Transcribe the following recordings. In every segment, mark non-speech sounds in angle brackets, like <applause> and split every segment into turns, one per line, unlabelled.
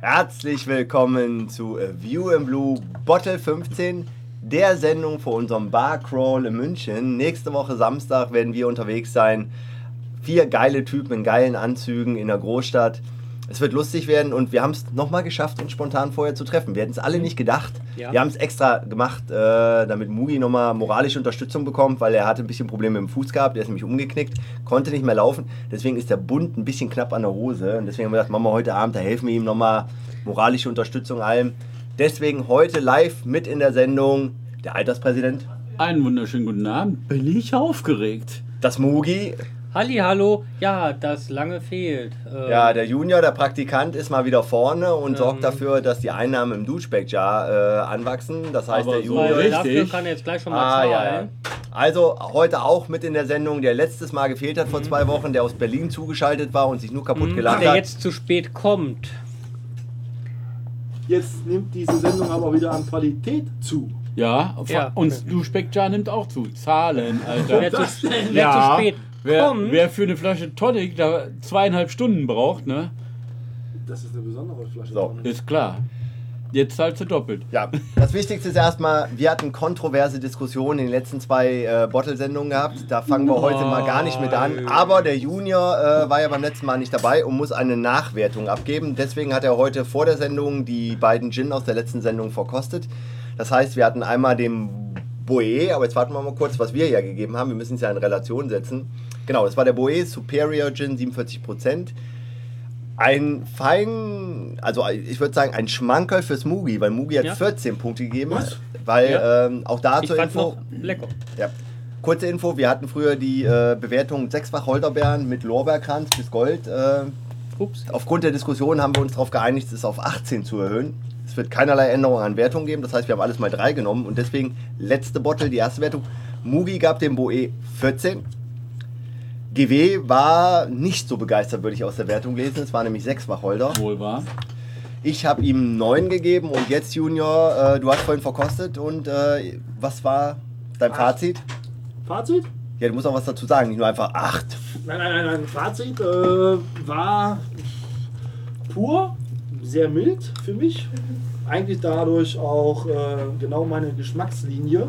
Herzlich willkommen zu A View in Blue Bottle 15, der Sendung vor unserem Barcrawl in München. Nächste Woche Samstag werden wir unterwegs sein. Vier geile Typen in geilen Anzügen in der Großstadt. Es wird lustig werden und wir haben es nochmal geschafft, uns spontan vorher zu treffen. Wir hätten es alle nicht gedacht.
Ja.
Wir haben es extra gemacht, äh, damit Mugi nochmal moralische Unterstützung bekommt, weil er hatte ein bisschen Probleme mit dem Fuß gehabt. Der ist nämlich umgeknickt, konnte nicht mehr laufen. Deswegen ist der Bund ein bisschen knapp an der Hose. Und deswegen haben wir gesagt, Mama, heute Abend, da helfen wir ihm nochmal. Moralische Unterstützung allem. Deswegen heute live mit in der Sendung der Alterspräsident,
Einen wunderschönen guten Abend. Bin ich aufgeregt?
das Mugi,
Halli, hallo. Ja, das lange fehlt. Äh,
Ja, der Junior, der Praktikant, ist mal wieder vorne
Ähm.
und sorgt dafür, dass die Einnahmen im Duschback-Jar äh, anwachsen. Das heißt,
Aber
der
so
Junior.
weil
Oh, richtig.
dafür kann er jetzt gleich schon mal
Ah, ja, ja.
zahlen.
Also heute auch mit in der Sendung, der letztes Mal gefehlt hat vor zwei Wochen, der aus Berlin zugeschaltet war und sich nur kaputt gelacht
Mhm. Hm, Der
hat.
jetzt zu spät kommt.
Jetzt nimmt diese Sendung aber wieder an Qualität zu.
Ja,
Ja.
und du Speckjar nimmt auch zu. Zahlen,
Wer
Alter.
zu, wer
Ja.
zu spät
Wer,
kommt.
wer für eine Flasche Tonic da zweieinhalb Stunden braucht, ne?
Das ist eine besondere Flasche.
So.
Ist klar. Jetzt zahlst du doppelt.
Ja, das Wichtigste ist erstmal, wir hatten kontroverse Diskussionen in den letzten zwei äh, Bottle-Sendungen gehabt. Da fangen wir heute mal gar nicht mit an. Aber der Junior äh, war ja beim letzten Mal nicht dabei und muss eine Nachwertung abgeben. Deswegen hat er heute vor der Sendung die beiden Gin aus der letzten Sendung verkostet. Das heißt, wir hatten einmal den Boe, aber jetzt warten wir mal kurz, was wir ja gegeben haben. Wir müssen es ja in Relation setzen. Genau, das war der Boe Superior Gin, 47 Prozent. Ein fein, also ich würde sagen, ein Schmankerl fürs Mugi, weil Mugi hat
Ja.
14 Punkte gegeben. Weil
Ja.
ähm, auch da
Ich
zur
fand
Info.
noch lecker.
Ja. Kurze Info, wir hatten früher die äh, Bewertung sechsfach Holderbeeren mit Lorbeerkranz bis Gold. Äh,
Ups.
aufgrund der Diskussion haben wir uns darauf geeinigt, es auf 18 zu erhöhen. Es wird keinerlei Änderungen an Wertung geben, das heißt, wir haben alles mal 3 genommen und deswegen letzte Bottle, die erste Wertung. Mugi gab dem Boe 14. GW war nicht so begeistert, würde ich aus der Wertung lesen. Es war nämlich sechs Wacholder.
Wohl wahr.
Ich habe ihm 9 gegeben und jetzt, Junior, äh, du hast vorhin verkostet und äh, was war dein Fazit?
Fazit?
Ja, du musst auch was dazu sagen, nicht nur einfach 8.
Nein, nein, nein, nein. Fazit äh, war pur, sehr mild für mich. Eigentlich dadurch auch äh, genau meine Geschmackslinie.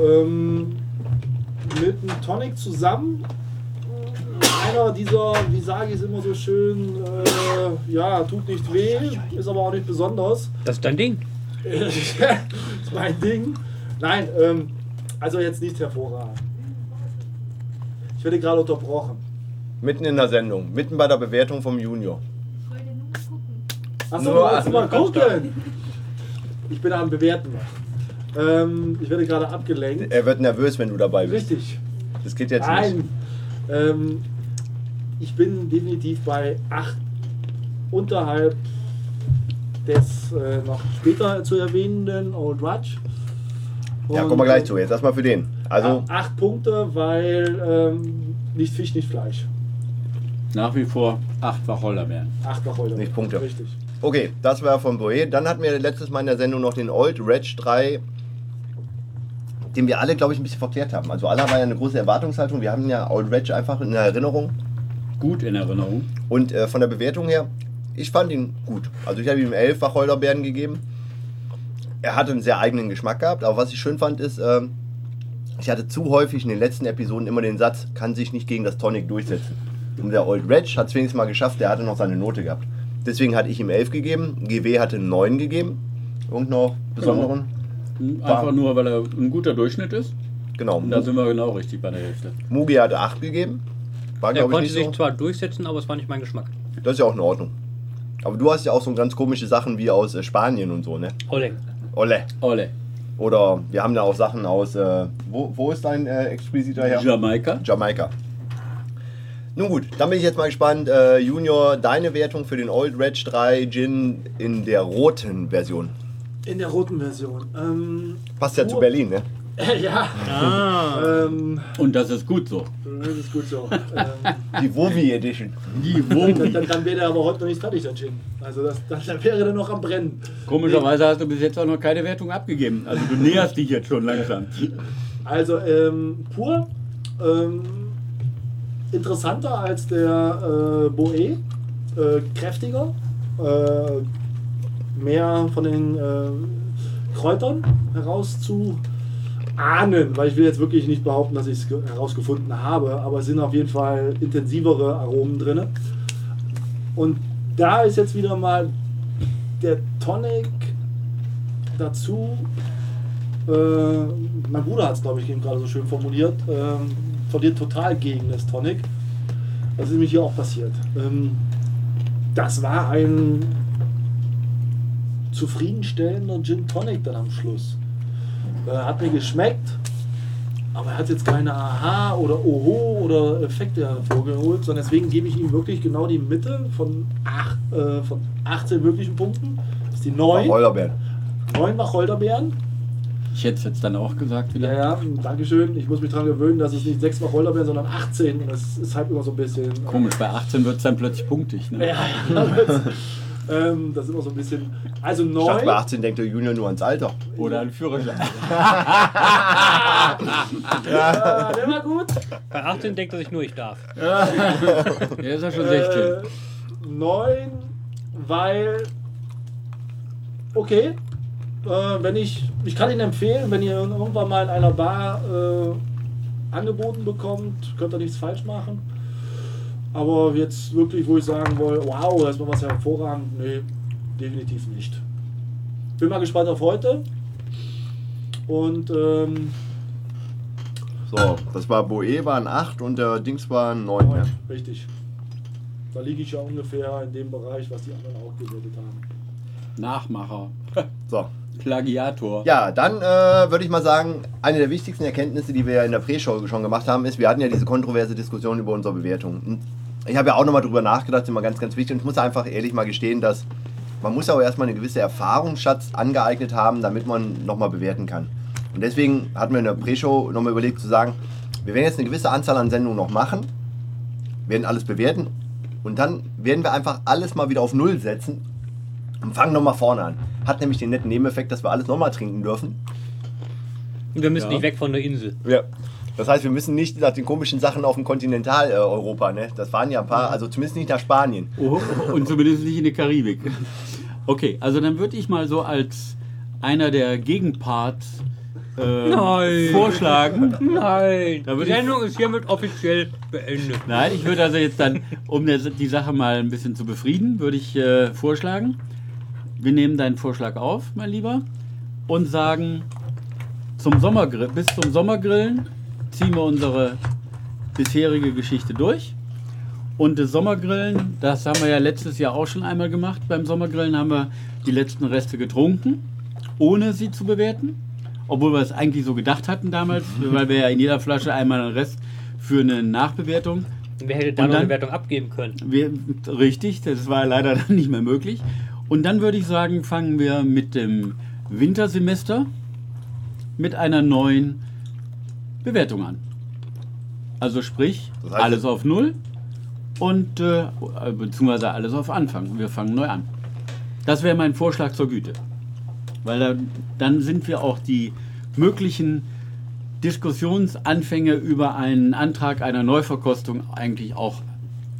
Ähm, mit einem Tonic zusammen. Äh, Einer dieser, wie sage ich es immer so schön, äh, ja, tut nicht weh, ist aber auch nicht besonders.
Das ist dein Ding.
das ist <laughs> mein Ding. Nein, ähm, also jetzt nicht hervorragend. Ich werde gerade unterbrochen.
Mitten in der Sendung, mitten bei der Bewertung vom Junior.
wollte nur gucken.
Achso,
Nur
du wolltest mal
an-
gucken. Ich bin am Bewerten. Ähm, ich werde gerade abgelenkt.
Er wird nervös, wenn du dabei bist.
Richtig.
Das geht Äh, jetzt nicht.
Nein. Ähm, ich bin definitiv bei 8 unterhalb des äh, noch später zu erwähnenden Old Rudge.
Ja, kommen wir gleich zu. Jetzt erstmal für den. Also,
Also acht Punkte, weil ähm, nicht Fisch, nicht Fleisch.
Nach wie vor acht Wacholder werden.
Acht Wacholder.
Nicht Punkte.
Richtig.
okay, das war von Boe. Dann hatten wir letztes Mal in der Sendung noch den Old Reg 3, den wir alle, glaube ich, ein bisschen verklärt haben. Also, alle haben ja eine große Erwartungshaltung. Wir haben ja Old Reg einfach in Erinnerung.
Gut in Erinnerung.
Und äh, von der Bewertung her, ich fand ihn gut. Also ich habe ihm elf Wacholderbeeren gegeben. Er hatte einen sehr eigenen Geschmack gehabt, aber was ich schön fand ist, ähm, ich hatte zu häufig in den letzten Episoden immer den Satz, kann sich nicht gegen das Tonic durchsetzen. Und der Old Reg hat es wenigstens mal geschafft, der hatte noch seine Note gehabt. Deswegen hatte ich ihm 11 gegeben, GW hatte 9 gegeben. Irgend noch besonderen?
Hm, Einfach nur, weil er ein guter Durchschnitt ist.
Genau.
Und da
Also-
sind wir genau richtig bei der Hälfte.
Mugi hatte 8 gegeben. War,
Er
glaube ich,
konnte
nicht
sich
so.
zwar durchsetzen, aber es war nicht mein Geschmack.
Das ist ja auch in Ordnung. Aber du hast ja auch so ganz komische Sachen wie aus äh, Spanien und so, ne?
Oleg.
Olle.
Olle.
Oder wir haben da auch Sachen aus. Äh, wo, wo ist dein äh, expliziter Herr?
Jamaika.
Jamaika. Nun gut, dann bin ich jetzt mal gespannt. Äh, Junior, deine Wertung für den Old Reg 3 Gin in der roten Version.
In der roten Version. Ähm,
Passt ja zu
Oh.
Berlin, ne?
<laughs> ja. Ähm,
Und das ist gut so.
das ist gut <laughs> so. ähm,
Die Wovi Edition.
Die
dann,
Wogen.
dann, dann wäre der aber heute noch nicht fertig, der Gin. Also das, das, dann wäre der noch am Brennen.
Komischerweise hast du bis jetzt auch noch keine Wertung abgegeben. Also du näherst dich jetzt schon langsam.
Also ähm, pur. Ähm, interessanter als der äh, Boe. Äh, kräftiger. äh, mehr von den äh, Kräutern heraus zu ahnen, weil ich will jetzt wirklich nicht behaupten, dass ich es ge- herausgefunden habe, aber es sind auf jeden Fall intensivere Aromen drin. Und da ist jetzt wieder mal der Tonic dazu. Äh, mein Bruder hat es, glaube ich, eben gerade so schön formuliert. Ähm, verliert total gegen das Tonic. Das ist nämlich hier auch passiert. Ähm, das war ein zufriedenstellender Gin Tonic dann am Schluss. Äh, hat mir geschmeckt, aber er hat jetzt keine Aha oder Oho oder Effekte hervorgeholt, sondern deswegen gebe ich ihm wirklich genau die Mitte von, acht, äh, von 18 möglichen Punkten. Das ist die 9.
Hollerbeeren.
Neun Wacholderbeeren.
Ich hätte es jetzt dann auch gesagt
Ja,
wieder.
ja, Dankeschön. Ich muss mich daran gewöhnen, dass es nicht sechs Wacholderbeeren, sondern 18. Das ist halt immer so ein bisschen.
Komisch, bei 18 wird es dann plötzlich punktig.
Ja,
Ne?
ja, <laughs> das, ähm, das ist immer so ein bisschen. Also
Statt bei
neun.
18 denkt der Junior nur ans <laughs> Alter.
Oder ein Führerschein.
Ja, der war gut.
Bei 18 denkt er sich nur, ich darf.
Der ist ja schon
Äh,
16.
neun, weil. Okay. Äh, wenn ich. Ich kann Ihnen empfehlen, wenn ihr irgendwann mal in einer Bar äh, angeboten bekommt, könnt ihr nichts falsch machen. Aber jetzt wirklich, wo ich sagen will, wow, da ist mal was hervorragend. Nee, definitiv nicht. Bin mal gespannt auf heute. Und ähm,
So, das war Boe war ein 8 und der Dings war ne? ein 9. Ja.
richtig. Da liege ich ja ungefähr in dem Bereich, was die anderen auch gewertet haben.
Nachmacher.
So.
Plagiator.
Ja, dann äh, würde ich mal sagen, eine der wichtigsten Erkenntnisse, die wir ja in der Pre-Show schon gemacht haben, ist, wir hatten ja diese kontroverse Diskussion über unsere Bewertung. Und ich habe ja auch nochmal drüber nachgedacht, ist immer ganz, ganz wichtig. Und ich muss einfach ehrlich mal gestehen, dass man muss auch erstmal eine gewisse Erfahrungsschatz angeeignet haben, damit man nochmal bewerten kann. Und deswegen hatten wir in der Pre-Show nochmal überlegt zu sagen, wir werden jetzt eine gewisse Anzahl an Sendungen noch machen, werden alles bewerten und dann werden wir einfach alles mal wieder auf Null setzen und fangen nochmal vorne an. Hat nämlich den netten Nebeneffekt, dass wir alles nochmal trinken dürfen.
Und wir müssen
Ja.
nicht weg von der Insel.
Ja. Das heißt, wir müssen nicht nach den komischen Sachen auf dem Kontinental äh, Europa, ne? Das waren ja ein paar, also zumindest nicht nach Spanien.
Oh, und zumindest nicht in der Karibik. Okay, also dann würde ich mal so als einer der Gegenparts äh,
Nein.
vorschlagen.
Nein,
Da
die
würde ich-
Sendung ist hiermit offiziell beendet.
Nein, ich würde also jetzt dann, um der, die Sache mal ein bisschen zu befrieden, würde ich äh, vorschlagen, wir nehmen deinen Vorschlag auf, mein Lieber, und sagen, zum Sommergrill, bis zum Sommergrillen ziehen wir unsere bisherige Geschichte durch. Und das Sommergrillen, das haben wir ja letztes Jahr auch schon einmal gemacht. Beim Sommergrillen haben wir die letzten Reste getrunken, ohne sie zu bewerten. Obwohl wir es eigentlich so gedacht hatten damals, weil wir ja in jeder Flasche einmal einen Rest für eine Nachbewertung
Und Wer hätte da
Und
noch eine
dann-
Wertung abgeben können?
wir, richtig, das war leider <laughs> dann nicht mehr möglich. Und dann würde ich sagen, fangen wir mit dem Wintersemester mit einer neuen Bewertung an. Also sprich,
Das heißt-
alles auf Null und äh, beziehungsweise alles auf Anfang. Wir fangen neu an. Das wäre mein Vorschlag zur Güte. Weil da, dann sind wir auch die möglichen Diskussionsanfänge über einen Antrag einer Neuverkostung eigentlich auch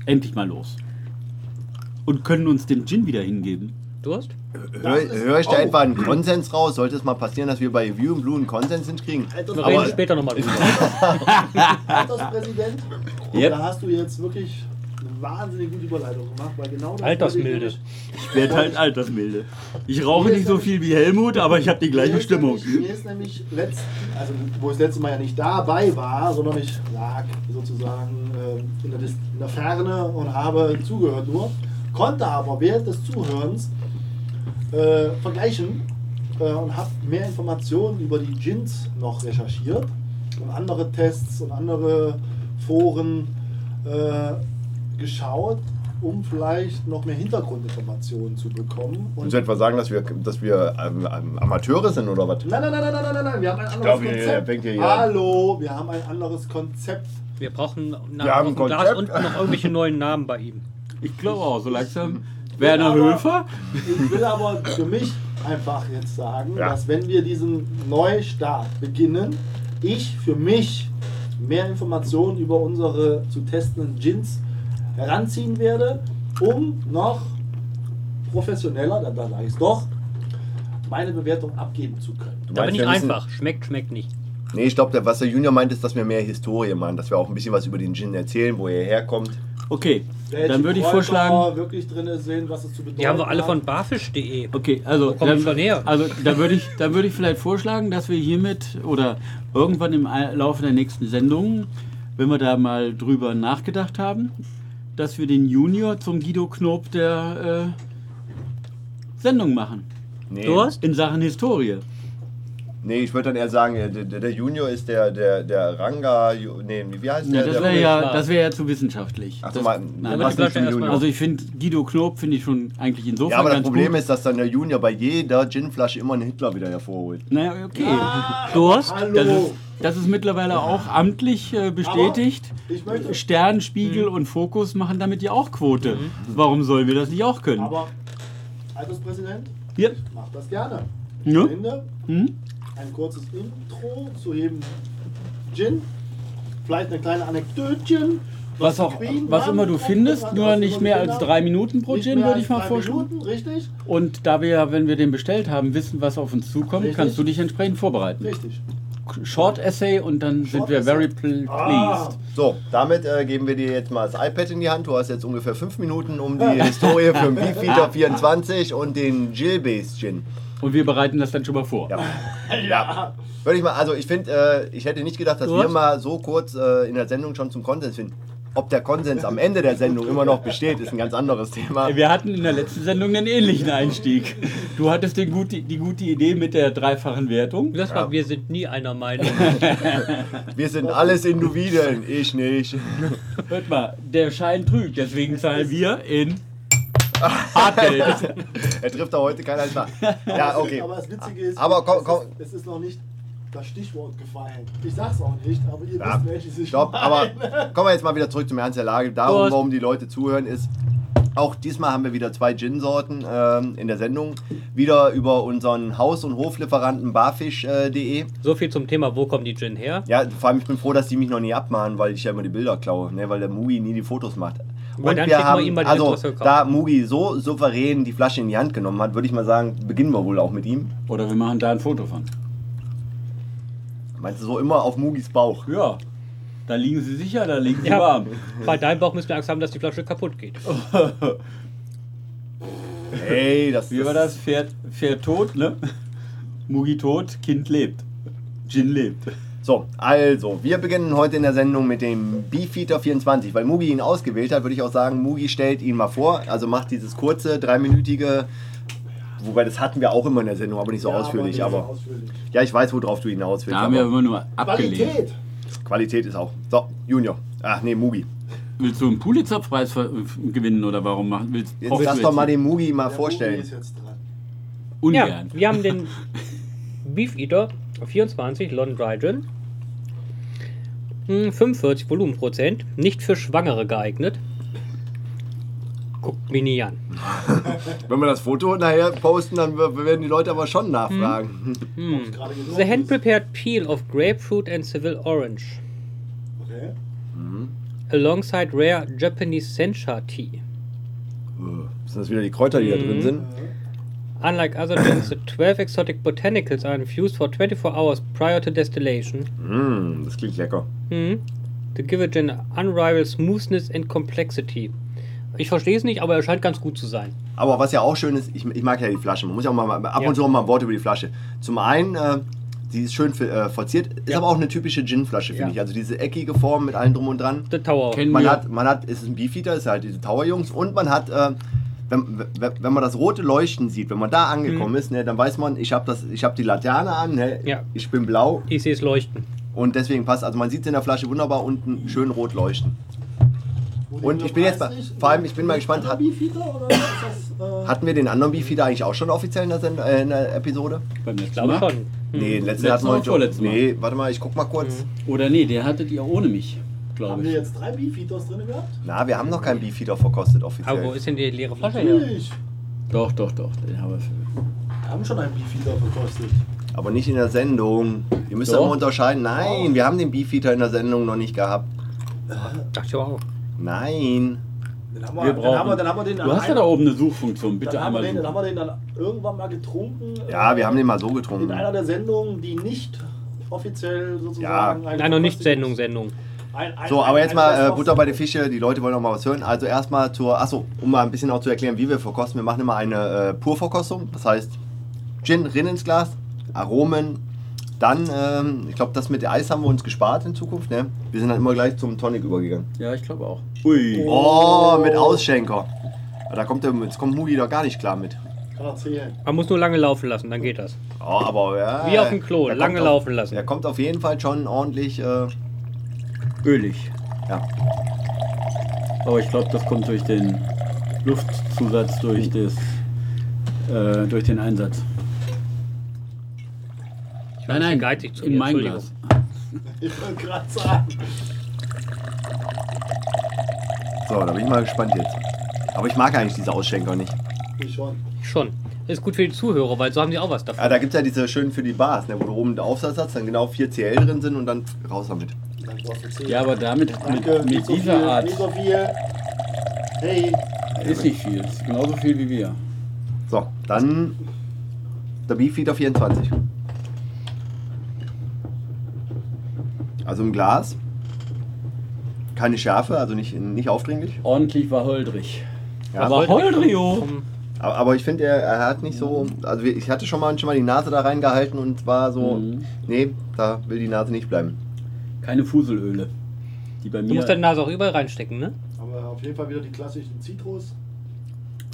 endlich mal los. Und können uns dem Gin wieder hingeben.
Durst?
Höre hör ich da
Oh.
etwa einen Konsens raus? Sollte es mal passieren, dass wir bei View and Blue einen Konsens hinkriegen?
Alter,
Wir
Aber-
reden später nochmal drüber.
<laughs>
Alterspräsident,
Yep.
da hast du jetzt wirklich eine wahnsinnig gute Überleitung gemacht, weil genau das
Altersmilde.
Ich werde halt altersmilde. Ich rauche nicht so viel wie Helmut, aber ich habe die
Mir
gleiche
ist
Stimmung.
Nämlich, mir ist nämlich letzt, also wo ich das letzte Mal ja nicht dabei war, sondern ich lag sozusagen ähm, in, der Dis in der Ferne und habe zugehört nur, konnte aber während des Zuhörens äh, vergleichen äh, und habe mehr Informationen über die Gins noch recherchiert und andere Tests und andere Foren äh, geschaut, um vielleicht noch mehr Hintergrundinformationen zu bekommen.
Und so etwa sagen, dass wir, dass wir ähm, ähm, Amateure sind oder was?
Nein, nein, nein, nein, nein, nein, nein, wir haben ein anderes
glaub, ihr- ihr fängt
Konzept.
hier hier an.
Hallo, wir haben ein anderes Konzept.
Wir brauchen nach
Wir haben
auf
ein
dem Glas
Konzept.
unten noch irgendwelche neuen Namen bei ihm.
Ich glaube auch, so langsam. Werner
Aber-
Höfer?
Ich will aber für mich einfach jetzt sagen,
Ja.
dass wenn wir diesen Neustart beginnen, ich für mich mehr Informationen über unsere zu testenden Gins heranziehen werde, um noch professioneller, dann dann sage ich es doch, meine Bewertung abgeben zu können.
Du
Da
meinst,
bin ich
wir müssen-
einfach. Schmeckt, schmeckt nicht.
Nee, ich glaube, was der Junior meint, ist, dass wir mehr Historie machen, dass wir auch ein bisschen was über den Gin erzählen, wo er herkommt.
Okay,
Welche
dann würde ich
Kräuter
vorschlagen.
wirklich drin sind, was es zu bedeuten
Die haben wir alle
hat.
von barfisch.de.
Okay, also,
kommen
dann,
wir näher?
also da würde ich, da würde ich vielleicht vorschlagen, dass wir hiermit oder irgendwann im Ei- Laufe der nächsten Sendung, wenn wir da mal drüber nachgedacht haben, dass wir den Junior zum Guido Knob der äh, Sendung machen.
Nee,
Du hast?
In Sachen Historie.
nee ich würde dann eher sagen, der, der der Junior ist der, der, der Ranga. Ju- Nee, wie wie heißt
Ja,
der?
das
der
wäre ja,
Schlag.
das wär ja zu wissenschaftlich.
Ach,
das,
du mal,
nein,
du machst
die
nicht
Flasche
den
erstmal
Junior.
also ich finde Guido Knob finde ich schon eigentlich insofern
ja, aber das
ganz
Problem
gut.
ist, dass dann der Junior bei jeder Ginflasche immer einen Hitler wieder hervorholt.
Naja, okay.
Du hast?
Ah. Hallo.
Das ist, das ist mittlerweile auch amtlich äh, bestätigt.
ich möchte- Mhm.
Stern, Spiegel und Fokus machen damit ja auch Quote. Warum sollen wir das nicht auch können?
Aber Alterspräsident
ja.
macht das gerne.
Ja.
Ich finde,
Hm?
ein kurzes Intro zu jedem Gin. Vielleicht eine kleine Anekdötchen.
Was, auch,
Queen
was
haben
immer du
getrunken
findest,
hat,
nur
was
nicht
immer
mehr
Kinder-
als drei Minuten pro
nicht
Gin,
mehr
würde
als
ich mal
drei
vorschlagen.
Minuten, richtig?
Und da wir ja, wenn wir den bestellt haben, wissen, was auf uns zukommt,
Richtig.
kannst du dich entsprechend vorbereiten.
Richtig.
Short Essay und dann sind
Short
wir
Essay.
very pl- pleased.
Ah.
So, damit äh, geben wir dir jetzt mal das iPad in die Hand. Du hast jetzt ungefähr fünf Minuten, um die Historie für den Beefeater 24 und den Jill Base Gin.
Und wir bereiten das dann schon mal vor.
Ja.
Ja.
Würde ich mal, also ich finde, äh, ich hätte nicht gedacht, dass
Du
wir
hast-
mal so kurz äh, in der Sendung schon zum Konsens finden. Ob der Konsens am Ende der Sendung immer noch besteht, ist ein ganz anderes Thema.
Wir hatten in der letzten Sendung einen ähnlichen Einstieg. Du hattest den gut, die gute Idee mit der dreifachen Wertung.
Das war, wir sind nie einer Meinung.
Wir sind alles Individuen, ich nicht.
Hört mal, der Schein trügt, deswegen zahlen wir in Hartgeld.
Er trifft da heute keiner nach. Ja, okay.
Aber das Witzige ist,
Aber komm,
es,
komm.
Ist, es ist noch nicht das Stichwort gefallen. Ich sag's auch nicht, aber ihr
Ja,
wisst, welches ich
Stopp,
meine.
aber kommen wir jetzt mal wieder zurück zum Ernst der Lage. Darum,
Prost.
warum die Leute zuhören, ist, auch diesmal haben wir wieder zwei Gin-Sorten ähm, in der Sendung. Wieder über unseren Haus- und Hoflieferanten barfisch.de.
So viel zum Thema, wo kommen die Gin her?
Ja, vor allem, ich bin froh, dass die mich noch nie abmahnen, weil ich ja immer die Bilder klaue, ne? weil der Mugi nie die Fotos macht.
Aber
Und
dann
wir
schicken wir
haben,
ihm mal die
also,
Fotos zurück.
da Mugi so souverän die Flasche in die Hand genommen hat, würde ich mal sagen, beginnen wir wohl auch mit ihm.
Oder wir machen da ein Foto von.
Meinst du so immer auf Mugis Bauch?
<laughs>
Ja, da liegen sie sicher, da liegen sie
Ja,
warm.
bei deinem Bauch müssen wir Angst haben, dass die Flasche kaputt geht.
Ey, das
Wie war das? Pferd, Pferd tot, ne? Mugi tot, Kind lebt. Gin lebt.
So, also, wir beginnen heute in der Sendung mit dem Beefeater 24. Weil Mugi ihn ausgewählt hat, würde ich auch sagen, Mugi stellt ihn mal vor. Also macht dieses kurze, dreiminütige, wobei das hatten wir auch immer in der Sendung, aber nicht so
Ja,
ausführlich.
nicht so
Aber,
ausführlich.
ja, ich weiß, worauf du hinaus willst.
Da haben wir
aber
immer nur abgelehnt.
Qualität.
Qualität ist auch. So, Junior. Ach nee, Mugi.
Willst du einen Pulitzer-Preis ver- gewinnen oder warum machen? Willst,
Jetzt
brauchst
lass
du
doch mal
hier?
den Mugi mal
Der Mugi Ist
vorstellen.
jetzt dran.
Hm.
Ja,
Ungern.
wir haben den Beef Eater 24 London Dry Gin. Hm, 45 Volumenprozent, nicht für Schwangere geeignet. Guckt mich nie an.
Wenn wir das Foto nachher posten, dann wir- werden die Leute aber schon nachfragen.
Ist gerade genommen.
The hand prepared peel of grapefruit and Seville orange,
Okay.
alongside rare Japanese sencha tea.
Äh, Sind das wieder die Kräuter, die da
Mhm.
drin sind?
Unlike other gins, the 12 exotic botanicals are infused for 24 hours prior to distillation.
Mm, das klingt lecker.
Mhm. To give it an unrivaled smoothness and complexity. Ich verstehe es nicht, aber er scheint ganz gut zu sein.
Aber was ja auch schön ist, ich, ich mag ja die Flasche. Man muss ja auch mal ab
Ja.
und zu auch mal ein Wort über die Flasche. Zum einen, äh, die ist schön äh, verziert, ist aber auch eine typische Gin-Flasche, finde
Ja.
ich. Also diese eckige Form mit allem drum und dran.
The Tower.
Kennen
Man
wir.
hat, man hat, es ist ein Beefeater, es ist halt diese Tower-Jungs und man hat, äh, wenn, wenn, wenn man das rote Leuchten sieht, wenn man da angekommen ist, ne, dann weiß man, ich habe hab die Laterne an, ne,
Mhm. Ja.
ich bin blau
Ich sehe es leuchten.
und deswegen passt. Also man sieht es in der Flasche wunderbar unten schön rot leuchten.
Wo
Und
die
ich bin jetzt
Preis
mal-
nicht-
vor allem, ich bin mal gespannt, hat-
Beefeater oder ist das, äh,
Hatten wir den anderen Beefeater eigentlich auch schon offiziell in der, Send äh, in der Episode?
Beim letzten
Ich glaube
Mal.
schon.
Nee, letzte
Letzten
hatten wir
oder
heute-
vorletzten Hm. Mal? Hm.
Nee, warte mal, ich guck mal kurz.
Oder nee, der hattet ihr ohne mich,
äh, haben
glaube
wir
ich.
jetzt drei Beefeaters drin gehabt?
Na, wir haben noch keinen Beefeater verkostet
Aber wo
offiziell.
ist denn die leere Flasche her?
Natürlich.
Doch, doch, doch. Den haben wir für.
Wir haben schon einen Beefeater verkostet.
Aber nicht in der Sendung. Ihr müsst
Doch.
immer unterscheiden. Nein, wir haben den Beefeater in der Sendung noch nicht gehabt.
Dachte ich aber auch.
Nein.
Dann haben
Wir
wir,
brauchen-
dann haben wir, dann haben wir den
Du hast ja da oben eine Suchfunktion, bitte
dann haben, wir
einmal
den, dann haben
suchen.
wir den dann irgendwann mal getrunken. äh,
Ja, wir haben den mal so
In
getrunken.
einer der Sendungen, die nicht offiziell sozusagen. ein-
Nein, noch nicht Sendung, Sendung.
Ein, ein,
So, aber
ein-
jetzt
ein-
mal äh,
was-
Butter bei den Fische, die Leute wollen noch mal was hören. Also erstmal zur, achso, um mal ein bisschen auch zu erklären, wie wir verkosten. Wir machen immer eine äh, Purverkostung, das heißt Gin, Rin ins Glas, Aromen, dann, ähm, ich glaube, das mit der Eis haben wir uns gespart in Zukunft, ne? Wir sind dann immer gleich zum Tonic übergegangen.
Ja, ich glaube auch. Ui.
Oh, mit Ausschenker. Ja, Da kommt der, jetzt kommt Moody doch gar nicht klar mit.
Kann erzählen.
Man muss nur lange laufen lassen, dann geht das.
Oh, aber ja,
Wie auf dem Klo,
der
lange
kommt auf,
laufen lassen.
Er kommt auf jeden Fall schon ordentlich, äh,
Ölig.
ja.
Aber ich glaube, das kommt durch den Luftzusatz,
Hm.
durch, das, äh, durch den Einsatz.
Ich war zu geizig zu
in
dir,
mein
Entschuldigung.
Glas.
Ich wollte gerade sagen.
So, da bin ich mal gespannt jetzt. Aber ich mag eigentlich diese Ausschenker nicht.
Ich schon.
Schon. Ist gut für die Zuhörer, weil so haben sie auch was davon.
Ja, da gibt es ja diese schönen für die Bars, ne, wo du oben den Aufsatz hast, dann genau 4 CL drin sind und dann raus damit.
Danke, du hast erzählt.
Ja, aber damit,
Danke,
mit, mit
nicht so
dieser
viel,
Art
Nicht so viel. Hey,
ist nicht viel. Ist genauso viel wie wir.
So, dann der Beefeater 24. Also im Glas. Keine Schärfe, also nicht, nicht aufdringlich.
Ordentlich war Holdrich.
Ja.
aber Holdrio!
Vom-
Aber, aber ich finde, er, er hat nicht so. Also wir- ich hatte schon mal, schon mal die Nase da reingehalten und war so,
Mhm.
nee, da will die Nase nicht bleiben.
Keine Fuselöle. Die bei
Du
mir.
musst deine Nase auch überall reinstecken, ne?
haben wir auf jeden Fall wieder die klassischen Zitrus.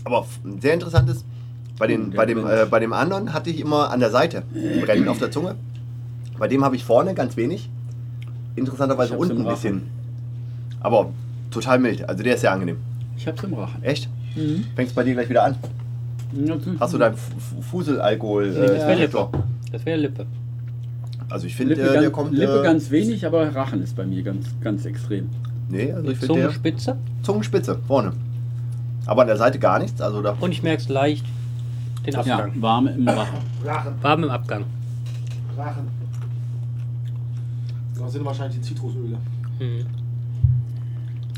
Aber f- sehr interessant ist, bei, den,
Der
bei, dem,
brennt.
äh, bei dem anderen hatte ich immer an der Seite brennen auf der Zunge. Bei dem habe ich vorne ganz wenig. Interessanterweise
Ich hab's
unten ein
im Rachen.
bisschen. Aber total mild. Also der ist sehr angenehm.
Ich hab's im Rachen.
Echt?
Mhm.
Fängst bei dir gleich wieder an. Hast du deinen F- F- Fuselalkohol?
Nee, das
Äh,
wäre
Sektor?
Lippe. Das wäre Lippe.
also ich finde,
Lippe,
äh, der
ganz,
kommt.
Lippe
äh,
ganz wenig, aber Rachen ist bei mir ganz, ganz extrem.
nee, also ich
Mit
finde der
Zungenspitze.
Zungenspitze vorne. Aber an der Seite gar nichts. Also da
Und ich merke es leicht, den
Ja,
Abgang.
warm im Rachen.
Rachen,
Warm im Abgang.
Rachen. Das sind wahrscheinlich die Zitrusöle.
Mhm.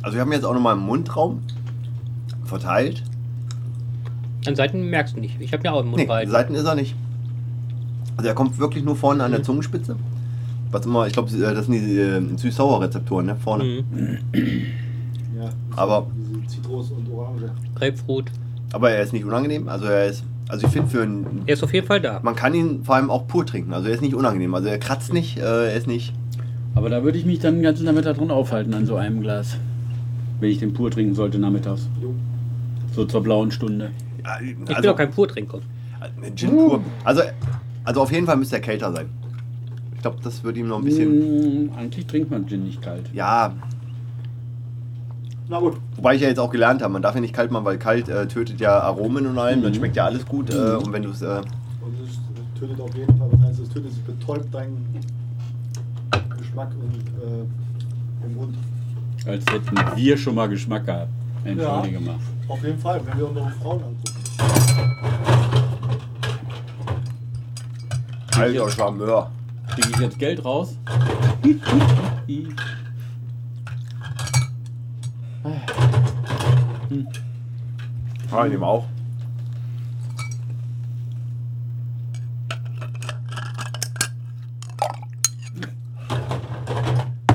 also wir haben jetzt auch nochmal im Mundraum verteilt.
An Seiten merkst du nicht. Ich habe ja auch einen Mund
Nee,
weit.
Seiten ist er nicht. Also er kommt wirklich nur vorne
Mhm.
an der Zungenspitze. Was immer, ich glaube, das sind die äh, süß-sauer-Rezeptoren, ne? Vorne.
Mhm.
Ja.
Aber-
Diese Zitrus und Orange.
Grapefruit.
Aber er ist nicht unangenehm. Also er ist, also ich finde für einen,
Er ist auf jeden Fall da.
man kann ihn vor allem auch pur trinken. Also er ist nicht unangenehm. Also er kratzt
Mhm.
nicht, äh, er ist nicht.
Aber da würde ich mich dann den ganzen Nachmittag drin aufhalten an so einem Glas. Wenn ich den pur trinken sollte nachmittags.
Jo.
So zur blauen Stunde.
Ja,
Ich bin
also,
auch kein Purtrinker.
äh, Gin pur. Also, also auf jeden Fall müsste er kälter sein. Ich glaube, das würde ihm noch ein bisschen.
Mhm.
Mm, eigentlich trinkt man Gin nicht kalt.
Ja,
Na gut,
wobei ich ja jetzt auch gelernt habe, man darf ja nicht kalt machen, weil kalt äh, tötet ja Aromen und allem. Dann schmeckt ja alles gut. Äh, und wenn du es. Äh,
Und es tötet auf jeden Fall, was heißt es tötet, es betäubt deinen Geschmack und äh, im Mund.
Als hätten wir schon mal Geschmack gehabt. Entschuldige mal.
Auf jeden Fall, wenn wir unsere Frauen angucken.
alter Charmeur.
Kriege ich jetzt
<laughs>
Geld raus?
Ja, ich nehme auch.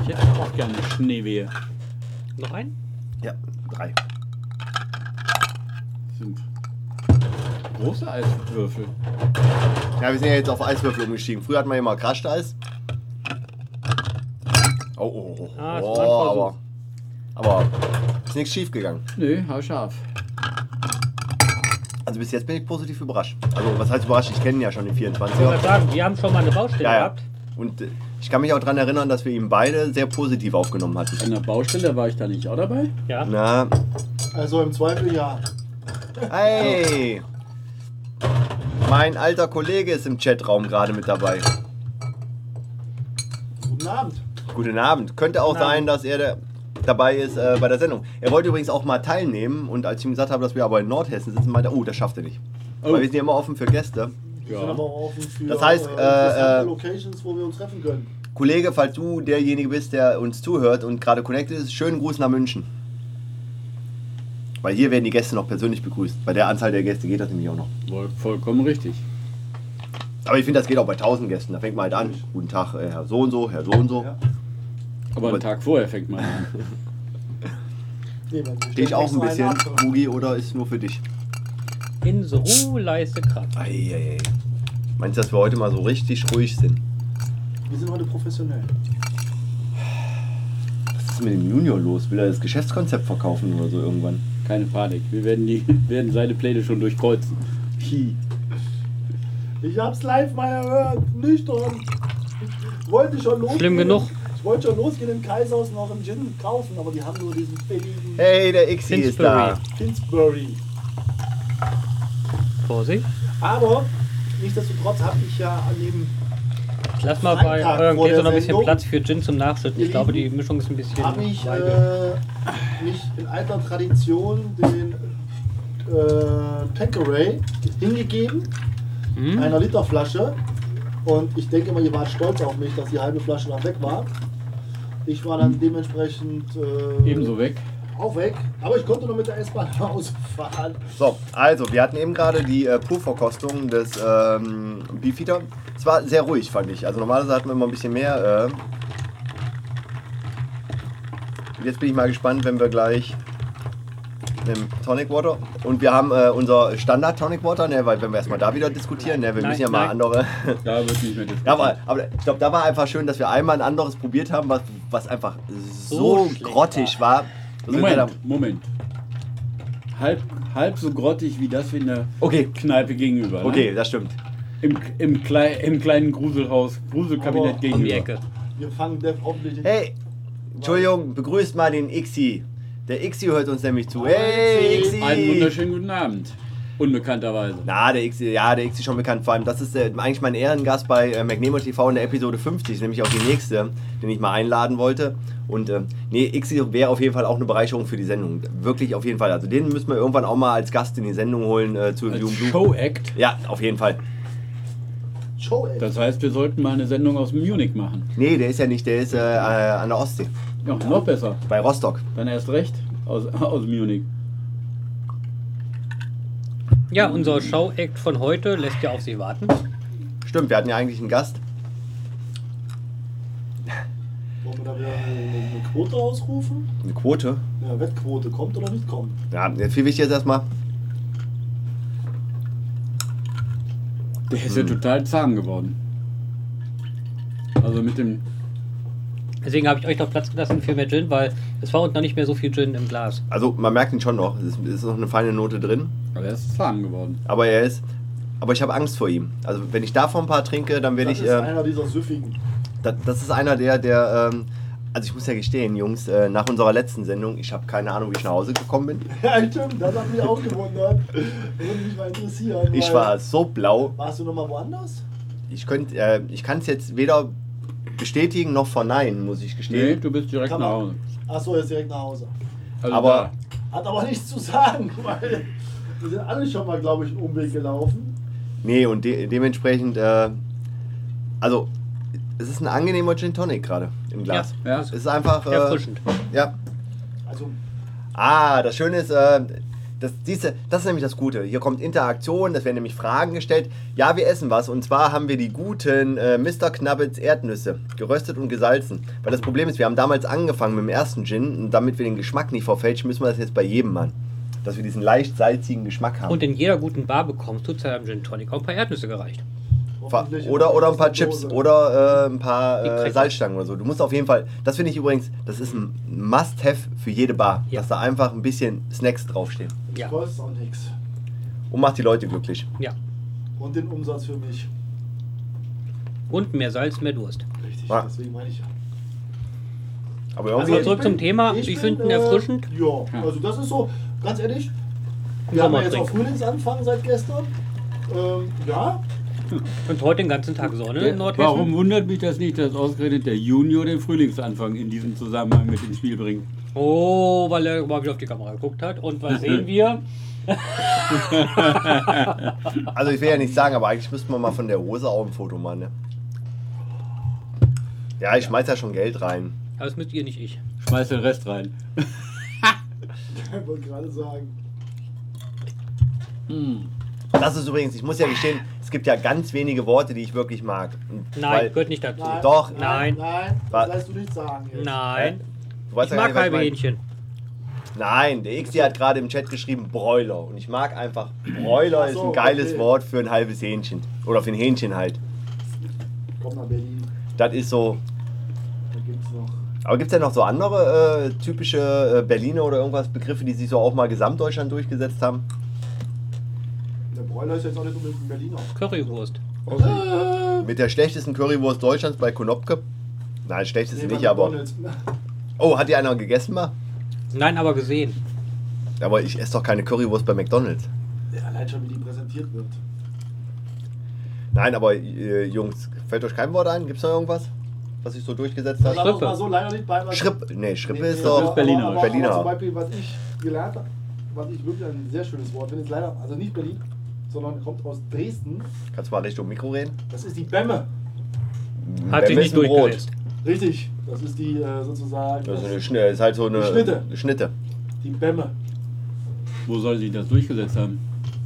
Ich hätte auch gerne Schneewehe.
Noch ein?
Ja, drei.
Das sind große Eiswürfel.
Ja, wir sind ja jetzt auf Eiswürfel umgestiegen. Früher hat man ja immer Crushed Eis. Oh, oh, oh.
Ah, das
oh
war
aber, aber ist nichts schief gegangen.
Nö, haarscharf.
Also bis jetzt bin ich positiv überrascht. Also was heißt überrascht? Ich kenne ihn ja schon den
Ich wollte
24er.
sagen, wir haben schon mal eine Baustelle
Ja, ja.
gehabt.
Und äh, ich kann mich auch daran erinnern, dass wir ihn beide sehr positiv aufgenommen hatten.
An der Baustelle war ich da nicht auch dabei?
Ja.
Na,
Also im Zweifel ja.
hey! Mein alter Kollege ist im Chatraum gerade mit dabei.
Guten Abend.
Guten Abend. Könnte auch
Guten Abend.
sein, dass er da, dabei ist äh, bei der Sendung. Er wollte übrigens auch mal teilnehmen und als ich ihm gesagt habe, dass wir aber in Nordhessen sitzen, meinte er, oh, das schafft er nicht.
Oh.
Weil wir sind ja immer offen für Gäste.
Wir sind aber auch offen für
Das heißt,
äh,
äh,
interessante
äh,
Locations, wo wir uns treffen können.
Kollege, falls du derjenige bist, der uns zuhört und gerade connected ist, schönen Gruß nach München. Weil hier werden die Gäste noch persönlich begrüßt. Bei der Anzahl der Gäste geht das nämlich auch noch.
Voll, vollkommen richtig.
Aber ich finde, das geht auch bei 1000 Gästen. Da fängt man halt an. Guten Tag, äh, Herr so und so, Herr so und so.
Ja.
Aber
Aber-
einen Tag vorher fängt man an.
Nee, man
Stehe
bestellt
ich auch ein
extra einen
bisschen,
ab.
Boogie, oder ist nur für dich?
In so leiste Kraft.
Eieiei. Meinst du, dass wir heute mal so richtig ruhig sind?
Wir sind heute professionell.
Was ist mit dem Junior los? Will er das Geschäftskonzept verkaufen oder so irgendwann?
Keine Panik. Wir werden, die, <laughs> werden seine Pläne schon durchkreuzen.
Hi.
Ich hab's live mal gehört, nüchtern. Ich wollte schon losgehen.
Schlimm genug.
Ich wollte schon losgehen im Kaishaus noch einen Gin kaufen, aber die haben nur diesen billigen
Hey, der Xi ist da.
Finsbury.
Vorsicht.
Aber nichtsdestotrotz habe ich ja an dem
Ich lass mal bei
Freitag
eurem
vor
Gläsern
der
noch ein bisschen
Sendung.
Platz für Gin zum Nachschütten. Ich glaube, die Mischung ist ein bisschen.
habe ich
weich.
äh, mich in alter Tradition den äh, Tanqueray hingegeben,
Hm?
einer Literflasche. Und ich denke mal, ihr wart stolz auf mich, dass die halbe Flasche dann weg war. Ich war dann dementsprechend äh,
Ebenso weg.
auch weg, aber ich konnte noch mit der S-Bahn <laughs> nach Hause fahren.
So, also, wir hatten eben gerade die äh, Purverkostung des ähm, Beefeater. Es war sehr ruhig, fand ich. Also, normalerweise hatten wir immer ein bisschen mehr. Äh. Jetzt bin ich mal gespannt, wenn wir gleich im Tonic Water und wir haben äh, unser Standard Tonic Water, ne, weil wenn wir erstmal da wieder diskutieren, ne, wir
Nein,
müssen ja mal
nein.
andere <laughs>
Da wird nicht mehr diskutiert.
Ja, aber, aber ich glaube, da war einfach schön, dass wir einmal ein anderes probiert haben, was, was einfach so,
So Oh, schlecht
grottig war. dass wir gesagt haben,
Moment, Moment. Halb, halb so grottig wie das wie in der
Okay,
Kneipe gegenüber.
okay,
Ne?
das stimmt.
Im, im, Klei im kleinen Gruselhaus, Gruselkabinett
Oh.
Aber
gegenüber.
Um die Ecke.
Wir fangen Dev hoffentlich in
Hey, Entschuldigung, begrüßt mal den Ixi. Der Ixi hört uns nämlich zu.
Hallo,
Hey,
Ixi.
Einen
Ixi!
wunderschönen guten Abend. Unbekannterweise.
Na, der Ixi, ja, der Ixi ist schon bekannt. Vor allem, das ist äh, eigentlich mein Ehrengast bei äh, McNemo TV in der Episode 50, nämlich auch die nächste, den ich mal einladen wollte. Und äh, nee, Ixi wäre auf jeden Fall auch eine Bereicherung für die Sendung. Wirklich auf jeden Fall. Also den müssen wir irgendwann auch mal als Gast in die Sendung holen äh, zu
Als
Jugend-
Show-Act.
Ja, auf jeden Fall.
Show, ey.
Das heißt, wir sollten mal eine Sendung aus Munich machen.
Nee, der ist ja nicht, der ist äh, äh, an der Ostsee,
Ja, noch besser.
bei Rostock.
Dann erst recht aus, aus Munich.
Ja, unser Show-Act von heute lässt ja auf sich warten.
Stimmt, wir hatten ja eigentlich einen Gast.
Wollen wir da wieder eine, eine Quote ausrufen?
Eine Quote.
Ja, Wettquote kommt oder nicht kommt.
Ja, jetzt viel wichtiger ist erstmal.
Der
Mhm.
ist ja total zahm geworden. Also mit dem.
Deswegen habe ich euch noch Platz gelassen für mehr Gin, weil es war unten noch nicht mehr so viel Gin im Glas.
Also man merkt ihn schon noch. Es ist, es ist noch eine feine Note drin.
Aber er ist zahm geworden.
Aber er ist. Aber ich habe Angst vor ihm. Also wenn ich davon ein paar trinke, dann werde
Das
ich.
ist
Äh,
einer dieser süffigen. <laughs>
das, das ist einer der, der. Ähm, also ich muss ja gestehen, Jungs, äh, nach unserer letzten Sendung, ich habe keine Ahnung, wie ich nach Hause gekommen bin.
Ja, stimmt, das hat mich auch gewundert. Würde mich mal interessieren.
Ich
weil-
war so blau.
Warst du nochmal woanders?
Ich könnte, äh, ich kann es jetzt weder bestätigen noch verneinen, muss ich
Nee,
gestehen.
du bist direkt
Kann
nach
man-
Hause.
Achso, jetzt direkt nach Hause.
Also
Aber-
Hat aber nichts zu sagen, <laughs> weil wir sind alle schon mal, glaube ich, einen Umweg gelaufen.
Nee, und de dementsprechend, äh, also es ist ein angenehmer Gin Tonic gerade im Glas.
da. Ja,
Es ist einfach. Äh,
Erfrischend.
Ja.
Also,
Ah, das Schöne ist, äh, das, diese, das ist nämlich das Gute. Hier kommt Interaktion, das werden nämlich Fragen gestellt. Ja, wir essen was. Und zwar haben wir die guten äh, Mr. Knabbels Erdnüsse, geröstet und gesalzen. Weil das Problem ist, wir haben damals angefangen mit dem ersten Gin und damit wir den Geschmack nicht verfälschen, müssen wir das jetzt bei jedem machen. Dass wir diesen leicht salzigen Geschmack haben.
Und in jeder guten Bar bekommst du zu einem Gin Tonic auch ein paar Erdnüsse gereicht.
Fa-
hoffentlich
Oder, oder ein paar
in der
Chips
Dose.
oder äh, ein paar
Die
äh,
Cracker.
Salzstangen oder so. Du musst auf jeden Fall, das finde ich übrigens, das ist ein Must-Have für jede Bar,
Ja.
dass da einfach ein bisschen Snacks draufstehen
Ja,
Kostet auch nichts.
und macht die Leute glücklich.
ja.
Und den Umsatz für mich.
Und mehr Salz, mehr Durst.
Richtig,
Ja.
deswegen meine ich ja.
Aber
Also
irgendwie,
zurück
ich
zum Thema. Ich
bin,
finde ihn erfrischend.
Ja, also das ist so, ganz ehrlich, wir haben ja jetzt
Sommertrink.
auch Frühlingsanfang seit gestern. Ähm, ja, <laughs>
Und heute den ganzen Tag Sonne in Nordhessen.
Warum wundert mich das nicht, dass ausgerechnet der Junior den Frühlingsanfang in diesem Zusammenhang mit ins Spiel bringt?
Oh, weil er mal wieder auf die Kamera geguckt hat. Und
<laughs>
was sehen wir?
also ich will ja nichts sagen, aber eigentlich müssten wir mal von der Hose auch ein Foto machen. Ne? Ja, ich schmeiß ja schon Geld rein.
Aber das müsst ihr nicht ich.
Schmeiß den Rest rein.
Ich wollte gerade sagen.
Das ist übrigens, ich muss ja gestehen, es gibt ja ganz wenige Worte, die ich wirklich mag. Und
Nein,
weil-
gehört nicht dazu.
Nein,
Doch.
Nein, nein,
Was?
das lässt du nicht sagen. Jetzt.
Nein.
Du weißt
Ich
ja gar
mag
nicht, was
halbe
ich
Hähnchen.
mein. Nein, der XD hat gerade im Chat geschrieben Broiler. Und ich mag einfach, Broiler
Ach
ist
so,
ein geiles
okay.
Wort für ein halbes Hähnchen. Oder für ein Hähnchen halt.
Komm nach Berlin,
Das ist so.
da gibt's noch.
Aber gibt es denn noch so andere äh, typische äh, Berliner oder irgendwas Begriffe, die sich so auch mal Gesamtdeutschland durchgesetzt haben?
Der Bräuler ist jetzt auch nicht unbedingt ein Berliner. Äh,
Currywurst.
Mit der schlechtesten Currywurst Deutschlands bei Konopke? Nein, schlechtesten
bei
nicht, aber.
<laughs> McDonald's.
Oh, hat die einer gegessen mal?
Nein, aber gesehen.
Hm. Aber ich esse doch keine Currywurst bei McDonalds.
Ja, Allein schon, wie die präsentiert wird.
Nein, aber äh, Jungs, fällt euch kein Wort ein? Gibt es da irgendwas, was sich so durchgesetzt
Da
hat?
Schrippe.
darf man mal so leider nicht bei was.
Schrippe. Nee, Schrippe
Nee,
ist
nee,
doch.
aber-
Berliner.
Aber, aber
Berliner.
Zum Beispiel, was ich gelernt habe, was ich wirklich ein sehr schönes Wort finde, ist leider, also nicht Berlin, sondern kommt aus Dresden.
Kannst du mal Richtung Mikro reden?
Das ist die Bämme.
Hat sich
Wer
nicht
misst ein Brot?
durchgesetzt.
Richtig. Das ist die äh, sozusagen
Das ist, eine
das,
Schn- ist halt so eine.
Schnitte.
eine Schnitte.
die Bämme.
Wo soll sie das durchgesetzt haben?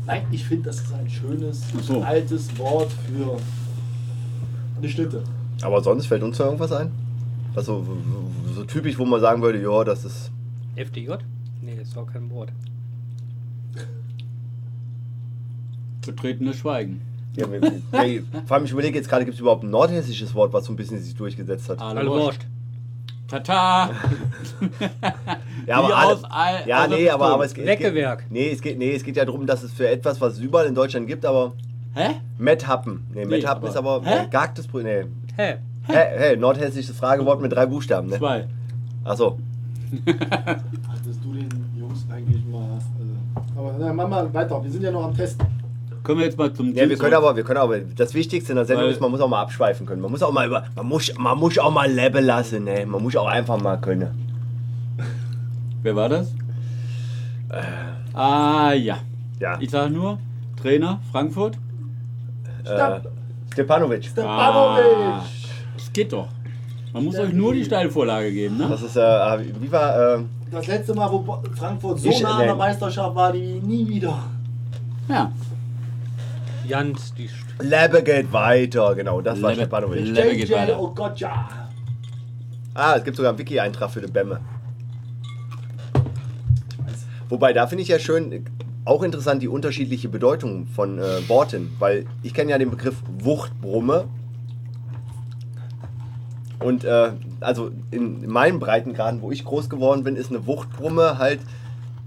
Nein, ich finde, das ist ein schönes,
Ach so.
altes Wort für eine Schnitte.
Aber sonst fällt uns da irgendwas ein? Also, Was so, so typisch, wo man sagen würde, ja, das ist.
FDJ? Nee, das war kein Wort.
Betretenes Schweigen.
Ja, wir- <laughs> wir- vor allem, ich überlege jetzt gerade, gibt es überhaupt ein nordhessisches Wort, was so ein bisschen sich durchgesetzt hat? <laughs>
Alle Wurst.
Tata!
Ja, aber
Wie
alle,
aus all- also
ja
aus
nee,
der
aber, aber es,
Pistole.
es geht.
Leckewerk.
Nee es, geht, nee, es geht ja darum, dass es für etwas, was es überall in Deutschland gibt, aber.
Hä?
Metthappen. Nee,
Nee,
Metthappen
aber-
ist aber
Hä?
äh, gehacktes Brot. Nee.
Hä?
Hey, hey, nordhessisches Fragewort mit drei Buchstaben, ne?
Zwei.
Achso.
Hattest du den Jungs eigentlich mal. Äh, aber na, mach mal weiter. Wir sind ja noch am Testen.
Können wir jetzt mal zum
Ja, wir können
zurück?
aber, wir können aber, das Wichtigste in der Sendung
Weil-
ist, man muss auch mal abschweifen können. Man muss auch mal über, man muss, man muss auch mal Level lassen, ne? Man muss auch einfach mal können.
Wer war das? Ah ja.
Ja.
Ich sage nur, Trainer Frankfurt.
Äh, Stepanovic.
Ah.
Stepanovic!
Das geht doch. Man muss euch nur die Steilvorlage geben, ne?
Das ist, äh, wie war, äh,
Das letzte Mal, wo Bo- Frankfurt so
Ich-
nah an der
nein.
Meisterschaft war, die nie wieder.
Ja.
Jans, die St
Lebe geht weiter, genau, das war
Lebe-
Stepanovic.
Le- Level geht
JJ,
weiter.
oh Gott, ja.
Ah, es gibt sogar einen Wiki-Eintrag für die Bämme. Wobei, da finde ich ja schön, äh, auch interessant die unterschiedliche Bedeutung von äh, Worten, weil ich kenne ja den Begriff Wuchtbrumme. Und äh, also in, in meinen Breitengraden, wo ich groß geworden bin, ist eine Wuchtbrumme halt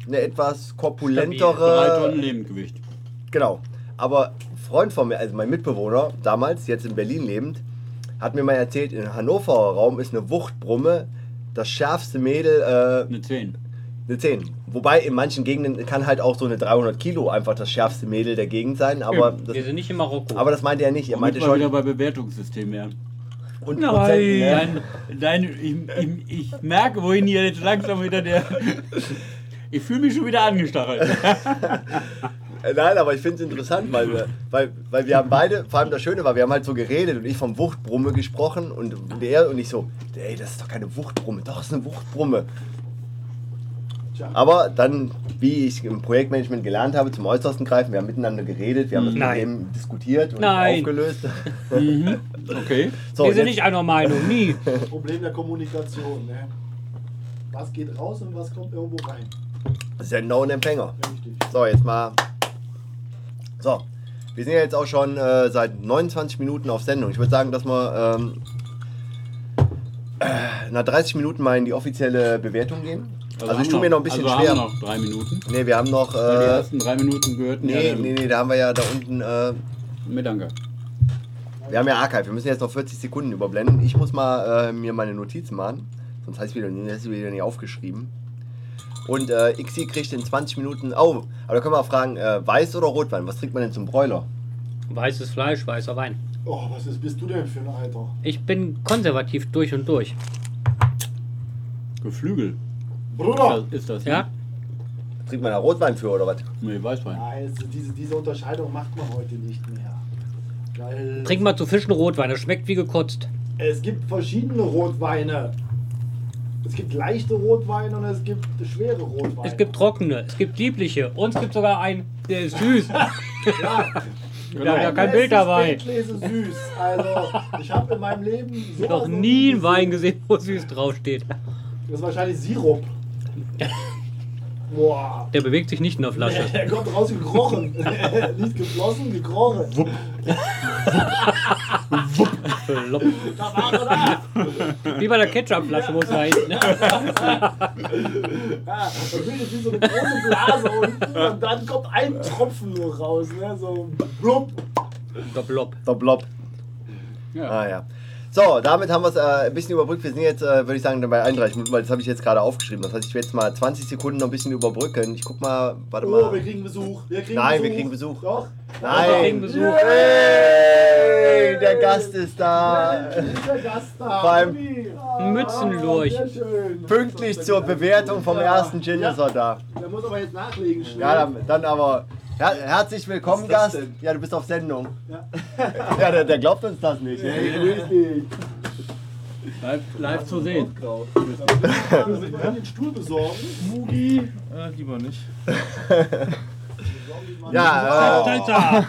eine etwas
Drei
korpulentere.
Tonnen Lebendgewicht.
Genau. Aber ein Freund von mir, also mein Mitbewohner, damals, jetzt in Berlin lebend, hat mir mal erzählt, im Hannoverer Raum ist eine Wuchtbrumme das schärfste Mädel äh,
Eine 10.
eine 10. Wobei in manchen Gegenden kann halt auch so eine 300 Kilo einfach das schärfste Mädel der Gegend sein. Aber, das,
Wir sind nicht in Marokko.
aber das meinte er nicht. Er
Damit
meinte
wir wieder
schon
bei Bewertungssystem werden.
und
Nein.
Prozent, ne?
Dein, dein, ich, ich, ich merke, wohin hier jetzt langsam wieder der. Ich fühle mich schon wieder angestachelt.
Äh, Nein, aber ich finde es interessant, weil wir, weil, weil wir haben beide, vor allem das Schöne war, wir haben halt so geredet und ich vom Wuchtbrumme gesprochen und, und er und ich so, ey, das ist doch keine Wuchtbrumme, doch, das ist eine Wuchtbrumme.
Tja.
Aber dann, wie ich im Projektmanagement gelernt habe, zum Äußersten greifen, wir haben miteinander geredet, wir haben das
Nein.
Problem diskutiert und
Nein.
aufgelöst.
Mhm. Okay.
<laughs> So,
wir sind
jetzt-
nicht einer
<laughs>
Meinung, nie.
Problem der Kommunikation, ne? Was geht raus und was kommt irgendwo rein?
Sender und Empfänger.
Ja, Richtig.
So, jetzt mal. So, wir sind ja jetzt auch schon äh, seit 29 Minuten auf Sendung. Ich würde sagen, dass wir ähm, äh, nach 30 Minuten mal in die offizielle Bewertung gehen. Also,
haben
ich tue
noch-
mir noch ein bisschen
also
schwer.
Haben wir noch drei Minuten.
Nee, wir haben noch.
Weil die
Äh,
ersten drei Minuten gehörten
nee,
ja dem
nee, nee, da haben wir ja da unten. Äh,
Mitanker.
wir haben ja Archive. Wir müssen jetzt noch 40 Sekunden überblenden. Ich muss mal äh, mir meine Notizen machen. Sonst heißt es wieder, das ist wieder nicht aufgeschrieben. Und äh, Xi kriegt in 20 Minuten. Oh, aber da können wir auch fragen: äh, Weiß oder Rotwein? Was trinkt man denn zum Bräuler?
Weißes Fleisch, weißer Wein.
Oh, was ist, bist du denn für ein Alter?
Ich bin konservativ durch und durch.
Geflügel.
Oh.
Bruder!
Das ist das, ne?
Ja?
Trinkt man da Rotwein für oder was?
Nee, Weißwein.
Nein, also diese, diese Unterscheidung macht man heute nicht mehr. Weil
Trink mal zu Fischen Rotwein, das schmeckt wie gekotzt.
es gibt verschiedene Rotweine. Es gibt leichte Rotweine und es gibt schwere Rotweine.
Es gibt trockene, es gibt liebliche und es gibt sogar einen, der ist süß.
ja,
Genau.
Da war kein
Messi
Bild dabei.
Spätlese süß. Also, ich habe in meinem Leben so
Noch nie einen Wein gesehen, wo süß draufsteht.
Das ist
<laughs>
wahrscheinlich Sirup. Boah.
Der bewegt sich nicht in der
<laughs>
Flasche.
Der kommt rausgekrochen. Nicht geflossen, gekrochen. Wupp.
Flop.
Da war er da.
Wie bei der Ketchupflasche, ne? wo es da hinten.
Ja, da bildet sich so eine große Blase unten und dann kommt ein Tropfen nur raus. Ne? So blub.
Doppelop.
Der Blob.
Ja.
Ah ja. So, damit haben wir es äh, ein bisschen überbrückt. Wir sind jetzt, äh, würde ich sagen, bei 31 Minuten, weil das habe ich jetzt gerade aufgeschrieben. Das heißt, ich werde jetzt mal 20 Sekunden noch ein bisschen überbrücken. Ich guck mal, warte
Oh, wir
mal.
kriegen Besuch. Wir kriegen
Nein,
Besuch.
wir kriegen Besuch.
Doch.
Wir
Nein!
kriegen Besuch.
Yay, der Gast ist da!
Der Gast da.
Beim
Ah,
Mützenlurch.
sehr schön.
Pünktlich zur Bewertung vom ersten Gin ist er da.
Der muss aber jetzt nachlegen schnell.
Ja, dann, dann aber. Her herzlich willkommen,
Was ist das
Gast.
denn?
Ja, du bist auf Sendung.
Ja.
<laughs> Ja, der, der glaubt uns das nicht.
Ey, richtig.
<laughs>
Live, live zu sehen.
Wir können den Stuhl besorgen. Mugi.
Äh, lieber nicht.
Ja, äh,
Alter,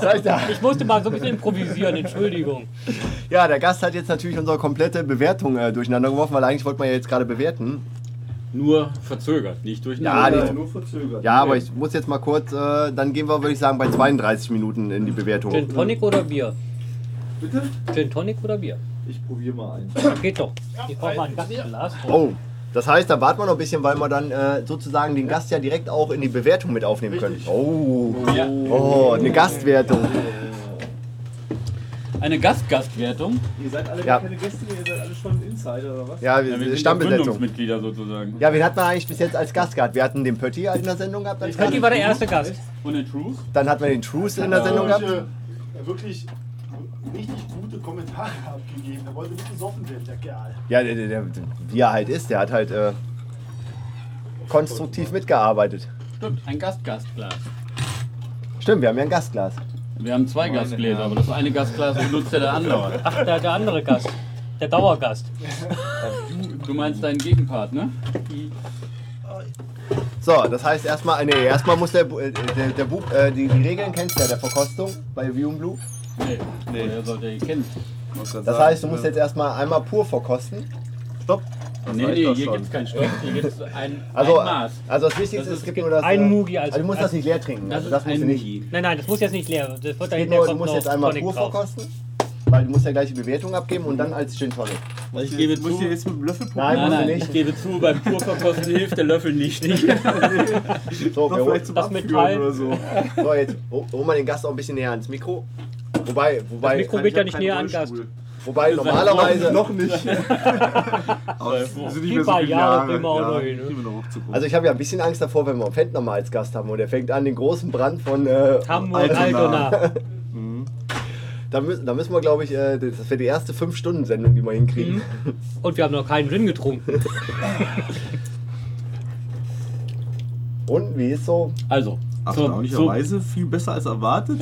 sag ich da.
ich musste mal so ein bisschen improvisieren, Entschuldigung.
Ja, der Gast hat jetzt natürlich unsere komplette Bewertung äh, durcheinander geworfen, weil eigentlich wollte man ja jetzt gerade bewerten.
Nur verzögert, nicht durch
Ja,
Ja,
die,
nur verzögert.
ja, aber ich muss jetzt mal kurz, äh, dann gehen wir, würde ich sagen, bei 32 Minuten in die
Gin
Bewertung.
Tonic oder Bier?
Bitte?
Gin Tonic oder Bier?
Ich probiere mal eins.
Geht doch. Ich brauch mal ein ganzes Glas.
Oh, das heißt, da warten wir noch ein bisschen, weil wir dann äh, sozusagen den Gast ja direkt auch in die Bewertung mit aufnehmen können. Oh,
Ja.
oh eine Gastwertung.
Eine Gastgastwertung.
Ihr seid alle
Ja.
keine Gäste, ihr seid alle schon Insider oder was?
Ja,
Ja,
wir-
wir sind ja
Stammbesetzung.
Gründungsmitglieder sozusagen.
Ja, wen hat man eigentlich bis jetzt als Gast gehabt? Wir hatten den Pötti halt in der Sendung gehabt als Gast.
Pötti war der erste Gast.
Und den Truth?
Dann hatten wir den Truce in der Sendung
äh,
gehabt.
Wirklich richtig gute Kommentare <laughs> abgegeben. Der wollte nicht besoffen werden, der Kerl.
Ja, der, der, der, wie er halt ist, der hat halt äh, konstruktiv mitgearbeitet.
Stimmt, ein Gastgastglas.
Stimmt, wir haben ja ein Gastglas.
Wir haben zwei
Meine
Gastgläser,
Herren.
aber das eine Gastglas benutzt ja der
<laughs>
andere.
Ach, der, der andere Gast. Der Dauergast.
Du meinst deinen Gegenpart, ne?
So, das heißt erstmal, äh, nee, erstmal muss der, Bu- äh, der, der Bub, äh, die, die Regeln kennst du ja, der Verkostung bei View and Blue.
Nee, nee. Der sollte ihn kennen.
Das heißt, du musst jetzt erstmal einmal pur verkosten.
Stopp! Das
Nee,
reicht
nee,
doch
hier
schon.
gibt's kein Stoff, hier gibt's ein,
Also,
ein Maß.
also das Wichtigste
Das
ist,
ist-
es gibt nur das.
ein
äh,
Mugi als-
also du musst
als-
das nicht leer trinken.
Das
Also
ist
das musst
ein
du nicht.
Mini.
Nein, nein, das muss jetzt nicht leer. Das wird da
Geht
hinten
nur, du
kommt
musst
noch
jetzt einmal
Tonic
pur
drauf.
verkosten, weil du musst ja gleich die Bewertung abgeben und dann als Gin Tonic.
Ich
Muss
gebe
ich- Muss
zu-
ich jetzt mit dem Löffel probieren?
Nein,
Nein,
musst du
nein,
nicht.
ich gebe zu, beim Purverkosten hilft der Löffel nicht.
<laughs> So, wir
Noch
holen,
vielleicht zum
Das
Abführen
Metall.
oder so.
so jetzt ho- holen wir den Gast auch ein bisschen näher ans Mikro. Wobei, wobei,
Mikro-
Ich
Probiert ja
hab
nicht
keinen
näher an
Rollstuhl.
wobei normalerweise.
Noch <laughs> nicht. Aber es sind nicht
paar
viele
Jahre kriegen wir auch noch hin, ne?
kriegen wir noch hochzugucken.
Also ich habe ja ein bisschen Angst davor, wenn wir Fentner mal als Gast haben und er fängt an, den großen Brand von äh,
Hamburg,
Altona.
Altona.
Da müssen, da müssen wir, glaube ich, äh, das wäre die erste 5-Stunden-Sendung, die wir hinkriegen.
Und wir haben noch keinen Gin getrunken.
Und wie ist so?
Also, zur, zur,
Erstaunlicherweise viel besser als erwartet.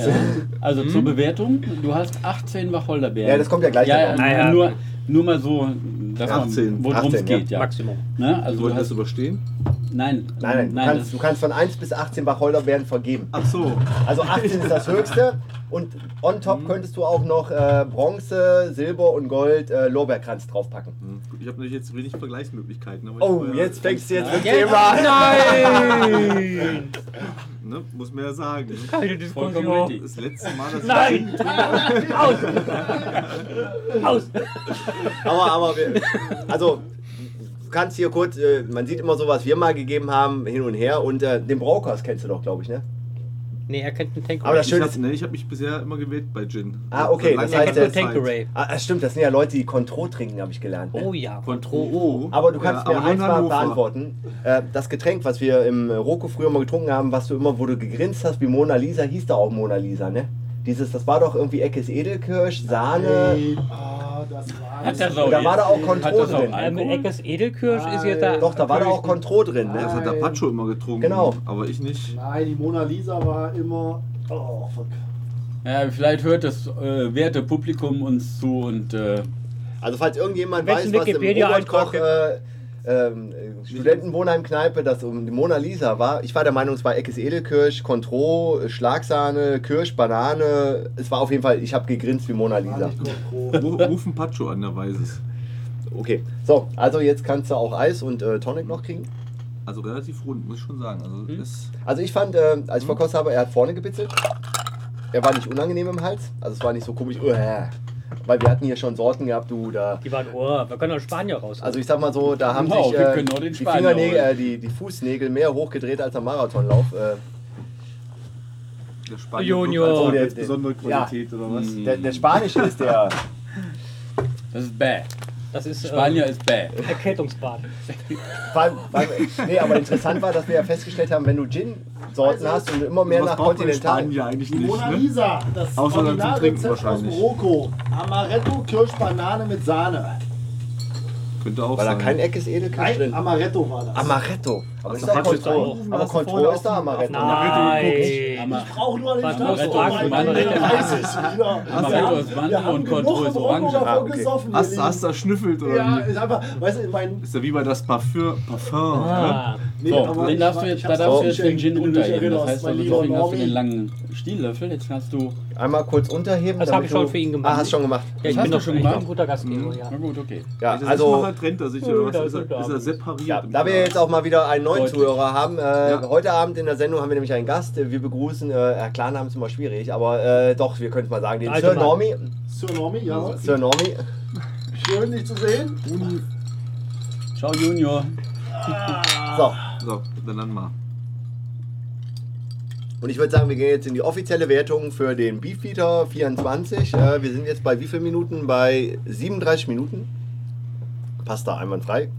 also zur Bewertung, du hast 18 Wacholderbeeren.
Hm? Ja, das kommt ja gleich
Ja, ja,
noch.
Ah, ja.
Nur, nur mal so, dass
18,
man, worum es
18, ja.
geht, ja.
Maximum.
Ne?
Wir
Also du
wollten das
hast,
überstehen?
nein,
Nein, nein, du,
das-
kannst, du kannst von 1 bis 18 Wacholderbeeren vergeben.
Ach so.
Also 18 ist das höchste und on top könntest du auch noch äh, Bronze, Silber und Gold äh, Lorbeerkranz draufpacken.
Hm, gut, Ich habe natürlich jetzt wenig Vergleichsmöglichkeiten. aber ich
Oh,
war ja-
jetzt fängst du jetzt mit
Ja,
Thema an.
Nein!
Ne, muss man ja sagen. ne?
Kalte Diskussion.
Vollkommen richtig.
Das letzte Mal, dass
Nein! Aus! Aus!
<laughs> Aber, aber, wir- also, du kannst hier kurz, äh, man sieht immer so, was wir mal gegeben haben, hin und her. Und äh, den Braukers kennst du doch, glaube ich, ne?
Nee, er kennt einen
Aber das
Tank.
ich, ich
Schöne
habe
ist,
ne, ich hab mich bisher immer gewählt bei Gin.
Ah, okay,
Seit
das
Er
heißt,
kennt
der
nur
ist
Tanqueray.
ah, das stimmt, das sind ja Leute, die Contro trinken, habe ich gelernt. Ne?
Oh ja, Control.
Oh,
Aber du kannst mir
aber nur
eins
in
mal
Hannover.
beantworten. Äh, das Getränk, was wir im äh, Roko früher mal getrunken haben, was du immer, wo du gegrinst hast, wie Mona Lisa, hieß da auch Mona Lisa, ne? Dieses, das war doch irgendwie Eckes Edelkirsch,
Äh,
Sahne.
Ah, das war
Hat das auch
Da war da auch
Hat
Contro
das auch
drin.
ein-
Ähm, Eckes Edelkirsch ist jetzt da.
Doch, da war da auch Contro drin,
Ja, Das
ne?
hat der Pacho immer getrunken.
Genau.
Aber ich nicht.
Nein, die Mona Lisa war immer. Oh, fuck.
Ja, vielleicht hört das äh, werte Publikum uns zu und äh,
Also falls irgendjemand
Welchen
weiß, was im
Wikipedia-Eintrag
Robert Koch äh, ähm, äh, Studentenwohnheim-Kneipe, das um die Mona Lisa war. Ich war der Meinung, es war Eckes Edelkirsch, Contro, Schlagsahne, Kirsch, Banane. Es war auf jeden Fall, ich habe gegrinst wie Mona
War
Lisa.
nicht
<laughs>
Coco.
Ru- Ruf einen Pacho an, der weiß es.
Okay, so, also jetzt kannst du auch Eis und äh, Tonic noch kriegen.
Also relativ rund, muss ich schon sagen. Also ist
Also ich fand, äh, als ich verkostet habe, er hat vorne gebitzelt. Er war nicht unangenehm im Hals. Also es war nicht so komisch. Uah. Weil wir hatten hier schon Sorten gehabt, du, da.
Die waren, oh, wir können aus Spanien raus.
Also ich sag mal so, da haben
Genau,
sich
wir
äh,
können auch den
die,
Spanier
Fingernägel,
holen.
äh, die, die Fußnägel mehr hochgedreht als am Marathonlauf. Äh,
der Spanier
Junior.
wirkt, als ob der
Oh,
jetzt
der-
besondere
ja.
Qualität oder was?
der, der Spanische ist <laughs> der.
Das ist bäh.
das ist
Spanier ist bäh.
ähm, Erkältungsbad.
Vor allem, vor allem, nee, aber interessant war, dass wir ja festgestellt haben, wenn du Gin-Sorten hast und immer mehr
Also was
nach
braucht man in
Kontinental.
Spanien eigentlich
Die
nicht.
Mona
Ne?
Lisa, das
Außer dann zum
Originalrezept
Trinken
aus
wahrscheinlich.
Marokko. Amaretto, Kirschbanane mit Sahne.
Könnte auch
War da
sein.
kein Eckes Edelkirsch
Nein,
drin?
Amaretto war das.
Amaretto. Aber ist
Also
da
Patsch ist
Contro?
auch-
Aber
hast du vorher
Contro
auf
ist da
dem-
Amaretto.
Nein.
Amaretto
ich brauche nur an den
Warte,
Stadt
Amaretto
vorbei,
ist
weil
Mandel.
jeder weiß es wieder.
Amaretto ist Mandel
wir haben
und
genug
Contro ist
im
Orange.
Rocco
Ah,
davon
okay.
gesoffen,
Hast,
ihr
hast du
Lieben.
das schnüffelt oder
Ja,
wie?
ist einfach, weißt du, mein...
Ist ja wie bei das Parfüm. Parfüm ne?
Ah,
Nee,
So,
aber
den
ich
darfst
war-
du
ich
jetzt, da
hab's
darfst du
drauf
jetzt den
geschenkt,
Gin
wenn du dich
unterheben. Das
erinnerst,
heißt,
mein
also,
lieber
deswegen hast du
Normi.
den langen Stiellöffel. Jetzt kannst du.
Einmal kurz unterheben.
Das
damit
hab ich schon
du-
für ihn gemacht.
Ah, hast schon gemacht.
ja, ich
hast
bin
du
doch schon
schon
Mhm. echt
gemacht?
ein guter Gastgeber, ja.
Na gut, okay.
Ja,
Das ist
also,
nachher trennt er sich oder was? Ist er, ist er separiert?
ja, da wir jetzt auch mal wieder einen neuen
Deutlich.
Zuhörer haben, äh,
Ja.
heute Abend in der Sendung haben wir nämlich einen Gast. Äh, Wir begrüßen, äh, ja, Klarnamen ist immer schwierig, aber äh, doch, wir können es mal sagen, den
Alter
Sir
Mann.
Normie.
Sir Normi, ja.
Sir Normie.
Schön, dich zu sehen.
Ciao, Junior.
So,
So, dann landen wir.
und ich würde sagen, wir gehen jetzt in die offizielle Wertung für den Beefeater 24. Äh, wir sind jetzt bei wie vielen Minuten? Bei 37 Minuten. Passt da einwandfrei.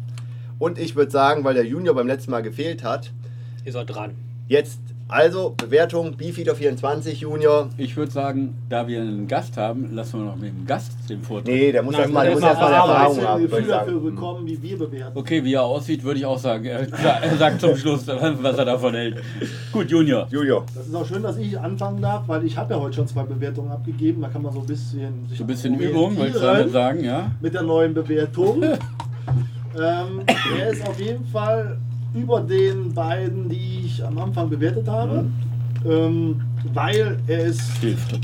Und ich würde sagen, weil der Junior beim letzten Mal gefehlt hat,
Ihr seid dran.
jetzt also Bewertung Beefeater 24 Junior.
Ich würde sagen, da wir einen Gast haben, lassen wir noch mit dem Gast den Vortrag.
Nee, der muss
Nein,
erstmal
der muss
erst mal
erst mal
Erfahrung
Weißt du,
haben,
ein
würde ich
Gefühl
sagen.
dafür bekommen, wie wir bewerten.
Okay, wie er aussieht, würde ich auch sagen. Er er sagt zum Schluss, was er davon hält. Gut, Junior.
Junior.
Das ist auch schön, dass ich anfangen darf, weil ich habe ja heute schon zwei Bewertungen abgegeben. Da kann man so ein bisschen sich
So ein bisschen Übung, wolltest du damit sagen, ja?
mit der neuen
<laughs>
Bewertung. ähm, er ist auf jeden Fall über den beiden, die ich am Anfang bewertet habe,
Mhm.
ähm, weil er ist,
Hilft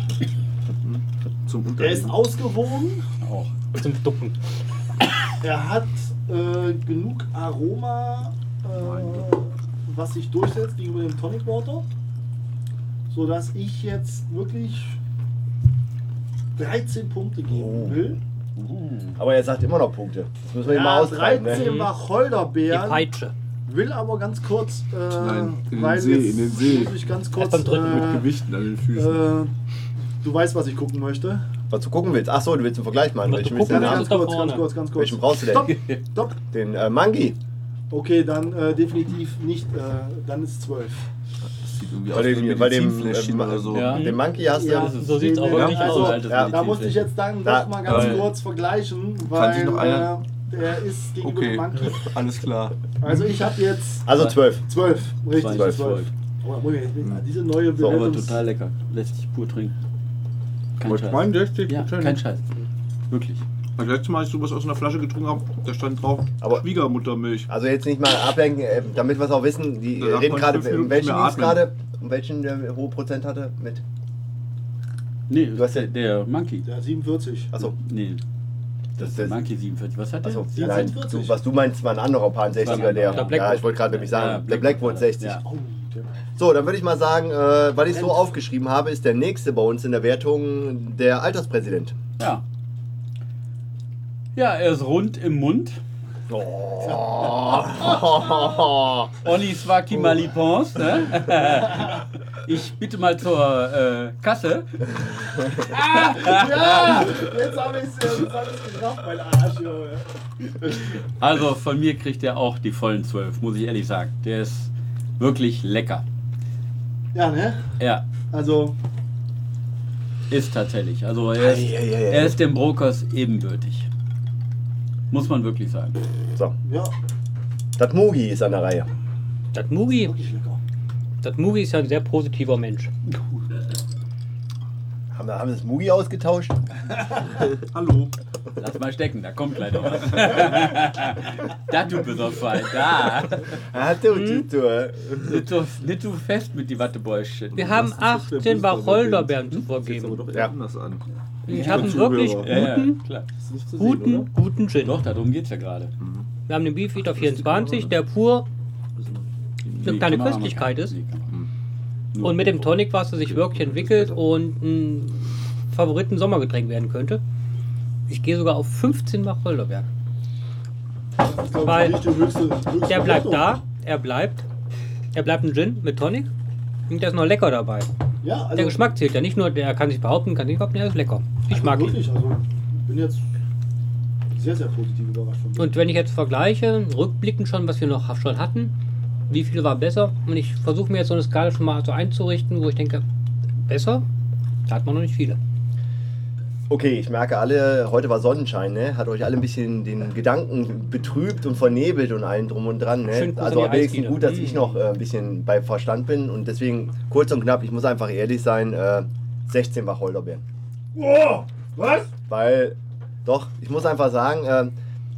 Zum
er ist
Unterricht.
ausgewogen,
auch.
Zum Ducken.
er hat äh, genug Aroma, äh, was sich durchsetzt gegenüber dem Tonic Water, sodass ich jetzt wirklich 13 Punkte geben
Oh.
will.
Aber er sagt immer noch Punkte. Das müssen wir ihm mal
Ja,
austreiben.
13
Ne?
war
Die
Holderbeeren.
Peitsche.
Will aber ganz kurz, äh,
Nein, in den
weil
See,
jetzt
in den See.
muss Ich ganz kurz,
Erst beim dritten
Mit
äh,
Gewichten an den Füßen.
äh, du weißt, was ich gucken möchte.
Was du gucken willst? Achso, du willst einen Vergleich machen.
Was du
Welchen, willst du
gucken
denn haben?
Ja, willst?
Ganz, ganz
da
kurz,
vorne.
ganz kurz, ganz kurz.
Welchen brauchst du denn?
Stopp, stopp.
Den äh, Mangi.
Okay, dann äh, definitiv nicht, äh, dann ist 12.
Das sieht irgendwie
Bei dem,
wie ein
bei dem,
Medizinfläschchen
ähm,
oder so.
ja.
Den Monkey hast du
Ja.
ja.
Das ist, so sieht's
Ja,
aber nicht
also,
aus, altes
ja,
Da musste ich jetzt dann
Da-
doch mal ganz
äh,
kurz vergleichen,
kann
weil
sich noch einer-
äh, der ist gegenüber
Okay.
dem Monkey.
Alles klar.
Also ich habe jetzt
Also 12.
12, richtig,
Zwölf.
12. Oh, Moment, diese neue
So, aber
Bewertung.
total lecker. Lässt sich pur trinken. Kein Scheiß.
62
Ja, kein Scheiß. Wirklich.
Das letzte Mal, als ich sowas aus einer Flasche getrunken habe, da stand drauf
Aber-
Schwiegermuttermilch.
Also jetzt nicht mal ablenken, äh, damit wir es auch wissen. Die äh,
Danach
reden
konnte ich
gerade,
fünf Minuten
um welchen
mehr
ging's
atmen.
gerade? Um welchen der hohe Prozent hatte? Mit.
Nee,
Du hast ja-
der, der Monkey.
Ja, 47.
Achso.
Nee, das
Das
ist der
ist-
Monkey 47. Was hat der?
Achso.
Sie-
Nein,
47.
du, was du meinst, war ein anderer
Das war
60er,
ein
der.
anderer.
Der
Ja, ich
Blackwood.
wollte gerade nämlich sagen,
Ja,
der Blackwood 60.
Ja.
Oh, der
So, dann würde ich mal sagen, äh, weil ich es so aufgeschrieben habe, ist der nächste bei uns in der Wertung der Alterspräsident.
Ja. Ja, er ist rund im Mund.
Oh.
Olli Swaki Malipons, ne? <laughs> Ich bitte mal zur äh, Kasse.
Ja, jetzt habe ich es geschafft, mein Arsch, Junge.
Also von mir kriegt er auch die vollen zwölf, muss ich ehrlich sagen. Der ist wirklich lecker.
Ja, ne?
Ja,
Also,
ist tatsächlich. Also er ist,
Eieiei.
er ist dem Brokers ebenbürtig. Muss man wirklich sagen.
So,
ja,
das Mugi ist an der Reihe.
Das Mugi,
wirklich lecker.
das Mugi ist ja ein sehr positiver Mensch.
Haben wir, haben wir das Mugi ausgetauscht?
Hallo.
Lass mal stecken, da kommt gleich noch was. da du besoffen, da.
Ah, du, du, du.
Nicht so, nicht so fest mit die Wattebäusche.
Wir haben 18 Wacholderbeeren zu vergeben.
doch
Ja.
anders an.
Ich habe einen
Zuhörer.
wirklich
Ja, ja,
guten,
klar.
Das ist nicht zu sehen,
guten, guten Gin.
Doch, darum geht's ja gerade.
Wir haben den Beefeater 24, der pur.
Die
kleine
Kamera
Köstlichkeit
mag-
ist.
die Kamera. ne?
Und mit dem Tonicwasser sich wirklich entwickelt und ein Favoriten-Sommergetränk werden könnte. Ich gehe sogar auf 15 Wacholderberg.
Ich glaub,
Weil
das ist die höchste- höchste
Der bleibt
Wertung.
da, er bleibt. Er bleibt ein Gin mit Tonic. Und der ist noch lecker dabei.
Ja, also
Der Geschmack zählt ja nicht nur, der kann sich behaupten, kann sich behaupten, er ist lecker. Ich mag ihn.
wirklich, Also bin jetzt sehr, sehr positiv überrascht von dir.
Und wenn ich jetzt vergleiche, rückblickend schon, was wir noch schon hatten, wie viel war besser? Und ich versuche mir jetzt so eine Skala schon mal so einzurichten, wo ich denke, besser? Da hat man noch nicht viele.
Okay, ich merke alle, heute war Sonnenschein, ne? Hat euch alle ein bisschen den Gedanken betrübt und vernebelt und allen drum und dran,
Schönen
ne?
Gruß
Also
an die
wenigstens
Eisdiele.
gut, dass
Mm.
ich noch äh, ein bisschen bei Verstand bin und deswegen kurz und knapp, ich muss einfach ehrlich sein, äh, 16 Wacholderbeeren.
Oh, was?
Weil, doch, ich muss einfach sagen, ähm,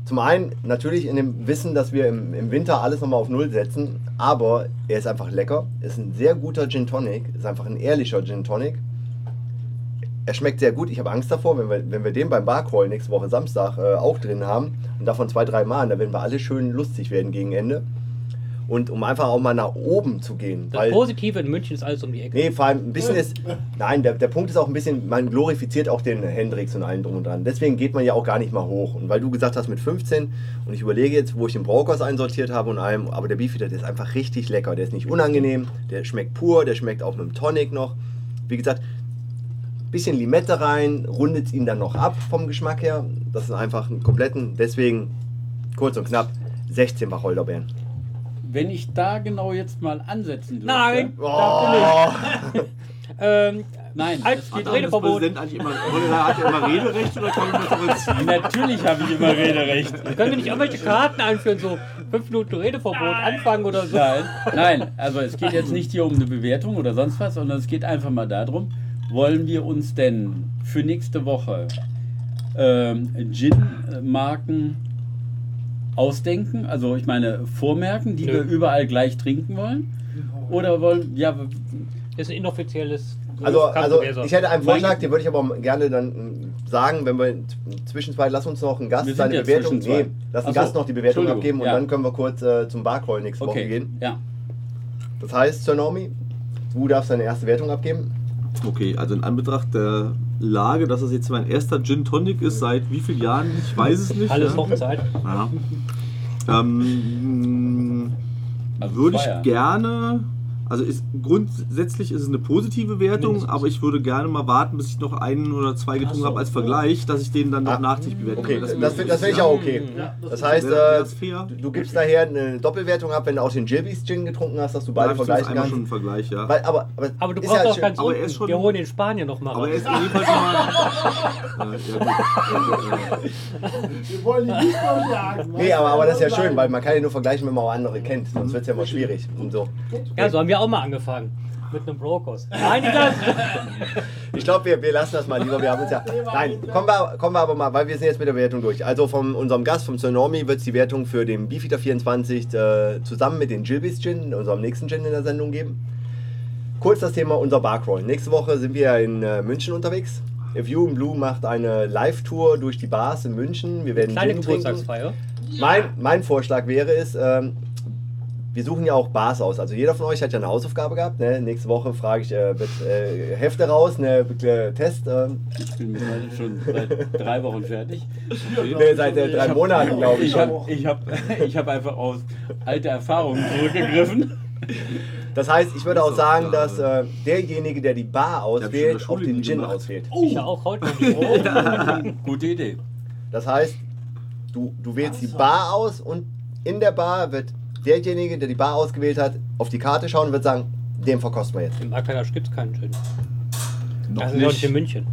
zum einen natürlich in dem Wissen, dass wir im, im Winter alles nochmal auf Null setzen, aber er ist einfach lecker, ist ein sehr guter Gin Tonic, ist einfach ein ehrlicher Gin Tonic. Er schmeckt sehr gut, ich habe Angst davor, wenn wir, wenn wir den beim Barcrawl nächste Woche Samstag äh, auch drin haben und davon zwei, drei Mal, da werden wir alle schön lustig werden gegen Ende. Und um einfach auch mal nach oben zu gehen.
Das Positive in München ist alles um die Ecke.
Nee, vor allem ein bisschen ist. Nein, der, der Punkt ist auch ein bisschen, man glorifiziert auch den Hendrix und allen drum und dran. Deswegen geht man ja auch gar nicht mal hoch. Und weil du gesagt hast mit 15 und ich überlege jetzt, wo ich den Brokers einsortiert habe und allem, aber der Beefeater, der ist einfach richtig lecker. Der ist nicht unangenehm, der schmeckt pur, der schmeckt auch mit dem Tonic noch. Wie gesagt, bisschen Limette rein, rundet ihn dann noch ab vom Geschmack her. Das ist einfach einen kompletten, deswegen kurz und knapp 16 Wacholderbeeren.
Wenn ich da genau jetzt mal ansetzen dürfte.
Nein!
Oh,
Ähm,
Nein,
Als
das
die
war-
Hat der
Redeverbot.
Bundespräsident eigentlich immer, oder hat er immer Rederecht oder kann ich das auch jetzt
natürlich habe ich immer Rederecht.
können wir nicht irgendwelche Karten einführen, so 5 Minuten Redeverbot anfangen oder so?
Nein, nein, also es geht jetzt nicht hier um eine Bewertung oder sonst was, sondern es geht einfach mal darum, wollen wir uns denn für nächste Woche ähm, Gin-Marken ausdenken? Also ich meine Vormerken, die
Nö.
wir überall gleich trinken wollen? Oder wollen, ja,
Das ist ein inoffizielles.
Also,
Kampf
also
gewesen.
ich hätte einen
Mein-
Vorschlag, den würde ich aber gerne dann mm, sagen, wenn wir t- zwischen zwei, lass uns noch einen Gast
Wir sind
seine
ja
Bewertung.
zwischen zwei.
Nee, lass einen
Ach so,
Gast noch die Bewertung
Entschuldigung,
abgeben und
ja.
dann können wir kurz äh, zum Barcall nächste Woche
okay,
gehen.
ja.
Das heißt, Tsunomi, du darfst deine erste Wertung abgeben.
Okay, also in Anbetracht der Lage, dass das jetzt mein erster Gin Tonic ist, seit wie vielen Jahren? Ich weiß es nicht.
Alles
ja.
Hochzeit.
Ja. Ähm,
Also
würde
zwei, ja.
ich gerne. Also ist, grundsätzlich ist es eine positive Wertung,
Mindestens.
aber ich würde gerne mal warten, bis ich noch einen oder zwei getrunken
so.
habe als Vergleich, dass ich den dann noch
Ah,
nachträglich bewerte.
Okay, das, das,
wäre
finde ich auch okay.
Ja, das
Das
ist-
heißt,
Wäre
äh,
das fair?
du gibst nachher eine Doppelwertung ab, wenn du auch den Jilbies Gin getrunken hast, dass du
Da
beide
habe ich zumindest
vergleichen
einmal
kannst.
schon einen Vergleich, ja.
Weil, aber, aber,
Aber du
ist
brauchst
ja
auch
schön.
ganz
aber er
unten.
ist schon-
Wir holen den Spanier nochmal
Aber er
raus.
ist jedenfalls immer. Ja, ja, gut.
Wir wollen die nicht verjagen.
Nee, aber, aber das ist ja schön, weil man kann ja nur vergleichen, wenn man auch andere kennt. Sonst wird es ja mal schwierig. Und so.
Ja, so haben wir auch mal angefangen. Mit einem Brokos. Nein, die das.
Ich glaube, wir, wir lassen das mal lieber. Wir haben uns ja. Nein, kommen wir, kommen wir aber mal, weil wir sind jetzt mit der Wertung durch. Also von unserem Gast, vom Tsunomi, wird es die Wertung für den Beefeater 24 äh, zusammen mit den Gilbis Gin, unserem nächsten Gin in der Sendung geben. Kurz das Thema unser Barcrawl. Nächste Woche sind wir in äh, München unterwegs. A View in Blue macht eine Live-Tour durch die Bars in München. Wir werden
Kleine
Gin trinken.
Geburtstagsfeier.
Mein, mein Vorschlag wäre es, ähm, wir suchen ja auch Bars aus. Also jeder von euch hat ja eine Hausaufgabe gehabt. Ne? Nächste Woche frage ich äh, mit, äh, Hefte raus, ne, mit, äh, Test. ähm,
Ich bin mittlerweile schon seit drei Wochen fertig.
ne, seit äh, drei Monaten, glaube ich.
Ich habe ich hab, <laughs> ich hab einfach auf alte Erfahrungen
<laughs>
zurückgegriffen.
Das heißt, ich würde auch
Ist
sagen,
auch klar.
dass äh, derjenige, der die Bar
schon in der
auswählt, auch
Schule
den
nie
Gin
gemacht.
auswählt.
Ich ja auch heute noch nicht.
Gute Idee.
Das heißt, du, du wählst die Bar aus und in der Bar wird derjenige, der die Bar ausgewählt hat, auf die Karte schauen und wird sagen, den verkosten wir jetzt.
Im Akadasch gibt es keinen Gin.
Noch
Das ist
nicht.
auch nicht in München.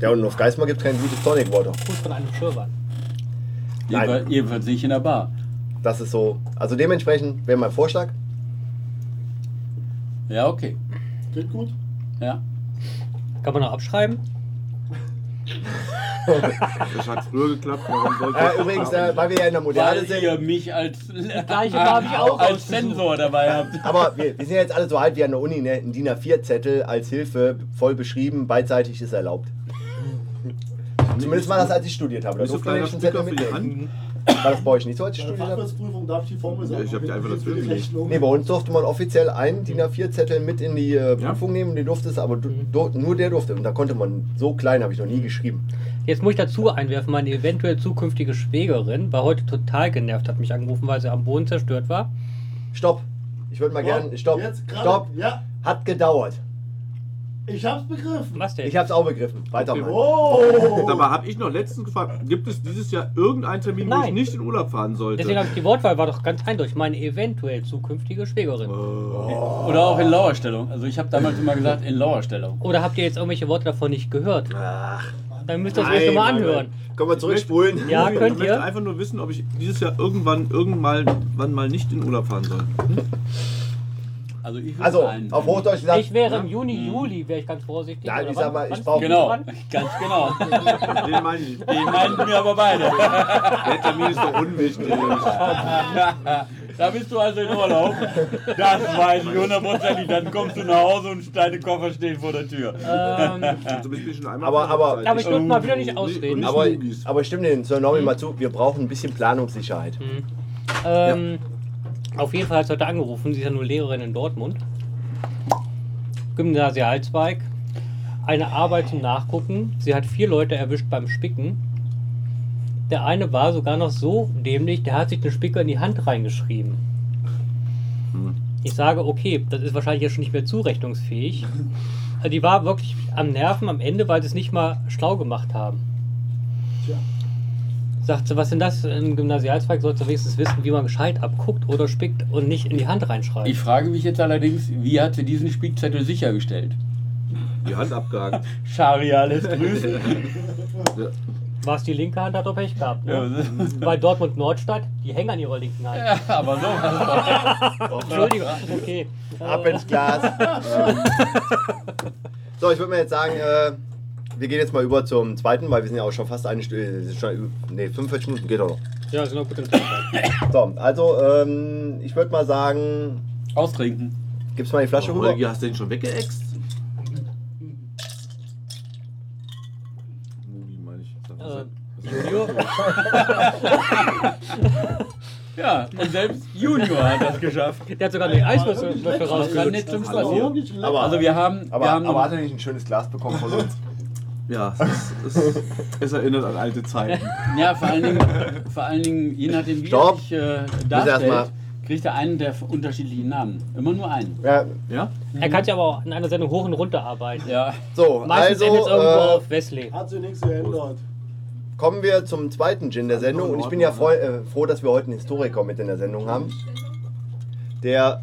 Ja, und auf Geismar gibt es kein gutes Tonic Water.
Gut von einem Schirrwand.
Nein.
Jedenfalls, jedenfalls nicht in der Bar.
Das ist so. Also dementsprechend wäre mein Vorschlag.
Ja, okay.
Klingt gut.
Ja.
Kann Kann man noch abschreiben?
Das hat früher geklappt, warum sollte
Äh, übrigens, äh, weil wir ja in der Moderne
Weil ihr
sind. <laughs>
mich als,
Gleiche habe ich auch
als
ausgesucht.
Sensor dabei habt.
Aber wir, wir sind ja jetzt alle so alt wie an der Uni, ne? Ein DIN A4-Zettel als Hilfe, voll beschrieben, beidseitig ist erlaubt. Zumindest war das, als ich studiert habe. Da
Nicht so
durfte man
kleiner
nicht einen Zettel
Sticker für die
mitnehmen.
Hand.
War das bei euch nicht so, als ich
Bei der
studiert habe?
Äh, Fachwirtsprüfung darf ich die Formel sagen.
Ich hab die einfach dazwischen gelegt.
Nee, bei uns durfte man offiziell einen DIN A4-Zettel mit in die äh,
Ja.
Prüfung nehmen, den durfte es, aber du,
Mhm.
du, nur der durfte. Und da konnte man, so klein habe ich noch nie geschrieben.
Jetzt muss ich dazu einwerfen, meine eventuell zukünftige Schwägerin war heute total genervt, hat mich angerufen, weil sie am Boden zerstört war.
Stopp. Ich würde mal gerne. Stopp.
Oh, Jetzt gerade.
Stopp.
Ja,
Hat gedauert.
ich hab's begriffen.
Was denn?
Ich habe es auch begriffen. Weitermachen.
Oh!
Dabei habe ich noch letztens gefragt, gibt es dieses Jahr irgendeinen Termin, wo ich
Nein.
nicht in Urlaub fahren sollte?
Deswegen habe ich die Wortwahl war doch ganz eindeutig. Meine eventuell zukünftige Schwägerin.
Äh.
Oh. Oder auch in Lauerstellung. Also ich habe damals immer gesagt, in Lauerstellung.
Oder habt ihr jetzt irgendwelche Worte davon nicht gehört?
Ach,
Dann müsst ihr das erst mal
nein,
anhören.
nein. Können wir zurückspulen?
Ja,
ich
könnt
möchte
ihr.
einfach nur wissen, ob ich dieses Jahr irgendwann, irgendwann mal, wann mal nicht in Urlaub fahren soll.
Also ich würde
Also,
sagen-
auf Hochdeutsch gesagt.
Ich wäre im Juni, Juli, wäre ich ganz vorsichtig.
Nein,
Oder
ich
wann-
sag mal, ich
wann ist
brauch-
die
Genau,
dran?
ganz genau.
Den meine ich.
Den meinten wir aber beide. <laughs>
Der Termin ist doch unwichtig.
Da bist du also in Urlaub. Das weiß ich hundertprozentig. Dann kommst du nach Hause und deine Koffer stehen vor der Tür.
Ähm,
Also bist du schon einmal
Aber- aber-
aber ich würde mal wieder nicht ausreden.
aber, aber stimmt den Sir Norman mal zu, wir brauchen ein bisschen Planungssicherheit.
Mhm. Ähm, Auf jeden Fall hat sie heute angerufen. Sie ist ja nur Lehrerin in Dortmund. Gymnasialzweig. Eine Arbeit zum Nachgucken. Sie hat vier Leute erwischt beim Spicken. Der eine war sogar noch so dämlich, der hat sich den Spicker in die Hand reingeschrieben. Ich sage, okay, das ist wahrscheinlich jetzt schon nicht mehr zurechnungsfähig. Also Die war wirklich am Nerven am Ende, weil sie es nicht mal schlau gemacht haben.
Tja.
Sagt sie, was denn das? Im Gymnasialzweig sollst du wenigstens wissen, wie man gescheit abguckt oder spickt und nicht in die Hand reinschreibt.
Ich frage mich jetzt allerdings, wie hat sie diesen Spickzettel sichergestellt?
Die Hand abgehakt.
Scharia lässt
<laughs>
grüßen.
War es die linke Hand, hat doch Pech gehabt. Ne? Bei Dortmund Nordstadt, die hängen an ihrer linken Hand.
Aber so.
Entschuldigung, okay.
Ab ins
<laughs>
Glas. Ähm, so, ich würde mir jetzt sagen, äh, wir gehen jetzt mal über zum zweiten, weil wir sind ja auch schon fast eine Stunde. äh, Schon, nee, 45 Minuten geht doch noch.
Ja, sind noch gut im Zeitplan.
So, also ähm, ich würde mal sagen,
Austrinken.
gibst du mal die Flasche
Oh,
rüber?
Holgi, hast du den schon weggeext? Mugi, meine ich. Sag mal,
Äh, Junior,
Ja, und selbst Junior hat das geschafft.
der hat sogar den Eiswürfel Würfel
Das kann nicht
rausgelutscht.
zum Spaß
Hallo?
hier.
ne?
Also wir haben,
Aber,
wir haben
aber hat er nicht ein schönes Glas bekommen von uns?
Äh.
Ja, es, ist- es, es erinnert an alte Zeiten.
Ja, vor allen Dingen, vor allen Dingen je nachdem, wie er
Stopp.
sich äh,
erstmal-
darstellt, kriegt er einen der unterschiedlichen Namen. Immer nur einen.
ja,
Ja?
Er kann sich aber auch in einer Sendung hoch und runter arbeiten.
Ja,
so,
Meistens endet es
also
irgendwo
äh,
auf Wesley.
Hat sich nichts geändert.
kommen wir zum zweiten Gin der Sendung. Und ich bin ja freu,
ne?
äh, froh, dass wir heute einen Historiker mit in der Sendung haben. Der.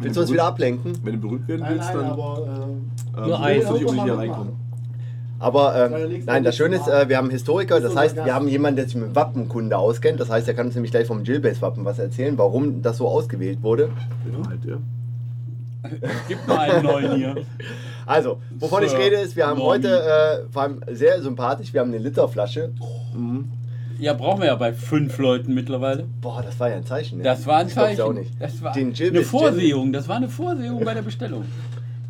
Willst du uns wieder ablenken?
Wenn du berühmt werden
Nein,
willst,
nein,
dann
aber. Ähm,
ähm,
Nur
musst
einen.
du nicht unbedingt hier reinkommen.
Aber
Weil
ähm,
links
nein,
und
das
rechts
Schöne ist, äh, wir haben einen Historiker, das
unser
heißt,
Gast.
wir haben jemanden, der sich mit Wappenkunde auskennt. Das heißt, er kann uns nämlich gleich vom Jailbase-Wappen was erzählen, warum das so ausgewählt wurde.
Genau. Halt, ja.
gibt nur einen neuen hier.
Also, wovon ich
Sir
rede, ist, wir haben
Norman.
heute äh, vor allem sehr sympathisch, wir haben eine Literflasche.
Ja, brauchen wir ja bei fünf Leuten mittlerweile.
Boah, das war ja ein Zeichen. ne?
Das war ein
Ich glaub's
Zeichen.
ja auch nicht.
Das war
Den Jill
eine
Bits Gin.
Vorsehung. Das war eine Vorsehung bei der Bestellung.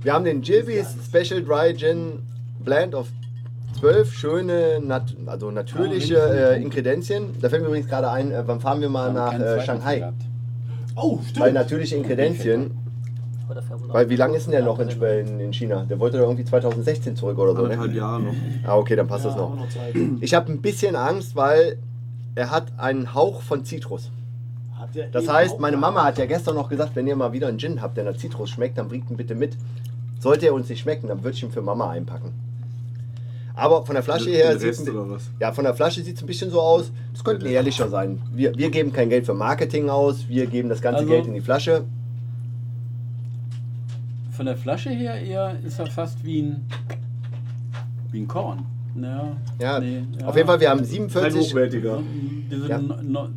Wir haben den Jilby's Special Dry Gin Blend of zwölf schöne, nat also natürliche äh, Inkredenzien. Da fällt mir übrigens gerade ein, äh, wann fahren wir mal
Wir
<laughs> nach
haben keinen
äh,
zweiten
Shanghai?
gehabt.
oh,
Weil
stimmt.
natürliche Inkredenzien, weil wie lange ist denn der noch in, Sp- in in China? Der wollte doch irgendwie 2016 zurück oder so,
Anderthalb
ne?
Jahre noch.
Ah, okay, dann passt
Ja,
das
haben wir
noch.
noch Zeit.
Ich habe ein bisschen Angst, weil er hat einen Hauch von Zitrus.
Hat der
Das
eben
heißt,
auch
meine
gehabt.
Mama hat ja gestern noch gesagt, wenn ihr mal wieder einen Gin habt, der nach Zitrus schmeckt, dann bringt ihn bitte mit. Sollte er uns nicht schmecken, dann würde ich ihn für Mama einpacken. Aber von der Flasche
Den-
her
den
sieht
Rest
es
oder was?
ja, von der Flasche sieht's ein bisschen so aus. Es könnte ehrlicher sein. Wir, wir geben kein Geld für Marketing aus, wir geben das ganze
Also-
Geld in die Flasche.
Von der Flasche her eher ist er fast wie ein, wie ein Korn. Ja,
Ja,
nee, ja.
Auf jeden Fall, wir haben
Kein
47,
hochwertiger.
Diese
Ja.
No, no,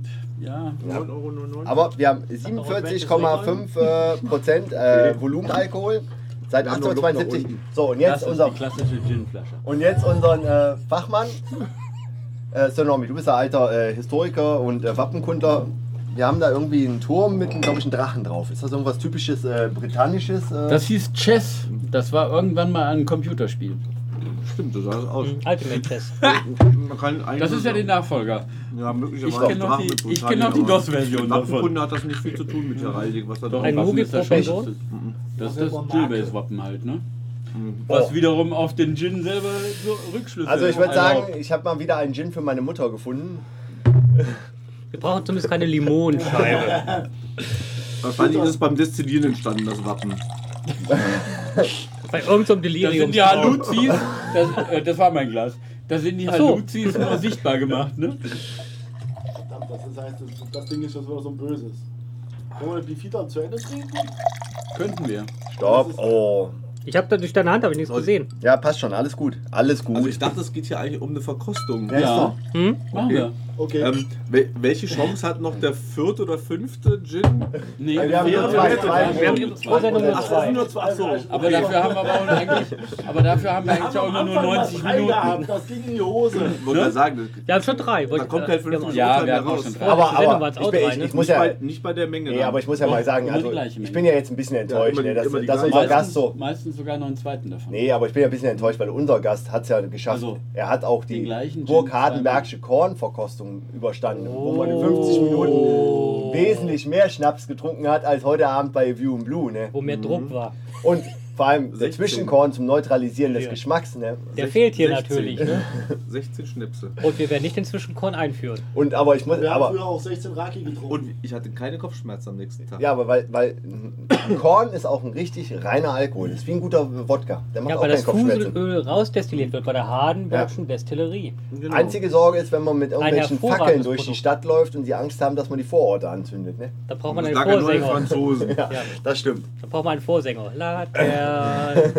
ja.
9,99 Euro.
aber wir haben 47,5 äh, Prozent äh, Volumenalkohol. Seit
Wir haben noch Luft nach
1872.
unten.
So, und
Das
jetzt
ist
unser
die klassische Ginflasche.
Und jetzt unseren äh, Fachmann, äh, Sir Normie, du bist ja alter äh, Historiker und äh, Wappenkundler. Wir haben da irgendwie einen Turm mit, glaube ich, einem Drachen drauf. Ist das irgendwas typisches äh, britannisches? Äh?
Das hieß Chess. Das war irgendwann mal ein Computerspiel.
Stimmt, so sah es aus.
Mhm.
Ultimate Chess.
Man kann eigentlich
Das ist ja der Nachfolger.
Ja,
Ich
möglicherweise.
kenn noch
Drachen
die-
mit
ich
Britannien,
kenn noch die
aber
DOS-Version
mit
davon.
Wappenkunde hat das nicht viel zu tun mit Heraldik, was da
Ein
drauf
Waffen ist
Mugi
ja
pro
schon-
Person?
Mhm.
Das ist
Das ist
das
aber
Jillbase-Wappen halt, ne? Was wiederum auf den Gin selber so Rückschlüsse
Oh. also ich würde
erlaubt.
sagen, ich habe mal wieder einen Gin für meine Mutter gefunden.
Wir brauchen zumindest keine Limonenscheibe.
Wahrscheinlich ist es beim Destillieren entstanden, das Wappen.
Bei irgendeinem so einem
Das
Delirium.
sind
<laughs>
die Haluzis, das, äh, das war mein Glas. Das sind die
Ach so.
Haluzis nur sichtbar gemacht, ne?
Verdammt, das, ist, heißt, das, das Ding ist jetzt wieder so ein böses. Wollen wir die Fita zu Ende trinken?
Könnten wir.
Stopp. Oh.
Ich habe da durch deine Hand aber nichts gesehen.
Ja, passt schon. Alles gut. Alles gut.
Also ich dachte, es geht hier eigentlich um eine Verkostung.
ja, ist
ja.
doch.
Hm?
Machen wir.
Okay.
Ähm, wel- welche Chance hat noch der vierte oder fünfte Gin?
Nee,
Also wir haben
wäre-
nur zwei,
wäre-
zwei.
wäre-
Wir haben
nur
eben
zwei. Also,
vor Sendung nur
Ach, das sind
zwei.
nur zwei. Achso.
Aber dafür haben wir aber eigentlich, aber dafür haben wir eigentlich auch immer nur 90 Minuten.
Gehabt. Das ging in die Hose.
Ich wollte
Ne? äh,
gerade sagen,
Wir haben schon drei. Wollte-
da kommt halt
wir haben-
50
genau. Ja,
Urteil
wir
mehr
hatten auch
raus.
schon drei.
Aber,
Sendung war
aber
es
ich,
auch
bin,
drei,
ich,
ne?
ich muss
Nicht,
ja.
bei, nicht bei der Menge. ne?
Nee,
dann.
aber ich muss ja
Doch,
mal sagen,
Genau. immer
also
die gleiche
ich
Menge.
bin ja jetzt ein bisschen enttäuscht,
immer die-
ne, dass,
immer die
dass unser
gleiche.
Gast
Meistens,
so.
meistens sogar noch einen zweiten davon.
Nee, aber ich bin ja ein bisschen enttäuscht, weil unser Gast hat es ja geschafft.
Also,
er hat auch die
den gleichen
Burg
Gin
Hardenbergsche Kornverkostung überstanden, wo man in 50 Minuten wesentlich mehr Schnaps getrunken hat als heute Abend bei View and Blue. Ne?
Wo mehr Druck war.
Und vor allem der
16.
Zwischenkorn zum Neutralisieren des
Ja.
Geschmacks. Ne?
Der fehlt hier
16.
natürlich. Ne?
16 Schnipsel.
Und wir werden nicht den Zwischenkorn einführen.
Und aber ich muss.
Wir haben
Aber,
früher auch 16 Raki getrunken.
Und ich hatte keine Kopfschmerzen am nächsten Tag.
ja, aber weil, weil ein Korn ist auch ein richtig reiner Alkohol. Ist wie ein guter Wodka. Der macht
Ja,
auch
weil das
keinen Kopfschmerzen.
Fuselöl rausdestilliert wird bei der Hardenbergschen Destillerie.
Genau.
Einzige Sorge ist, wenn man mit irgendwelchen
hervorragendes
Fackeln durch die
Produkt.
Stadt läuft und sie Angst haben, dass man die Vororte anzündet. Ne?
Da braucht man
Das
einen
lag ja nur den
Vorsänger.
<laughs>
Franzosen.
Ja,
Das stimmt.
da braucht man einen Vorsänger. Laterne.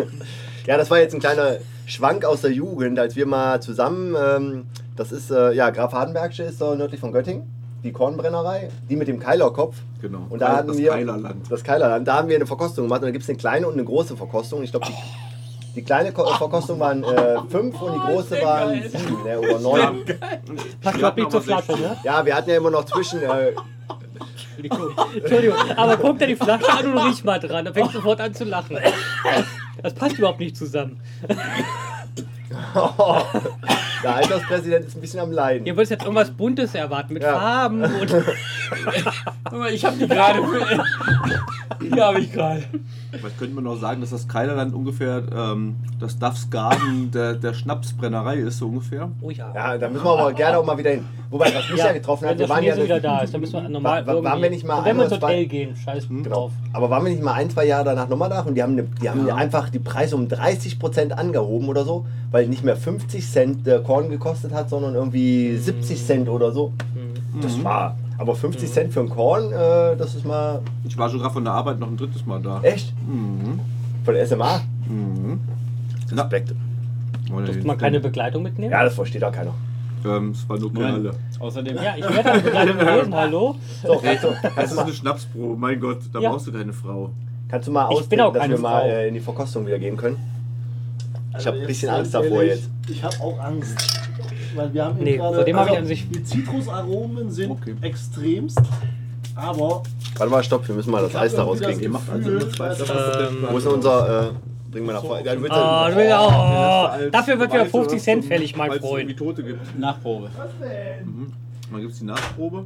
Ja, das war jetzt ein kleiner Schwank aus der Jugend, als wir mal zusammen, ähm, das ist, äh, ja, Graf Hardenbergsche ist da nördlich von Göttingen, die Kornbrennerei, die mit dem Keilerkopf.
Genau.
Und da hatten
das
wir,
Keilerland.
Das Keilerland, da haben wir eine Verkostung gemacht und da gibt es eine kleine und eine große Verkostung. Ich glaube, die, die kleine
Ah.
Ko Verkostung waren äh, fünf und die
Oh,
große waren sieben ne, oder neun.
Passt überhaupt nicht zur Flasche, ne?
Ja, wir hatten ja immer noch zwischen, äh,
Entschuldigung. Entschuldigung. Aber guck dir die Flasche an und riech mal dran. Da fängst du sofort an zu lachen. Das passt überhaupt nicht zusammen.
der Alterspräsident ist ein bisschen am Leiden.
Ihr würdet jetzt irgendwas Buntes erwarten mit
Ja.
Farben und.
<laughs>
Guck mal, Ich habe die gerade. Hier habe ich gerade.
Vielleicht könnte man auch sagen, dass das Keilerland ungefähr ähm, das Duffsgarden der, der Schnapsbrennerei ist, so ungefähr.
Oh ja.
Ja, da müssen wir aber gerne auch mal wieder hin. Wobei, was mich ja, getroffen hat,
wenn
wir
der
waren ja
Chinese wieder da ist, dann müssen wir normal.
Wa- wa- waren
irgendwie-
wir nicht mal
Und Wenn wir ins
einmal
Hotel
zwei-
gehen, scheiß
Genau.
drauf.
Aber waren wir nicht mal ein, zwei Jahre danach nochmal nach und die haben, ne, die haben ja. einfach die Preise um 30% angehoben oder so, weil nicht mehr 50 Cent der Korn gekostet hat, sondern irgendwie 70 Cent oder so. Das war. Aber 50 Cent für ein Korn, äh, das ist mal.
Ich war schon gerade von der Arbeit noch ein drittes Mal da.
Echt? Von der SMA? Mhm. Respekt.
Oder
Durfte
nicht?
man keine Begleitung mitnehmen?
Hm? Ja, das versteht auch keiner.
Ähm, es war nur Kerle.
Außerdem.
Ja, ich
<laughs>
werde das gerade gewesen, hallo.
So, kannst du,
Also, Das
<laughs>
ist eine Schnapsprobe, mein Gott, da
Ja.
brauchst du keine Frau.
kannst du mal
Ich bin
ausdenken,
auch
dass
keine
wir mal
Frau.
äh, in die Verkostung wieder gehen können?
Also
hab ein
jetzt
bisschen
ganz
Angst davor
ehrlich,
jetzt.
Ich habe auch Angst. Weil wir haben eben
Nee,
gerade- also
vor dem hab ich an sich-
Die Zitrusaromen sind
Okay.
extremst, aber
Warte mal, stopp, wir müssen mal das
Ich hab
Eis da
irgendwie das
rauskriegen.
Gefühl-
Ähm,
Wo
Oh,
ist denn unser. Äh, bring mal nach vorne. Ja, du willst
Ah,
ja-
du willst auch-
Als
Dafür wird wieder
weitere
50 Cent
zum-
fällig, mein
falls es
Freund.
irgendwie Tote gibt.
Nachprobe.
Man gibt es die Nachprobe.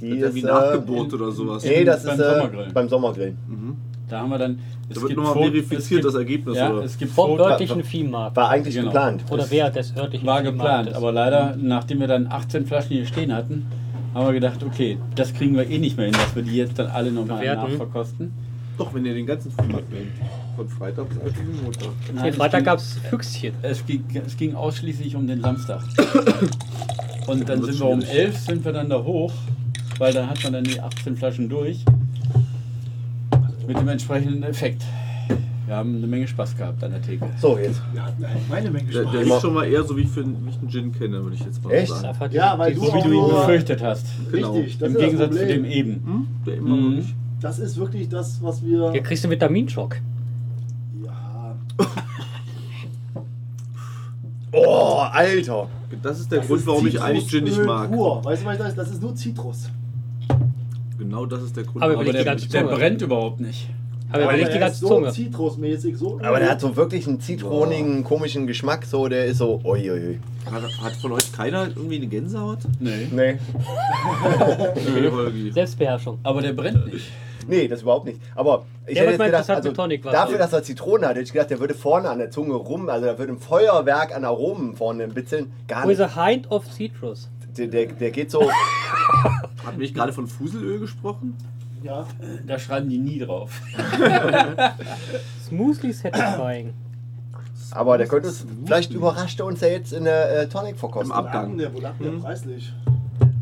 die
Die ist, wie
ist. Äh,
Nachgeburt oder sowas.
nee, das
Beim
ist äh,
Sommergrillen.
beim Sommergrillen.
Da haben wir dann.
Da wird nochmal verifiziert das Ergebnis.
Ja,
oder?
es gibt
Vom
Fotos.
örtlichen Viehmarkt.
War eigentlich
Genau.
geplant.
Oder wer des örtlichen
War
Viehmarktes.
geplant, aber leider, nachdem wir dann 18 Flaschen hier stehen hatten, haben wir gedacht, okay, das kriegen wir eh nicht mehr hin, dass wir die jetzt dann alle nochmal
Bewerten.
nachverkosten.
Doch, wenn ihr den ganzen Film abnehmt. Von Freitag bis eigentlich Montag.
Den
Nein,
Freitag
es
gab es Füchschen.
ging, es, ging, es ging ausschließlich um den Samstag. Und dann
wird's
sind wir um
schwierig.
11 sind wir dann da hoch, weil dann hat man dann die 18 Flaschen durch. Mit dem entsprechenden Effekt. Wir haben eine Menge Spaß gehabt an der Theke.
So, jetzt.
wir hatten halt meine Menge
Der, der
Spaß.
ist schon mal eher so, wie ich, für, einen- wie ich einen Gin kenne, würde ich jetzt mal
Echt?
sagen.
Einfach
Ja, weil
diese-
So wie du ihn
Nur-
befürchtet hast.
genau.
Richtig, das
Im
ist
Gegensatz
das
zu dem
Problem.
eben.
Hm? Der immer
Mhm.
E-
noch nicht.
Das ist wirklich das, was wir.
Hier kriegst du einen Vitaminschock.
Ja.
Oh, Alter.
Das ist der
Das
Grund,
ist
warum ich eigentlich Gin nicht
Zitrusöl
mag.
Pur. Weißt du, was das ist? Das ist nur Zitrus.
Genau das ist der Grund,
Aber
Aber
ich die
der,
ganze
der
Zunge.
brennt überhaupt nicht.
Aber er
der
überlegt die
ist
ganze
so
Zunge.
zitrusmäßig, so.
Aber der hat so wirklich einen zitronigen, komischen Geschmack, so der ist so. Uiuiui.
Hat, hat von euch keiner irgendwie eine Gänsehaut?
Nee.
Nee.
Okay, Holgi.
Selbstbeherrschung.
Aber der brennt nicht.
Nee, das überhaupt nicht. Aber ich
Der wird
hätte jetzt
mal
gedacht,
interessant
also,
mit Tonic Wasser.
dafür, dass er Zitrone hat, hätte ich gedacht, der würde vorne an der Zunge rum, also da würde ein Feuerwerk an Aromen vorne bitzeln. Gar
With
nicht.
a hint of citrus.
Der, der, der geht so.
Hat mich gerade von Fuselöl gesprochen?
Ja.
Da schreiben die nie drauf.
Smoothly satisfying.
Aber der könnte es. Vielleicht überrascht er uns ja jetzt in der äh, Tonic
Im
verkostung.
Ab- Abgang.
Abgang. Der, wo lag der
Hm?
preislich?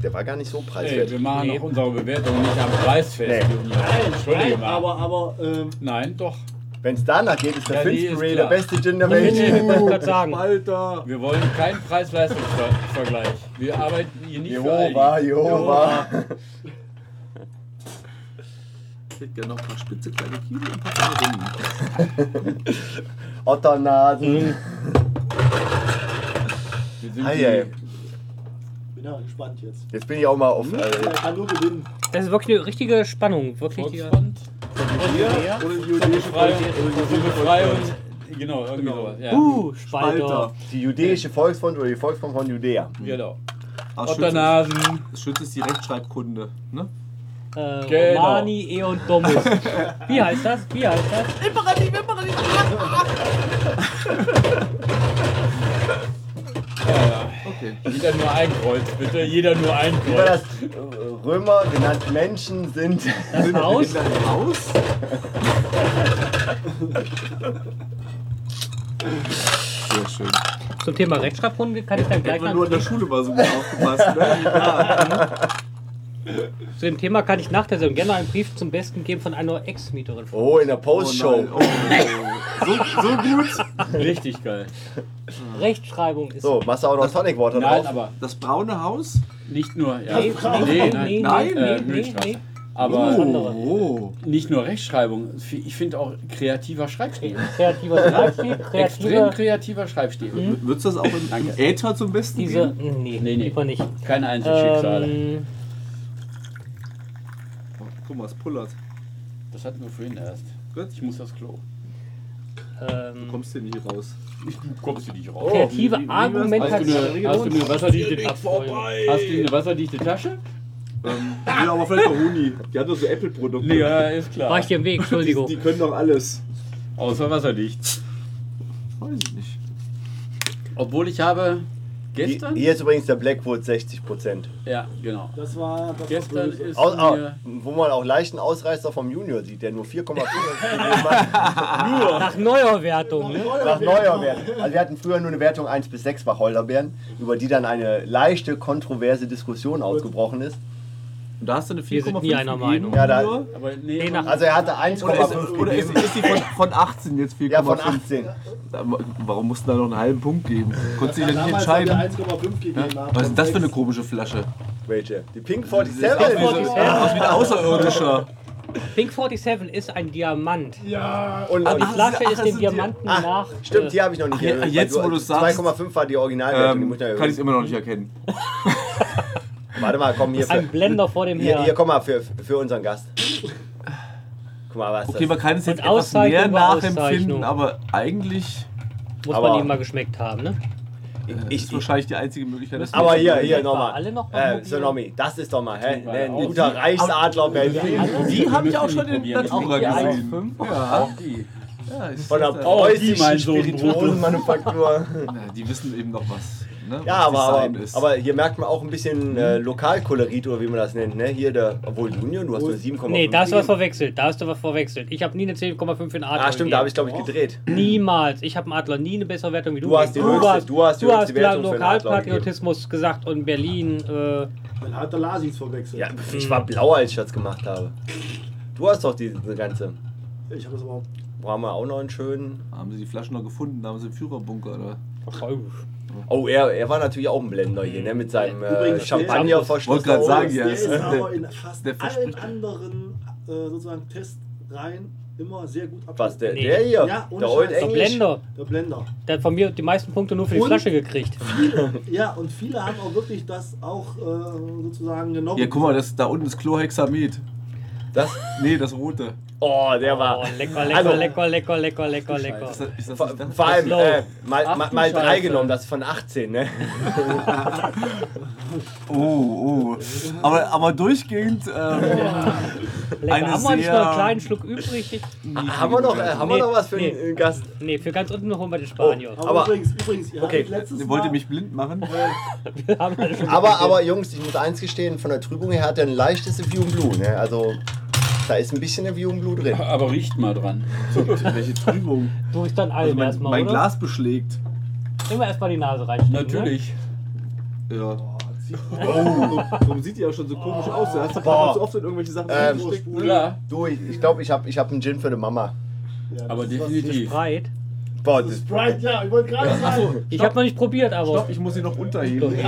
Der war gar nicht so
Ey,
preiswert.
wir machen
Nee.
auch unsere Bewertung nicht am Preis fest.
Nee.
Junior. Entschuldige
Nein,
mal.
aber, aber, ähm,
Nein, doch.
Wenn es danach geht, ist der
Ja, die ist
Finsbury der
klar.
beste Gin der
Ich
Welt.
wollte gerade sagen.
Alter!
Wir wollen keinen Preis-Leistungs-Vergleich. Wir arbeiten hier nicht
Jehova,
für Aldi.
Jehova.
Ich hätte gerne noch ein paar spitze kleine Kilo und ein paar kleine Runden.
Otternasen.
Wir sind
Ei,
die-
ei.
bin ja gespannt jetzt.
Jetzt bin ich auch mal auf.
Er
Äh,
kann nur gewinnen.
Das ist wirklich eine richtige Spannung. Wirklich die,
Volksfront,
Bier oder die jüdische
Befreiung,
Volksrepublik.
Befreiung, genau, irgendwie sowas. Ja.
uh, Spalter.
die jüdische Volksfront oder die Volksfront von Judäa.
Genau.
Ah, Schütz
Otternasen.
ist- Schütz ist die Rechtschreibkunde. Ne?
Äh,
Genau.
Romani e und Domus. Wie heißt das? Wie heißt das?
Okay.
Jeder nur ein Kreuz, bitte. Jeder nur ein
Wie war
Kreuz.
das? Äh, Römer genannt Menschen sind. <laughs>
Das Haus?
Dein Haus? Sehr schön.
Zum Thema Rechtschreibhunde kann ich dann gleich
Hätte man
nach,
nur in der Schule mal so gut aufgepasst. Ne?
zu dem Thema kann ich nach der Sendung gerne noch einen Brief zum Besten geben von einer Ex-Mieterin.
Oh, in der
Oh
Postshow.
nein, oh, oh. So, so gut.
Richtig geil.
Rechtschreibung ist
So, machst du auch noch Tonic Water
Also, Nein,
drauf?
aber
Das braune Haus?
nicht nur. Ja.
Nee,
nee,
nee,
nein,
nee,
nein, äh,
nee,
Mühlstraße.
nee.
Aber
Uh.
andere.
Oh.
nicht nur Rechtschreibung. Ich finde auch kreativer Schreibstil.
kreativer Schreibstil,
Extrem
kreative...
kreativer Schreibstil.
Mhm.
Würdest du das auch im, im
Danke.
Äther zum Besten
Diese...
geben?
Nee,
Nee, nee.
lieber nicht.
Kein Einzelschicksal.
Ähm,
Oh, guck mal, es pullert.
Das hatten wir vorhin erst.
Gut.
Ich muss aufs Klo.
Du
ähm,
kommst hier nicht raus.
Ich, du kommst hier nicht raus.
kreative
Oh, wie- wie-
Hast
wie-
du, eine,
Argumentation.
hast, du eine wasserdichte,
Oh,
Vorbei.
hast du eine wasserdichte Tasche?
Ähm, ja, aber vielleicht auch Huni. Die haben doch so Apple-Produkte.
Nee, ja, ist klar.
War ich dir im Weg,
die,
Entschuldigung.
die können doch alles.
Außer wasserdicht.
Weiß ich nicht.
Obwohl ich habe
Hi-
gestern.
Hier ist übrigens der Blackwood 60%.
Ja, genau.
Das war. Das
Gestern
war böse.
ist
Aus, ah,
mir
wo man auch leichten Ausreißer vom Junior sieht, der nur 4,4
<laughs>
gegeben hat,
Nach neuer Wertung, ne?
nach neuer Wertung. Also wir hatten früher nur eine Wertung 1 bis 6 bei Holderbeeren, über die dann eine leichte, kontroverse Diskussion ausgebrochen ist.
Und da hast du eine 4,5
Wir sind nie einer
gegeben,
Meinung.
Ja, da-
nur?
aber nee,
Nee, nach-
Also er hatte
Oder, ist,
1,5
oder ist,
gegeben.
ist die von, von 18 jetzt 4,5?
Ja, von 18.
Da- Warum mussten da noch einen halben Punkt geben? Konntest du dich dann nicht
Damals hat er halt
entscheiden?
1,5 gegeben. haben.
Was ist das für eine komische Flasche?
Welche? Die Pink
Sieht aus
47
wie so- aus wie ein Außerirdischer.
Pink 47 ist ein Diamant.
Ja.
und, und
Die Flasche
ach,
ist
das
dem
sind die-
Diamanten
Ah,
nach. äh,
Stimmt, die habe ich noch nicht
Ach ja,
erhöht, weil
jetzt,
du-
wo du es sagst.
2,5 war die Originalwertung, die
Ähm,
muss ich noch
kann ich
erhöhen.
immer noch nicht erkennen.
Warte mal, komm hier.
Ein
Für,
Blender vor dem
hier,
Herrn.
hier, komm mal, für, für unseren Gast. Guck mal, was
Okay,
das
man kann es jetzt
Und
etwas
Auszeichnung
mehr
war
nachempfinden,
Auszeichnung.
aber eigentlich
Muss
aber-
man ihm mal geschmeckt haben, ne?
ich,
ist
ich,
wahrscheinlich die einzige Möglichkeit, dass
Aber
wir-
hier, hier,
Etwa
nochmal.
alle noch mal
äh,
probieren?
Sonomi, das ist doch mal, hä?
Trinken wir
Ein
auch.
guter Reichsadler Berlin.
Die habe ich auch schon in
Probieren.
Natura
Ja,
gesehen. Ja,
Auch die.
ja, ich
Von der
seh's da.
Oh, die,
preußischen
mein Sohn,
Spirituosenmanufaktur.
Na, die wissen eben noch was. Ne,
Ja,
was
aber,
Design
aber,
ist. Hm?
aber hier merkt man auch ein bisschen äh, Lokalkolorit oder wie man das nennt, ne? Hier der, obwohl Junior, du hast nur 7,5.
Nee, da hast du was
gegeben.
verwechselt. Da hast du was verwechselt. Ich habe nie eine 10,5 für einen Adler.
Ah, stimmt, da habe ich
gegeben.
glaube ich gedreht.
Niemals. Ich habe einen Adler nie eine bessere Wertung wie du.
Du hast die
gegeben.
höchste- du hast die
du
höchste
hast
Wertung für einen Adler
Lokalpatriotismus gesagt und Berlin. Äh,
Dann hat der Lasis verwechselt.
Ja, ich war blauer, als ich das gemacht habe. Du hast doch diese ganze.
Ich habe das aber.
Brauchen wir auch noch einen schönen.
haben sie die Flaschen noch gefunden? Haben sie im Führerbunker? Oder?
Oh, er, er war natürlich auch ein Blender hier, ne? Mit seinem äh,
Übrigens,
Champagnerverschluss.
Wollte grad
da oben.
sagen, ja.
Der ist aber in fast
Der
allen
verspricht-
anderen äh, sozusagen Testreihen immer sehr gut ab.
Was, der,
Nee.
der hier?
Ja, ohne
der Old
Scheiß.
Der
English?
Blender,
Der Blender.
der hat von mir die meisten Punkte nur für die
Und?
Flasche gekriegt.
Ja, und viele haben auch wirklich das auch äh, sozusagen genommen.
Ja, guck mal, das, da unten ist Chlorhexamid.
Das,
Nee, das rote.
oh, der war.
Oh, lecker, lecker,
Also-
lecker, lecker, lecker, lecker, lecker.
Ist das, ist das
Vor,
nicht das?
vor allem,
Slow.
äh, mal,
Ach
mal,
du
mal drei
Scheiße.
genommen, das ist von 18, ne?
Oh, oh. Aber, aber durchgehend. Ähm,
<laughs>
eine
lecker. Haben wir nicht noch
sehr-
einen kleinen Schluck übrig?
<laughs> haben wir noch, äh, haben wir
Nee,
noch was für
nee.
einen Gast?
Nee, für ganz unten holen wir den Spanier.
aber,
aber-
übrigens, übrigens, ihr
Okay.
habt letztes
ihr wollt
Mal,
ihr mich blind
<laughs>
machen?
Oh.
Wir haben alle schon
Aber, aber Jungs, ich muss eins gestehen, von der Trübung her hat er ein leichtes Vium Blue, ne? Also, da ist ein bisschen ein Vium Blue drin.
Aber riecht mal dran.
Welche Trübung.
durch dann alle
Also mein,
erstmal,
mein
oder?
Glas beschlägt.
Immer erstmal die Nase reinstecken. ne?
Natürlich.
Ja. Oh, warum sieht die auch schon so komisch
Oh,
aus? Da hast du
Boah.
gar nicht so oft in irgendwelche Sachen
Ähm,
reingesteckt, ne?
Klar,
Du, ich, ich glaube, ich habe ich hab einen Gin für die Mama.
Ja,
aber
das ist was-
Ne?
definitiv.
Breit.
Boah,
Das
das,
ist Sprite, ja, ich wollte gerade sagen.
Ich habe noch nicht probiert, aber
Stopp, ich muss sie noch unterheben. <laughs>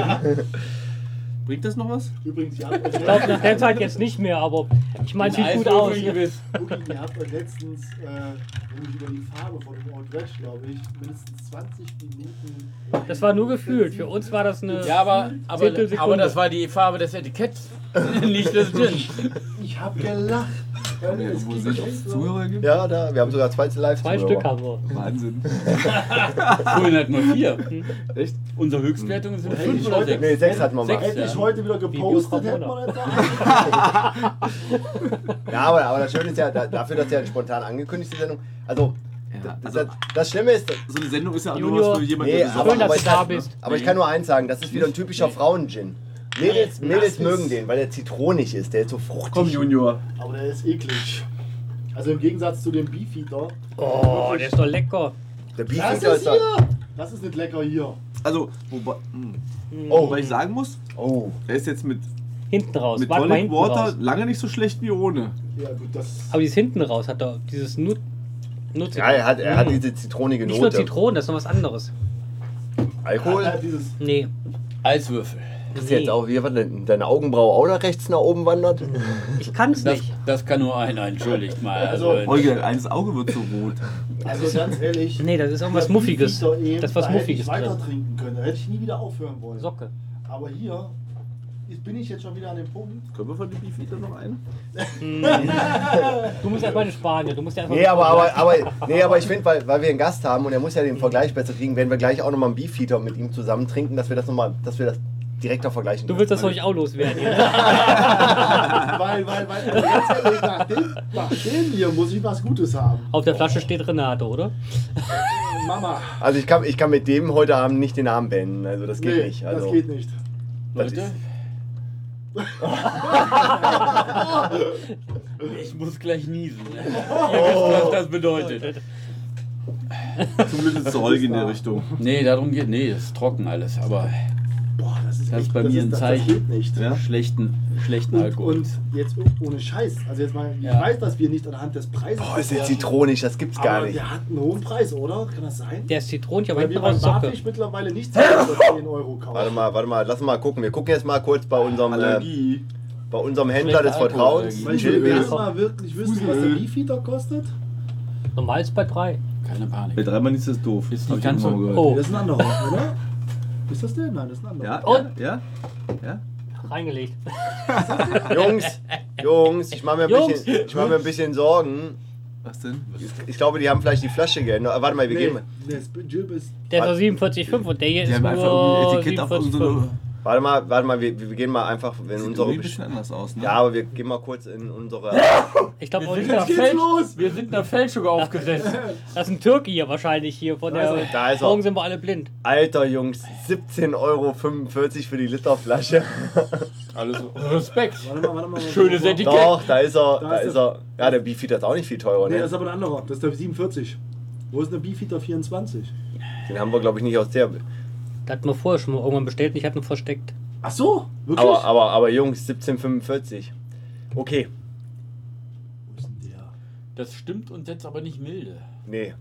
Bringt das noch was?
Übrigens, ihr habt euch
ich glaube nach der Zeit jetzt nicht mehr, aber ich meine, sieht gut aus. ne?
Gewiss.
Gucki, ihr habt euch letztens, äh, nämlich über die Farbe von dem Old Wedge, glaube ich, mindestens 20 Minuten.
Das war nur gefühlt. Für uns war das eine.
Ja, aber, aber,
Zehntelsekunde.
aber das war die Farbe des Etiketts, <laughs> nicht des Gin.
Ich hab gelacht. Weil es
Wo
ging
es
echt so-
Zuhörer gibt?
ja, da, wir haben sogar zwei live
Zwei Stück haben wir.
Wahnsinn.
Vorhin hatten wir vier.
Echt?
Unsere Höchstwertungen sind
Hey,
fünf
ich
oder
wollte-
Nee,
sechs.
sechs hatten wir mal.
Sechs.
Hätte ich
Ja.
heute wieder gepostet,
Corona.
hätte man das auch.
Ja, aber, aber das Schöne ist ja, da, dafür, dass ja spontan angekündigt ist, die Sendung. Also,
Ja,
das,
also,
das, das Schlimme ist,
so eine Sendung ist ja auch
Junior,
nur was für jemanden,
Nee,
der
aber,
Schön, dass
aber,
du
ich
da
kann,
bist.
aber ich kann nur eins sagen, das ist wieder ein typischer Frauen-Gin. Mädels, Mädels mögen den, weil der zitronig ist, der ist so fruchtig.
Komm, Junior.
Aber der ist eklig. Also im Gegensatz zu dem Beefeater.
Oh, der ist doch lecker.
Der
Das
Beefeater
ist
ist da.
hier! Das ist nicht lecker hier.
Also, wobei, hm,
Oh,
wobei ich sagen muss,
oh.
er ist jetzt mit,
Hinten raus.
mit
Warte mal
Tonic
hinten
Water
raus.
lange nicht so schlecht wie ohne.
Ja, gut, das.
Aber dieses hinten raus hat doch dieses Nut. Nut
Ja, er hat, er hat
Mm.
diese zitronige
Nicht nur
Note.
Zitronen, das ist noch was anderes.
Alkohol
Halt dieses.
Nee.
Eiswürfel.
ist
nee.
jetzt auch, wie wenn deine Augenbraue auch nach rechts nach oben wandert.
Ich kann es
Das,
nicht.
das kann nur einer, entschuldigt mal.
Also,
Olga, dein eines Auge wird so rot.
Also ganz ehrlich.
Nee, das ist irgendwas
der
Muffiges.
Beefeater eben,
Das ist was
da hätte ich
Muffiges
weiter
drin.
trinken können. Da hätte ich nie wieder aufhören wollen.
Socke.
Aber hier jetzt bin ich jetzt schon wieder an dem Punkt.
<laughs> Können wir von dem Beefeater noch <laughs> einen?
Du musst erstmal in Spanien. Du musst ja
<laughs>
erstmal
Nee, aber, aber, aber, nee, aber ich finde, weil, weil wir einen Gast haben und er muss ja den Vergleich besser kriegen, werden wir gleich auch nochmal einen Beefeater mit ihm zusammen trinken, dass wir das nochmal, dass wir das direkter vergleichen
Du
können.
willst das euch auch loswerden. <laughs>
<laughs>
Hier.
weil, weil, weil. Also ganz ehrlich, nach dem, nach dem hier muss ich was Gutes haben.
Auf der Flasche steht Renate, oder?
Mama.
Also ich kann, ich kann mit dem heute Abend nicht den Arm bänden, also das geht
nee,
nicht. Also,
das geht nicht.
das
Leute. <laughs> Ich muss gleich niesen.
Oh.
Ihr wisst, was das bedeutet.
Zum Glück ist es Olga in der Richtung.
Nee, darum geht. Nee, ist trocken alles, aber
Boah, das ist
Das ist
echt,
bei
das
mir ein
das,
Zeichen.
Das geht nicht.
Ja.
schlechten, schlechten
Und,
Alkohol.
und jetzt oh, ohne Scheiß. Also jetzt mal, ich
Ja.
weiß, dass wir nicht anhand des Preises.
Boah, ist der
bewerten,
zitronig, das gibt's gar
aber
nicht.
Der hat einen hohen Preis, oder? Kann das sein?
Der ist zitronig, aber
Weil
hinten
wir
raus
beim
ist Socke.
Barfisch mittlerweile nichts mehr als 10 Euro
Warte
kaufen.
mal, warte mal, lass mal gucken. Wir gucken jetzt mal kurz bei unserem, äh,
Allergie.
bei unserem Händler des
Alkohol,
Vertrauens.
Weil ich
Jill
würde
Beer.
gerne mal wirklich wissen, was der
Fuselöl.
Beefeater kostet.
Normal ist bei drei.
Keine
Wer
Panik.
Äh, dreimal nichts ist doof.
Ist
Hab
nicht
ich auch
ganz
mal
so-
gehört.
Oh,
Das ist ein anderer, oder? Ist das der? Nein, das ist ein anderer.
Ja,
Und?
ja, ja, ja.
reingelegt.
Jungs, Jungs, ich mache mir, ein
Jungs.
bisschen- ich mach mir ein bisschen Sorgen.
Was denn?
Ich, ich glaube, die haben vielleicht die Flasche geändert. Ah, Warte mal, wir
Nee,
gehen mal.
nee, es- Jill ist
Der ist nur 47,5 und der hier
Die
ist
haben
nur
einfach irgendwie ein Etikett auf
47,5.
unsere.
Warte mal, warte mal, wir, wir gehen mal einfach in
Sieht
unsere.
irgendwie ein
Besch-
bisschen anders aus, ne?
Ja, aber wir gehen mal kurz in unsere.
Ich glaube,
Wir sind,
das,
einer
geht's los!
Fälsch wir sind einer Fälschung aufgesetzt.
<laughs> das ist ein Türke hier wahrscheinlich hier. Von
Da
der
ist er, da ist er.
Morgen sind wir alle blind.
Alter Jungs, 17,45 Euro für die Literflasche.
<laughs> Alles Respekt.
Warte mal, warte mal. warte
Schönes
mal.
Etikett.
Doch, da ist er, da
ist
ist er. Ja, der Beefeater ist auch nicht viel teurer,
Nee, also- das
ne?
ist aber ein anderer. Das ist der 47. Wo ist eine Beefeater 24?
Den haben wir, glaube ich, nicht aus der.
Das hatten wir vorher schon mal irgendwann bestellt und ich hatte ihn versteckt.
Ach so, wirklich?
Aber, aber, aber Jungs, 17,45. Okay,
Wo ist denn der?
Das stimmt und setzt aber nicht milde.
nee.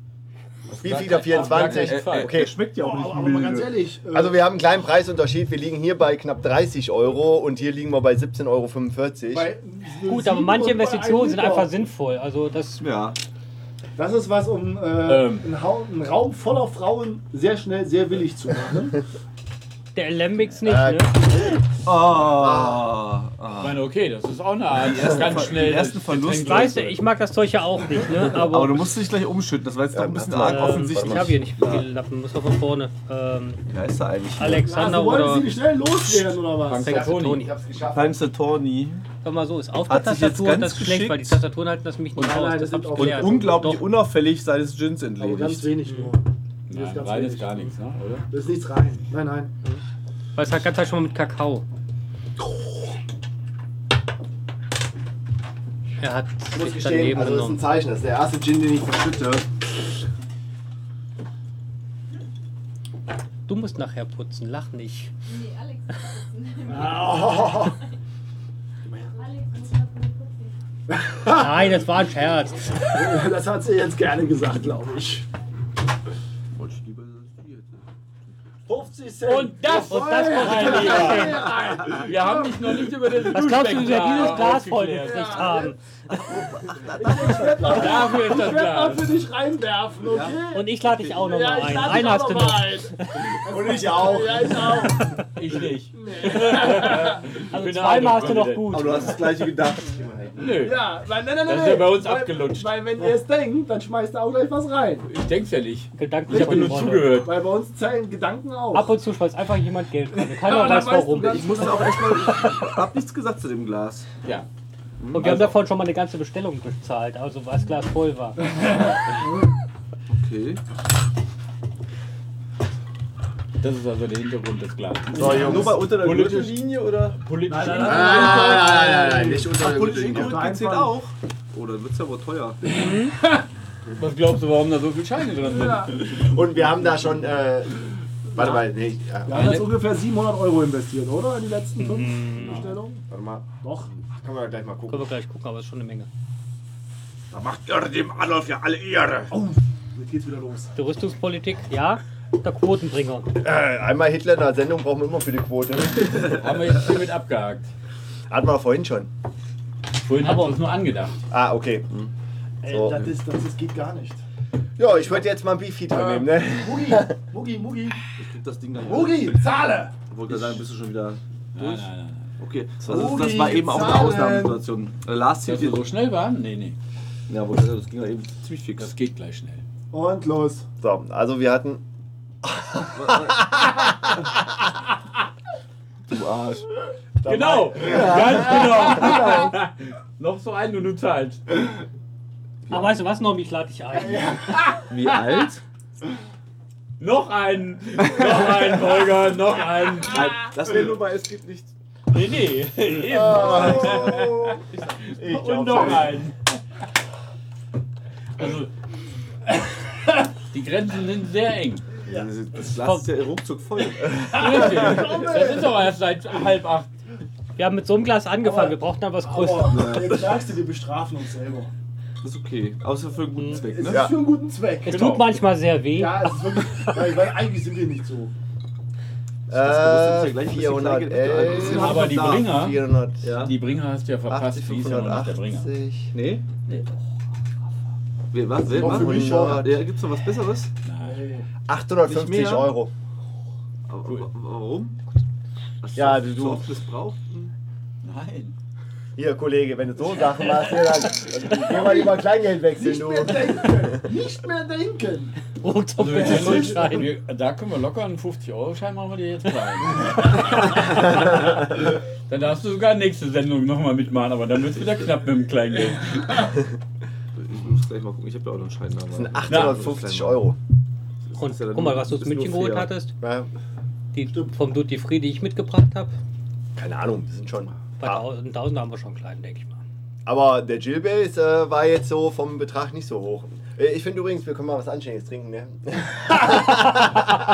Beefeater
Auf
24.
gar keinen Fall.
Okay,
Schmeckt ja auch
Boah,
nicht
Oh, aber, aber mal
milde.
ganz ehrlich. äh,
Also wir haben einen kleinen Preisunterschied. Wir liegen hier bei knapp 30 Euro und hier liegen wir bei 17,45 Euro.
bei
Gut,
sieben
aber manche
und bei
Investitionen
einem
sind
Liter.
einfach sinnvoll. Also das
Ja,
Das ist was, um äh,
Ähm.
einen, Hau- einen Raum voller Frauen sehr schnell sehr willig
<laughs>
zu machen.
Der Alembics nicht,
Äh,
ne?
Oh,
Ich
ah.
meine, okay, das ist auch eine Art. Das
Ver-
ganz schnell.
den ersten Verlust.
Weißt du, ich mag das Zeug ja auch nicht, ne? Aber,
Aber du musst dich gleich umschütten, das war jetzt doch ein bisschen
Ja,
arg
das
ähm,
war-
offensichtlich.
Ich habe hier nicht viele Lappen, muss mal von vorne. Ähm,
Wie heißt er eigentlich?
Alexander
Also wollten
oder
sie nicht schnell loswerden oder was?
Saxoni.
hab's geschafft.
Panzer Tony.
Sag mal so, ist auf der
Hat sich jetzt
Tastatur und
ganz
das ist schlecht, weil die
geschickt.
Tastaturen halten das mich nicht
Und- Nein,
aus.
nein,
Das
das
habe ich
sind auch-
Und
gelernt.
unglaublich
Doch.
unauffällig seines Gins
Aber ganz
entledigt.
hm.
wenig nur.
Nein,
Das ist ganz
rein ist
wenig.
gar nichts, ne? oder?
Da ist nichts rein. Nein, nein.
Weil es hat ganz halt schon mal mit Kakao. Er hat
Ich muss
sich
gestehen,
daneben
also das ist ein
genommen.
Zeichen. Das ist der erste Gin, den ich verschütte.
Du musst nachher putzen, lach nicht.
Nee, Alex.
Ah,
Alex muss das nur putzen.
Nein, das war ein Scherz.
<laughs> Das hat sie jetzt gerne gesagt, glaube ich. 50 Cent.
Und das-
Und das kommt rein, Lieber.
Wir haben dich noch nicht über den
Was glaubst du, wie wir
Duschbecken
dieses Glas voll
aufgeklärt.
gekriegt haben?
Dafür ist das
Ich werde mal
Glas.
für dich reinwerfen, okay?
Und ich lade dich auch nochmal
Ja, ich
ein.
lade dich
Einen
auch
hast du noch.
nochmal ein.
Und ich auch.
Ja, ich auch.
Ich nicht.
Also
Bin
zweimal hast du
Ahnung,
noch
Aber
gut.
du hast das gleiche gedacht.
Nö.
Ja, weil, nein,
Das
nein, nein.
ist ja
nein.
bei uns
weil,
abgelutscht.
Weil wenn ihr es denkt, dann schmeißt ihr auch gleich was rein.
Ich denk's ja nicht.
Gedanken
Ich habe nur zugehört.
Weil bei uns zählen Gedanken auch.
Ab und zu schmeißt einfach jemand Geld rein.
Aber
Keiner
dann
weiß
weißt du
warum.
das.
Ich muss es auch erstmal. Ich hab nichts gesagt zu dem Glas.
Ja.
Und wir haben davon schon mal eine ganze Bestellung bezahlt, also weil das Glas voll war.
Okay.
Das ist also der Hintergrund des Glases.
So,
Nur
Jungs.
bei unter der
Politisch.
Gürtellinie oder?
Politisch.
Nein, nein,
Nein, nein,
nein.
nein, nein, nein, nicht unter der
Politisch
Gürtellinie.
inkorrekt zählt auch. Oh, dann wird's ja wohl teuer.
Was glaubst du, warum da so viele Scheine drin sind?
Und wir haben da schon. Äh, warte mal, nee. Ja,
Da haben jetzt ungefähr 700 Euro investiert, oder? In die letzten
Mhm.
fünf Bestellungen?
warte mal.
Doch.
Können wir gleich mal gucken.
Können wir gleich gucken, aber ist schon eine Menge.
Da macht ihr dem Adolf ja alle Ehre.
Oh, jetzt geht's wieder los.
Die Rüstungspolitik, ja, der Quotenbringer.
Äh, einmal Hitler in der Sendung brauchen wir immer für die Quote.
Haben wir jetzt hiermit abgehakt.
Hatten wir vorhin schon.
Vorhin haben wir uns nur angedacht.
Ah, okay. So.
Ey, das, ist, das ist, geht gar nicht.
Ja, ich würde jetzt mal einen Beefeater nehmen, ne?
<laughs> Mugi, Mugi, Mugi.
Ich krieg das Ding da nicht.
Mugi, zahle!
Ich wollte gerade sagen, bist du schon wieder
Nein,
durch?
nein, nein.
Okay, also das
Rudi,
war eben auch eine
Zahlen.
Ausnahmesituation. Äh, Lars zieht
Dass wir so
hier.
schnell waren? Nee, nee.
Ja, wollte gerade sagen, das ging ja eben ziemlich fix.
Das geht gleich schnell.
Und los.
So, also wir hatten.
Du Arsch.
Genau! Ganz genau! <laughs> Noch so einen und du zahlst.
Ach, weißt du was, Norm, ich lade dich ein.
Wie alt?
Noch einen! Noch einen, Holger! Noch einen!
Das wäre nur bei es gibt nichts.
Nee, nee. Eben.
Ich
Oh. und noch einen. Also, die Grenzen sind sehr eng.
Das Glas ist ja ruckzuck voll.
Richtig. Das ist aber erst seit halb acht.
Wir haben mit so einem Glas angefangen, wir brauchten aber was Größeres.
Aber jetzt merkst du, wir bestrafen uns selber.
Das ist okay. Außer für einen guten Zweck,
Es
ne?
Ja.
ist für einen guten Zweck.
Es tut manchmal sehr weh.
Ja,
<laughs>
es ist wirklich, weil, weil eigentlich sind wir nicht so.
Das
Äh,
bewusst ist ja gleich ein bisschen klein, ein bisschen
411.
Aber die
da.
Bringer,
400.
Ja.
die Bringer hast du ja verpasst.
80,
Die ist ja noch nicht der Bringer.
580.
Nee?
Nee,
Wer, was? Wer,
Auch
was?
für mich schon.
Ja, gibt's noch was Besseres? Nicht
850
mehr?
Euro.
Aber, wa- warum? Hast
Ja,
so,
du-
so oft missbraucht?
Nein.
Hier, Kollege, wenn du so Sachen machst, hier, dann dann geh mal lieber Kleingeld wechseln,
Nicht
du.
mehr denken! Nicht mehr denken!
Ruckzuck
Also wir
mit dem
können,
Schuldschein.
wir, da können wir locker einen 50-Euro-Schein machen wir dir jetzt <laughs> rein. dann darfst du sogar nächste Sendung nochmal mitmachen, aber dann wird es wieder knapp mit dem Kleingeld.
Ich muss gleich mal gucken, ich habe ja auch noch einen Schein.
Das sind
Aber
850 Euro.
Und guck mal, was du aus
Das ist
München
nur
geholt
fair.
hattest,
Ja,
die vom Duty Free, die ich mitgebracht habe.
keine Ahnung, das sind schon.
Bei
Ja.
1000 Tausender haben wir schon einen kleinen, denke ich mal.
Aber der Jill Base äh, war jetzt so vom Betrag nicht so hoch. Äh, Ich finde übrigens, wir können mal was Anständiges trinken, ne?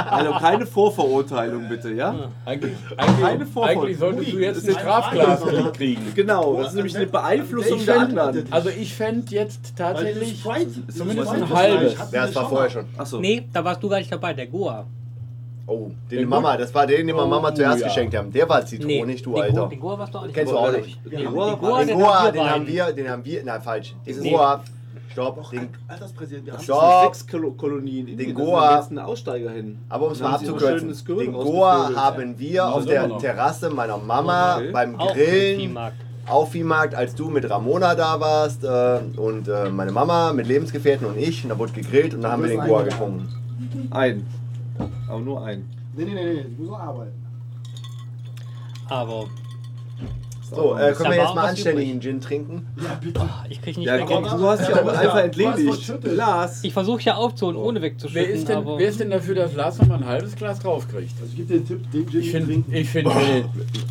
Also keine Vorverurteilung bitte, ja?
Eigentlich,
Keine
eigentlich,
Vorfreude.
eigentlich solltest du jetzt
Das
einen
ist
Strafglas kriegen.
Genau, das ist nämlich eine Beeinflussung der anderen.
Also ich fände jetzt tatsächlich zumindest ein halbes.
Ja,
<laughs>
das war vorher schon.
Achso.
Nee, da warst du gar nicht dabei, der Goa.
Oh, den
Ja, gut.
Mama, das war den, den wir
Oh,
Mama zuerst
ja.
geschenkt haben. Der war Zitrone, nicht du,
den Goa-
Alter.
Den Goa warst du auch nicht
Kennst du
dabei.
auch nicht.
Nee,
Goa-
den Goa,
Den
den
Goa,
haben wir
den haben
beide.
wir, den haben wir, nein, falsch. Den
Nee.
Goa, Stopp.
Doch,
Den,
Alterspräsident, wir haben
Stopp.
Sexkolonien. in
Den
Indien, da sind
Goa.
die ganzen Aussteiger hin.
aber um es
Dann
mal
haben sie immer
abzukürzen,
schönes Gürtel
den Goa
rausgevögelt.
haben wir auf
immer
der
noch.
Terrasse meiner Mama
Okay.
beim
Auch
Grillen
Viehmarkt.
auf Viehmarkt, als du mit Ramona da warst äh, und äh, meine Mama mit Lebensgefährten und ich. Und da wurde gegrillt und da haben wir den Goa gefunden.
Ein. Aber nur ein.
Nee, nee, nee, nee, ich muss noch arbeiten.
Aber
So, äh, können wir
Da war
jetzt
auch
mal
was
anständigen Gin trinken?
Ja, bitte.
ah, ich krieg nicht
Ja,
weg.
komm, du hast dich auch einfach
Was
entledigt.
verschüttet?
Lars.
Ich versuche ja aufzuholen, ohne
Wer
wegzuschütten.
ist, denn,
aber
wer ist denn dafür, dass Lars nochmal ein halbes Glas raufkriegt?
Also ich gebe dir einen Tipp, den Gin
Ich
trinken.
finde, ich find, äh,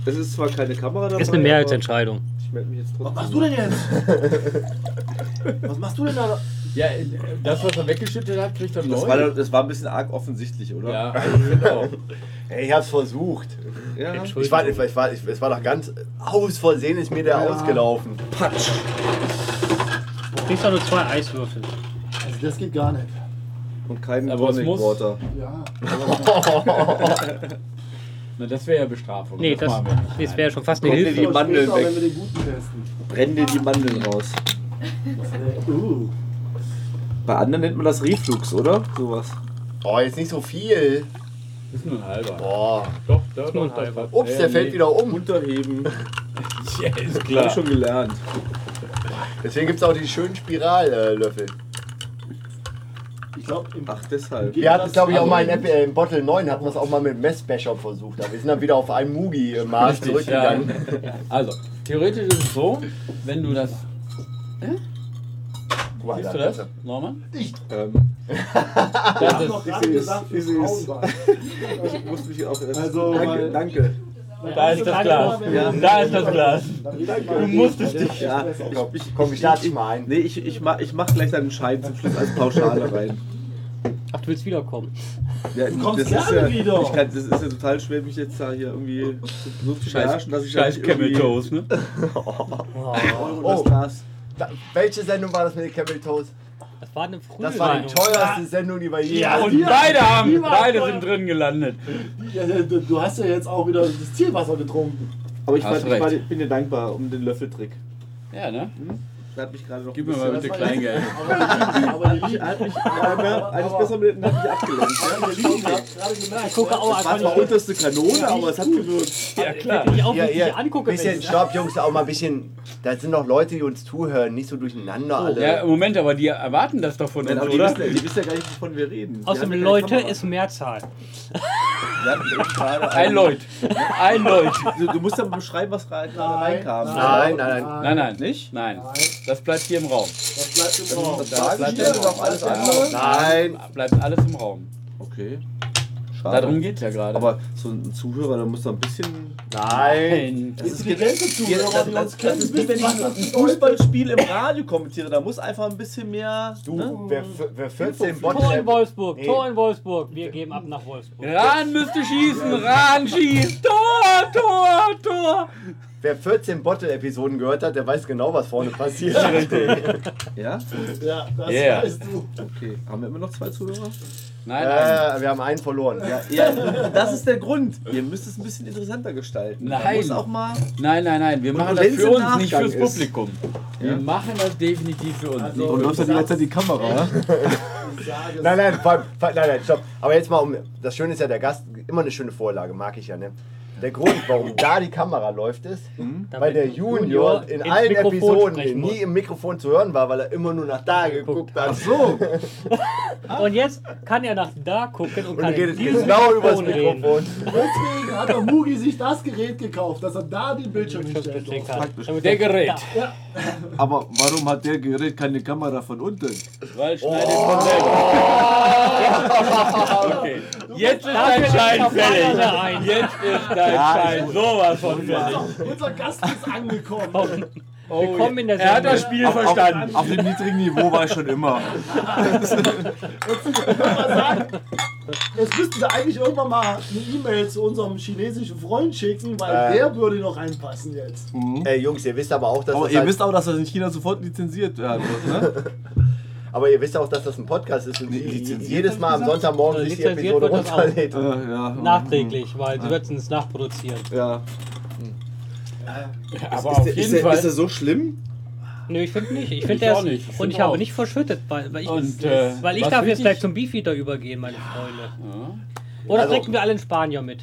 Es ist zwar keine Kamera dabei.
ist eine
aber
Mehrheitsentscheidung.
Ich melde mich jetzt
Was
trotzdem.
machst du denn jetzt? Was machst du denn da? Also
ja, äh, das, was er weggeschüttet hat, kriegt er
das war,
neu.
doch- das war ein bisschen arg offensichtlich, oder?
Ja, ich find auch.
Ey, ich hab's versucht.
ja.
Ich war, ich, war- ich war, ich, es war doch ganz aus Versehen ist mir der
Ja.
ausgelaufen.
Du kriegst doch nur zwei Eiswürfel.
Also das geht gar nicht.
Und kein
Aber es
Tonic
muss-
Water.
Ja.
Na, das wäre ja Bestrafung.
Nee, das,
machen wir nicht.
nee, das wäre schon fast eine
Kommt
Hilfe.
Die Mandeln
Später,
weg.
wenn wir den guten testen.
Brenn dir die Mandeln raus.
Uh.
Bei anderen nennt man das Reflux, oder? Sowas.
Oh, jetzt nicht so viel.
ist nur ein halber.
Boah.
Doch, da,
nur ein
doch, das
halber.
passt.
Ups,
Ja,
der fällt
nee.
wieder um.
<laughs> Unterheben.
Ja, ist
Hab ich
klar.
schon gelernt.
Deswegen gibt's auch die schönen Spirallöffel.
Ich glaube, im
Ach, deshalb.
Wir hatten, glaube ich, auch mal in,
App.
Apple, äh, in Bottle 9 hatten wir es auch mal mit Messbecher versucht. Aber wir sind dann wieder auf ein Mugi-Maß
Richtig, ja.
zurückgegangen.
ja. Also, theoretisch ist es so, wenn du das.
Guck mal,
Siehst
da-
du das, Norman?
Ähm,
Ich
Das
habe
ist,
noch gerade
ist-
gesagt, wir
ist- ist-
Frauen
ich muss mich auch erst.
Also,
danke,
weil-
danke.
da ist das Glas.
Ja.
Da ist das Glas.
Du
musstest
dich.
Ja,
Komm, komm, ich lade dich mal ein.
Nee, ich, ich, mach, ich mach gleich deinen Schein zum Schluss als Pauschale rein.
Ach, du willst wiederkommen.
Ja,
Du kommst
das ist
gerne
ja,
wieder.
Ich kann, das ist ja total schwer, mich jetzt da hier irgendwie so- so zu
Scheiß,
beherrschen, dass ich
scheiß
da nicht
Camel
irgendwie-
Toes, ne?
Und
Oh.
das Glas.
Da, welche Sendung war das mit den Camel Toes?
Das war eine frühe
Das war die
Sendung.
teuerste Sendung, die wir je
Ja, und
hatten.
beide haben,
niemals
beide
vorher-
sind drin gelandet.
Du du hast ja jetzt auch wieder das Zielwasser getrunken.
Aber ich,
Hast
fand, ich war,
recht.
bin dir dankbar um den Löffeltrick.
Ja, ne?
Da hat mich gerade noch
Gib
ein
mir mal
bisschen-
bitte <laughs> Kleingeld.
Aber die
Er hat mich einer, eines besseren Blinden hat mich abgelenkt.
liegen, gerade gemerkt.
Gucke auch
War
an,
zwar
wenn ich
unterste Kanone, aber es hat gewirkt.
Ja, klar.
mich auf
Ja,
mich
ja,
angucke.
bisschen,
Mensch.
stopp, Jungs, auch mal ein bisschen. Da sind noch Leute, die uns zuhören, nicht so durcheinander alle.
Ja, Moment, aber die erwarten das doch von uns,
Aber die
oder?
wissen, ja, die wissen ja gar nicht, wovon wir reden.
Außerdem, Leute ist Mehrzahl.
Ein Leut. Ein Leut.
Du, du musst ja mal beschreiben, was gerade reinkam.
Nein, nein, nein.
Nein, nein, nicht? Nein. Das bleibt hier im Raum.
Das bleibt im Raum.
Das
bleibt
bleibt
ja
ja
noch.
noch alles andere.
Nein.
Bleibt alles im Raum.
Okay.
Darum geht's ja gerade.
Aber so ein Zuhörer, der muss da ein bisschen.
Nein.
Nein.
Das ist
Intelligente Zuhörer, die uns kennen,
wie
wissen,
wenn ich
was das
ein Fußballspiel im Radio kommentiere. Da muss einfach ein bisschen mehr. ne?
Du, wer, f- wer 14
Tor in
Bottle.
Wolfsburg, Tor in Wolfsburg. Wir geben ab nach Wolfsburg.
Rahn müsste schießen, Rahn schießt. Tor, Tor, Tor.
Wer 14 Bottle-Episoden gehört hat, der weiß genau, was vorne passiert.
Ja?
Ja, das
Yeah.
weißt du.
Okay. Haben wir immer noch zwei Zuhörer?
Nein, nein.
äh, wir haben einen verloren.
Ja, ja, das ist der Grund. Ihr müsst es ein bisschen interessanter gestalten.
Nein.
Man muss auch mal.
Nein, nein, nein. Wir machen das
wenn's
für
im
uns, nicht
Nachgang
fürs
ist.
Publikum. Wir
Ja.
machen das definitiv für uns.
Also-
nicht
Und
für
läuft da die ganze Zeit
die Kamera.
Ich sage es.
Nein, nein, vor allem- vor- nein, nein, stopp. Aber jetzt mal um. Das Schöne ist ja, der Gast, immer eine schöne Vorlage, mag ich ja, ne? Der Grund, warum da die Kamera läuft, ist, weil der Junior in
ins
allen
Mikrofon
Episoden
sprechen
nie
muss.
im Mikrofon zu hören war, weil er immer nur nach da geguckt hat. Ach so.
Und jetzt kann er nach da gucken und
Und er
kann in
geht
dieses
genau über das
Mikrofon reden.
Mikrofon.
Deswegen hat der Mugi sich das Gerät gekauft, dass er da den Bildschirm hinstellen
Mikrofon
durfte.
kann. Damit
Der
er-
Gerät.
Aber warum hat der Gerät keine Kamera von unten?
Weil schneidet
Oh.
von weg. Okay. Jetzt ist dein
Dafür
Schein
kommt
fällig.
keiner rein.
Jetzt ist dein Schein sowas von fällig.
Unser Gast ist angekommen.
Oh,
kommen in der
er hat das
Sendung.
Spiel verstanden.
Auf dem niedrigen Niveau war ich schon immer.
mal sagen, jetzt müssten wir eigentlich irgendwann mal eine E-Mail zu unserem chinesischen Freund schicken, weil
Äh.
der würde noch reinpassen jetzt.
Ey, Jungs, ihr wisst Mhm. aber auch, dass
Aber
das
ihr
halt-
wisst auch, dass das in China sofort lizenziert werden wird,
<laughs>
ne?
aber ihr wisst auch, dass das ein Podcast ist und
lizenziert
jedes Mal am Sonntagmorgen sich die
Lizenziert
Episode
wird das auch.
runterlädt.
Äh, ja.
Nachträglich, weil sie würden es nachproduzieren.
Ja.
Aber auf
ist,
jeden
der, ist
Fall.
der so schlimm?
Nö, ich finde nicht. Ich finde
Ich
der
auch
ist,
nicht. Ich
und
find
ich habe
auch.
nicht verschüttet, weil, weil ich,
Und, äh,
weil ich
was
darf jetzt
wichtig-
gleich zum Beefeater übergehen, meine Freunde. Oder
Also-
trinken wir alle einen Spanier mit?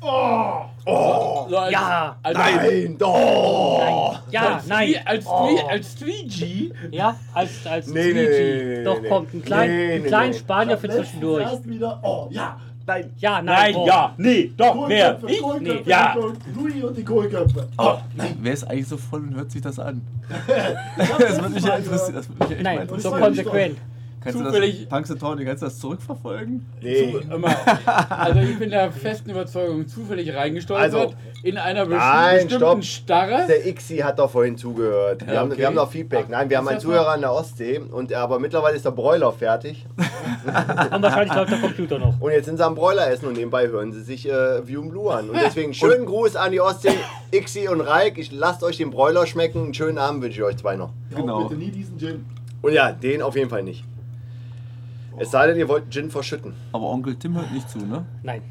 So als,
Ja.
als,
Nein, doch! Also,
Ja,
als,
nein.
Als, als,
Oh.
als 3G
Ja, als, als
Nee, nee,
3G.
nee, nee,
Doch
nee.
kommt, einen kleinen,
Nee,
einen
nee,
kleinen
nee.
Spanier für zwischendurch.
Erst wieder, oh ja, nein.
Ja, nein,
Nein,
boah.
ja, nee, doch, wer?
Kohlköpfe,
Ich?
Kohlköpfe,
Nee.
Ja.
Kohlköpfe, Louis und die Kohlköpfe.
Aber nein, wer ist eigentlich so voll und hört sich das
<laughs>
an? das würde mich ja interessieren. Das würde mich ja echt mal
Nein, so
interessieren.
doch.
konsequent.
kannst du
Zufällig-
das, Punks and Tony, kannst du das zurückverfolgen?
Nee.
Immer. Also ich bin der festen Überzeugung zufällig reingestolpert
Also-
in einer besti-
Nein, stopp.
bestimmten Starre.
Der Ixi hat doch vorhin zugehört. Wir,
Ja,
haben,
okay.
wir haben noch Feedback. Nein, wir haben
Ist
einen
das mal-
Zuhörer an der Ostsee, und, aber mittlerweile ist der Broiler fertig.
Und wahrscheinlich läuft der Computer noch.
Und jetzt sind sie am Broiler essen und nebenbei hören sie sich äh, Vium Blue an. Und deswegen schönen Gruß an die Ostsee, Ixi und Raik. Ich lasst euch den Broiler schmecken. Einen schönen Abend wünsche ich euch zwei noch.
Genau.
Genau. Bitte nie diesen Gin.
Und ja, den auf jeden Fall nicht. Es sei denn, ihr wollt Gin verschütten.
Aber Onkel Tim hört nicht zu, ne?
Nein.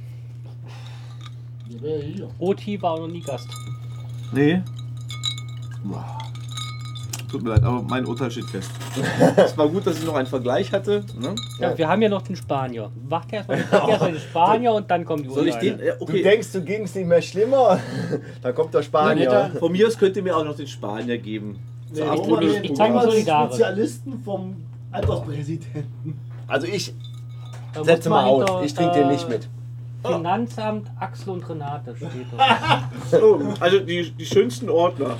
Der wäre hier.
Oti war noch nie Gast.
Nee. Boah. Tut mir leid, aber mein Urteil steht fest. <laughs> es war gut, dass ich noch einen Vergleich hatte. Ne?
Ja,
Ja.
Wir haben ja noch den Spanier. Macht
<laughs>
erstmal erst mal den Spanier und dann kommt die
Soll ich den?
Urlaube.
Ja,
Du
okay.
denkst, du gingst nicht mehr schlimmer? <laughs> Dann kommt der Spanier.
Von mir aus könnt ihr mir auch noch den Spanier geben.
Nee,
Zur
Oma,
Abrufe des
nee,
ich zeig mal
Oma, die
Solidare.
Spezialisten vom Alterspräsidenten.
Also ich
Da muss
setze
man
mal aus.
hinter,
Ich trinke den
äh,
nicht mit.
Finanzamt, Axel und Renate steht da.
Oh, also die, die schönsten Ordner.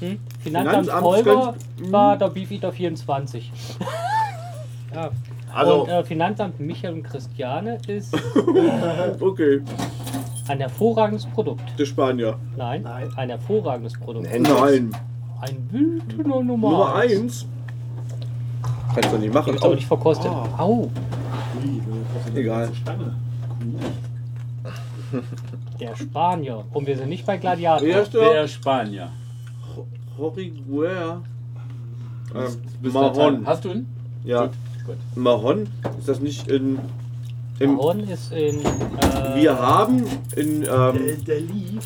Hm? Finanzamt,
Finanzamt
Folger
könnt-
war der Beefeater 24. ja.
Also,
und äh, Finanzamt Michael und Christiane ist
Okay,
ein hervorragendes Produkt.
der Spanier.
Nein,
Nein.
ein hervorragendes Produkt.
Händler.
Ein wütender Nummer.
Nummer
eins.
1. Kannst du nicht machen.
Ist aber nicht verkostet. Au,
Egal.
der Spanier. Und wir sind nicht bei Gladiator.
Erster
Der Spanier.
Horiguer. Ähm,
Bist du
Mahon.
Teil- Hast du ihn?
Ja.
Gut, gut.
Mahon? Ist das nicht in. in
Baron ist in. Äh,
wir haben in.
Der,
Ähm,
der lief.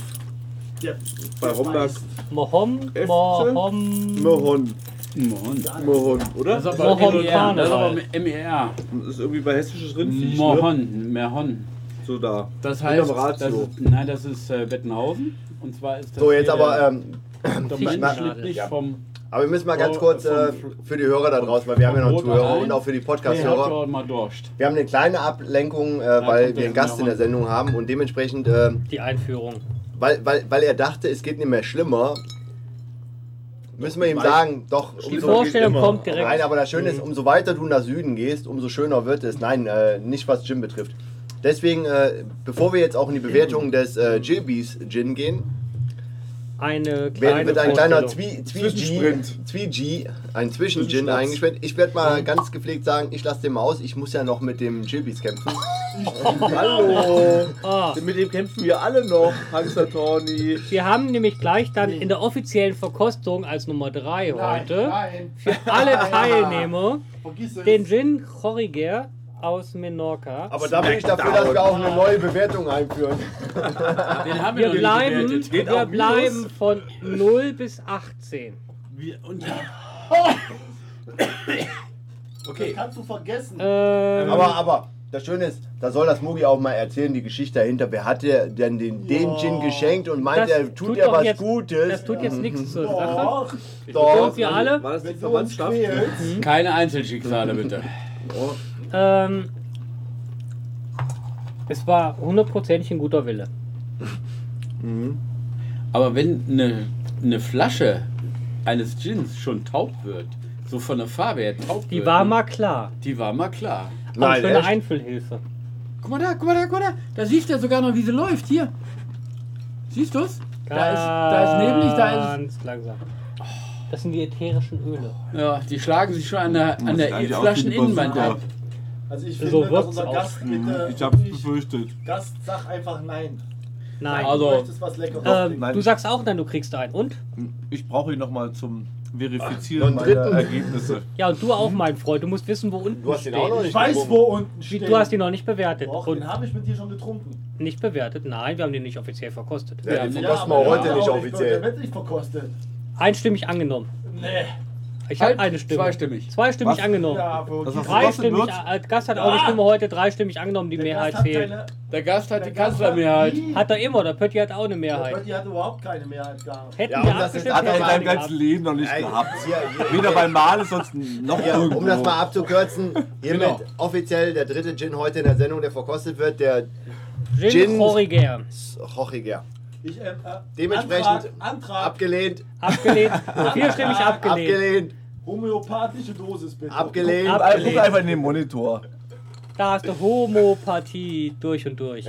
Der,
bei
der
Romberg.
weiß.
Mohom.
FC?
Mohom.
Mahon.
Mohon.
Mahon, oder?
Das ist
Mohon
aber MER. Das ist aber E
Karneval.
MER.
Das ist irgendwie bei hessisches Rindviech. Ne?
Mohon. Merhon.
So da.
Das
Mit
heißt,
einem Ratio.
das ist, nein, das ist äh, Bettenhausen. Und zwar ist das
so jetzt
hier
aber, ähm,
der
Fichtenschnitt.
Menschenschnitt nicht
Ja.
vom
aber wir müssen mal ganz
Oh,
kurz
vom-
äh, für die Hörer da draußen, weil wir haben ja noch einen
vom
Zuhörer
Rot
und auch für die Podcast-Hörer.
Herr mal Dorst.
Wir haben eine kleine Ablenkung, äh,
kommt
weil
der
wir einen Gast in der Sendung haben und dementsprechend, äh,
Die Einführung.
weil, weil, weil er dachte, es geht nicht mehr schlimmer, müssen wir ihm
weiß.
sagen, doch,
Die
umso,
Vorstellung kommt direkt.
nein, aber das Schöne ist, umso weiter du nach Süden gehst, umso schöner wird es. Nein, äh, nicht was Gin betrifft. Deswegen, äh, bevor wir jetzt auch in die Bewertung des äh, Jilbies Gin gehen,
eine kleine
werden, wird ein kleiner
Vorstellung.
Zwie- Zwie-G,
Zwischensprint.
Zwie-G, ein Zwischen-Gin eingeschwenkt. Ich werde mal ganz gepflegt sagen, ich lasse den mal aus, ich muss ja noch mit dem Jilbies kämpfen.
Hallo!
<laughs>
Ah,
Mit dem kämpfen wir alle noch, Hamster Tony.
wir haben nämlich gleich dann in der offiziellen Verkostung als Nummer 3 heute
Nein,
für alle Teilnehmer
vergiss es.
den Gin Jorriger aus Menorca.
Aber da bin ich dafür, dass wir auch eine neue Bewertung einführen.
Den haben
wir
wir, noch nicht
bleiben,
bewertet.
wir bleiben von 0 bis 18.
Wir- und- Okay.
Kannst du vergessen.
Ähm,
Aber, aber, das Schöne ist, da soll das Mugi auch mal erzählen, die Geschichte dahinter. Wer hat dir denn den, den Gin geschenkt und meint,
Das
er tut
tut
dir
doch
was
jetzt-
Gutes?
das tut jetzt nichts zur Sache.
Doch,
Und
Doch.
wir alle
War das die
wenn du uns
Verwandtschaft?
quälst.
Keine Einzelschicksale bitte.
Ähm, es war hundertprozentig ein guter Wille.
Aber wenn eine, eine Flasche eines Gins schon taub wird, so von der Farbe her taub
Die
wird,
war mal klar.
die war mal klar.
Aber
Nein,
für eine
echt?
Einfüllhilfe.
Guck mal da, guck mal da, guck mal da. Da siehst du ja sogar noch, wie sie läuft. Hier. Siehst du's? Da ist, da ist nämlich, da ist.
Ganz langsam. Das sind die ätherischen Öle.
Ja, die schlagen sich schon an der, an
Muss
der
ich eigentlich auch
Flascheninnenwand
lieber
ab.
Also ich
So
finde, dass
wirkt's
unser
auch.
Gast
Hm,
bitte...
Ich hab's befürchtet.
Gast, sag einfach nein.
Nein.
Also,
du möchtest was Leckeres.
ähm,
nein.
du sagst auch, nein, du kriegst einen. Und?
Ich brauche ihn nochmal zum
noch
Verifizieren
einen
meiner
dritten?
Ergebnisse.
Ja, und du auch, mein Freund. Du musst wissen, wo unten
Hm. Du hast
steht.
den auch noch
ich
nicht
weiß,
getrunken.
wo unten
Wie,
steht.
du hast ihn noch nicht bewertet.
Doch,
und
den habe ich mit dir schon getrunken.
nicht bewertet? Nein, wir haben den nicht offiziell verkostet.
Ja, den
Ja,
verkosten wir
aber
heute
der
nicht
wird auch Der
offiziell.
wird nicht verkostet.
Einstimmig angenommen.
Nee.
Ich habe
Halt,
Ein-
eine Stimme.
zweistimmig.
Zweistimmig
Was?
angenommen.
Ja, wo
Das
die
ist
Dreistimmig,
verkostet
äh, Gast hat auch
Ah!
eine Stimme heute, dreistimmig angenommen, die
Der
Mehrheit
Gast hat
fehlt.
keine-
Der Gast hat die
der Gast hat
halt
Kanzlermehrheit.
nie-
Hat er immer, der Pötti hat auch eine
Der
Mehrheit.
Pötti hat überhaupt keine Mehrheit gehabt.
Hätten
Ja,
wir
und das ist-
abgestimmt,
Hat
hätten
er in
wir eine
seinem
gehabt.
ganzen Leben noch nicht
Ey,
gehabt.
hier, hier,
Weder bei Males, sonst noch
Ja,
irgendwo.
um das mal abzukürzen, hiermit
Genau.
offiziell der dritte Gin heute in der Sendung, der verkostet wird, der
Gin,
Gin-
Choriger.
Hochiger.
Ich, äh, äh,
Dementsprechend
Antrag, Antrag
Abgelehnt,
Abgelehnt.
<laughs>
Vierstimmig abgelehnt.
abgelehnt,
homöopathische Dosis bitte.
abgelehnt.
Ab-
Guck einfach in den Monitor.
Da hast du Homopathie durch und durch.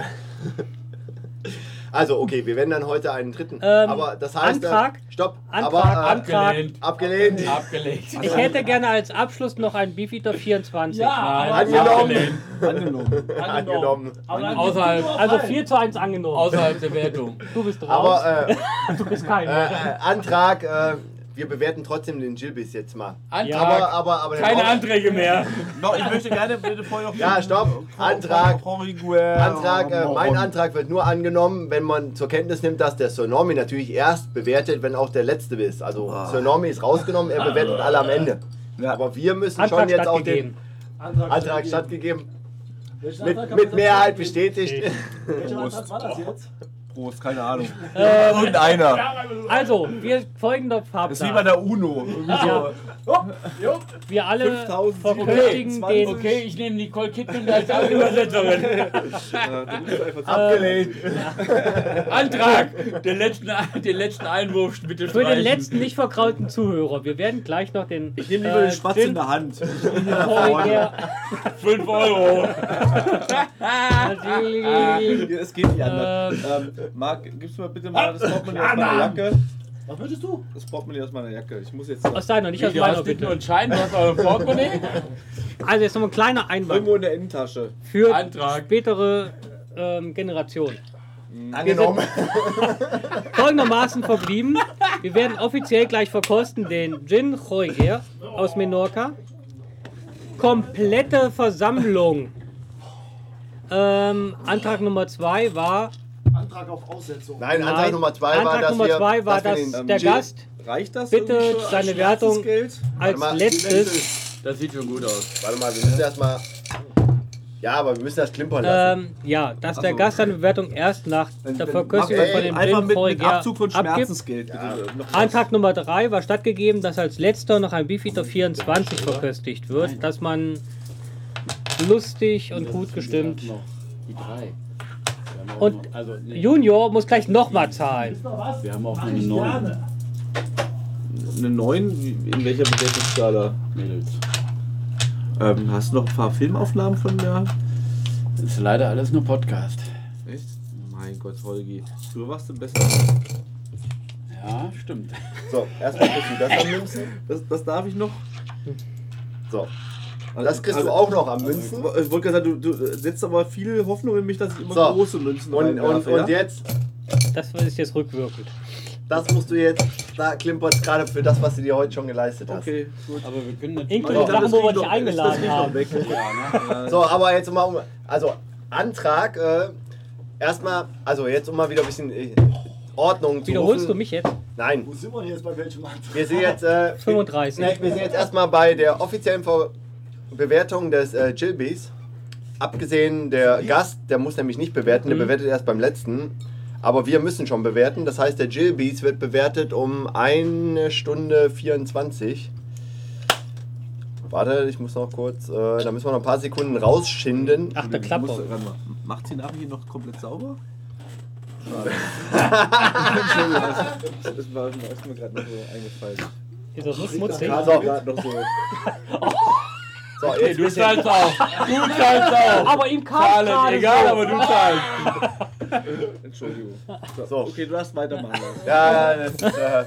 Also, okay, wir werden dann heute einen dritten.
Ähm,
aber das heißt. äh,
Antrag?
Stopp.
Antrag,
aber, äh,
Antrag.
Abgelehnt.
Abgelehnt. <laughs>
Abgelegt.
Also-
Ich hätte gerne als Abschluss noch einen Beefeater 24.
Ja, aber
Angenommen.
Angenommen.
Angenommen.
Aber dann
Außerhalb-
gibt's nur
Also
Fall.
4 zu 1 angenommen.
Außerhalb der Wertung.
du bist raus.
Aber äh,
du bist
äh,
keiner.
äh, Antrag, äh, wir bewerten trotzdem den Gilbis jetzt mal.
Antrag.
Aber, aber, aber
Keine
Antrag.
Anträge mehr.
Noch, ich möchte gerne bitte vorher noch.
Ja, stopp. Antrag.
Frau Riguer.
Antrag, äh, mein Antrag wird nur angenommen, wenn man zur Kenntnis nimmt, dass der Sir Normie natürlich erst bewertet, wenn auch der Letzte ist. Also Sir Normie ist rausgenommen, er bewertet alle am Ende. Aber wir müssen schon
Antrag
jetzt auch den
stattgegeben.
Antrag,
Antrag
stattgegeben.
stattgegeben,
Welchen Antrag
mit,
haben wir
mit
denn
Mehrheit
stattgegeben?
<laughs> bestätigt.
Welcher Antrag war das jetzt?
Prost, keine
<laughs>
Ahnung.
Ähm,
Irgendeiner.
also, wir folgender
Das ist wie bei
Fahrplan.
der UNO. Irgendwie so.
Wir alle
5.720.
verköstigen den...
Okay, ich nehme Nicole Kidman als Übersetzerin.
Äh,
Abgelehnt.
Antrag. Den letzten, den letzten Einwurf bitte
Für
streichen.
den letzten nicht verkrauten Zuhörer. Wir werden gleich noch den... äh,
Ich nehme
Äh,
lieber den Spatz in
Gin
der Hand.
Choriger.
5 Euro.
Natürlich.
Es geht nicht anders. Ähm, Marc, gibst du mal bitte
Ah,
mal das Portemonnaie aus meiner Jacke?
Was würdest du?
Das Portemonnaie aus meiner Jacke. Ich muss jetzt.
Aus deiner, nicht aus
Du
meiner,
hast nicht nur
bitte.
einen Schein, du hast auch einen Portemonnaie.
Also, jetzt noch mal ein kleiner Einwand
Irgendwo in der Innentasche.
für
Antrag.
spätere ähm, Generationen.
Angenommen.
folgendermaßen verblieben. Wir werden offiziell gleich verkosten den Gin Choiger aus Menorca. Komplette Versammlung. Ähm, Antrag Nummer 2 war,
Antrag auf Aussetzung.
Nein, Antrag
Nein,
Nummer 2
Antrag
war, dass
Nummer
wir,
zwei war,
dass
dass
wir den, ähm,
der
Gin-
Gast
Reicht das?
Bitte
irgendwie schon
seine
als
Wertung-
Schmerzensgeld?
als
mal,
letztes
Das sieht schon gut aus.
ähm, Warte mal, wir müssen erstmal. Ja, aber wir müssen das klimpern lassen.
ähm, ja, dass
Ach
der
so.
Gast seine Bewertung erst nach
Dann-
der
dann
Verköstigung
mach-
von
ey,
dem
Einfach
Gin
mit, mit
Choiger
Abzug von
abgibt.
Schmerzensgeld. Bitte. Noch was.
Antrag Nummer 3 war stattgegeben, dass als letzter noch ein Beefeater 24 verköstigt wird, dass man lustig und gut gestimmt
Die drei. Wir haben auch
Und
noch- also, nee,
Junior muss gleich nochmal zahlen.
Ist noch was?
wir haben auch noch
Mach
eine
ich
neun
gerne.
Eine 9? In welcher Bewertungsskala?
Mädels.
Ähm, hast du noch ein paar Filmaufnahmen von der?
Das ist leider alles nur Podcast.
Echt? Mein Gott, Holgi. Früher warst du besser.
Ja, stimmt.
So, erstmal kriegst du das am Münzen.
Das, das darf ich noch.
So,
Also,
das kriegst du Also- auch noch am Münzen.
Ich wollte gerade sagen, du, du setzt aber viel Hoffnung in mich, dass ich immer
So.
große Münzen
Und, und,
reinwerfe,
und
ja?
jetzt,
Das ist jetzt rückwirkend.
das musst du jetzt, da klimpert gerade für das, was du dir heute schon geleistet hast.
Okay, gut.
Aber wir können natürlich.
Inklusive Sachen, wo wir dich
das
eingeladen
riecht noch
haben.
weg.
So, aber jetzt mal um. Also, Antrag, äh, erstmal, also jetzt um mal wieder ein bisschen äh, Ordnung zu
Wiederholst
rufen.
du mich jetzt?
Nein.
Wo sind wir denn jetzt bei welchem Antrag?
Wir sind jetzt. Äh,
35.
Ne, wir sind jetzt erstmal bei der offiziellen Ver Bewertung des äh, Chilbys. Abgesehen der Gast, der muss nämlich nicht bewerten, der bewertet erst beim letzten. Aber wir müssen schon bewerten. Das heißt, der Jillbees wird bewertet um 1 Stunde 24. Warte, ich muss noch kurz. Äh, da müssen wir noch ein paar Sekunden rausschinden.
Ach, der
Du musst-
Klappe.
warte mal, Macht sie nachher hier noch komplett sauber? Schade. das war, das ist mir gerade noch so eingefallen.
Ist das so schmutzig?
Also,
Gerade noch so.
so, jetzt
Du zahlst auch. Du zahlst auch.
Aber ihm kam
Alles
gerade
egal,
so.
aber du zahlst.
Entschuldigung.
So.
Okay, du darfst weitermachen. Lars.
Ja, das ist, äh,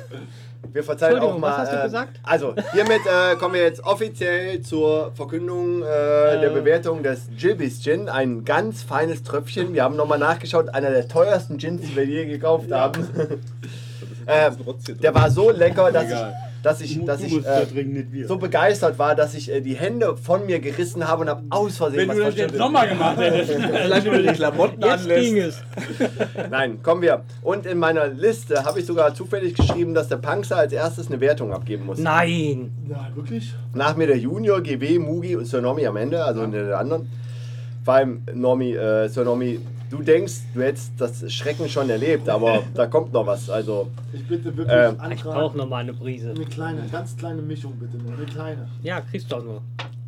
wir verzeihen auch
Entschuldigung,
mal.
was hast du
äh,
gesagt?
Also, hiermit äh, kommen wir jetzt offiziell zur Verkündung äh, der Bewertung des Jibis Gin. Ein ganz feines Tröpfchen. Wir haben nochmal nachgeschaut, einer der teuersten Gins, die wir je gekauft haben. <laughs> äh,
Trotzdem.
der war so lecker, dass ich,
Egal.
dass ich, dass ich äh, so begeistert war, dass ich äh, die Hände von mir gerissen habe und habe aus Versehen
Wenn du das jetzt
verstanden.
nochmal gemacht hättest.
Vielleicht über die Klamotten
Jetzt
anlässt.
ging es.
Nein, kommen wir. Und in meiner Liste habe ich sogar zufällig geschrieben, dass der Punkster als erstes eine Wertung abgeben muss.
Nein.
Ja, wirklich?
Nach mir der Junior, GW, Mugi und Sir Nomi am Ende, also in den anderen. Vor allem Nomi, äh, Sir Nomi, du denkst, du hättest das Schrecken schon erlebt,
<laughs>
aber da kommt noch was. Also
Ich bitte wirklich
Ähm,
antragen.
Ich brauche nochmal eine Brise.
Eine kleine, ganz kleine Mischung bitte nur. Eine kleine.
Ja, kriegst du auch nur.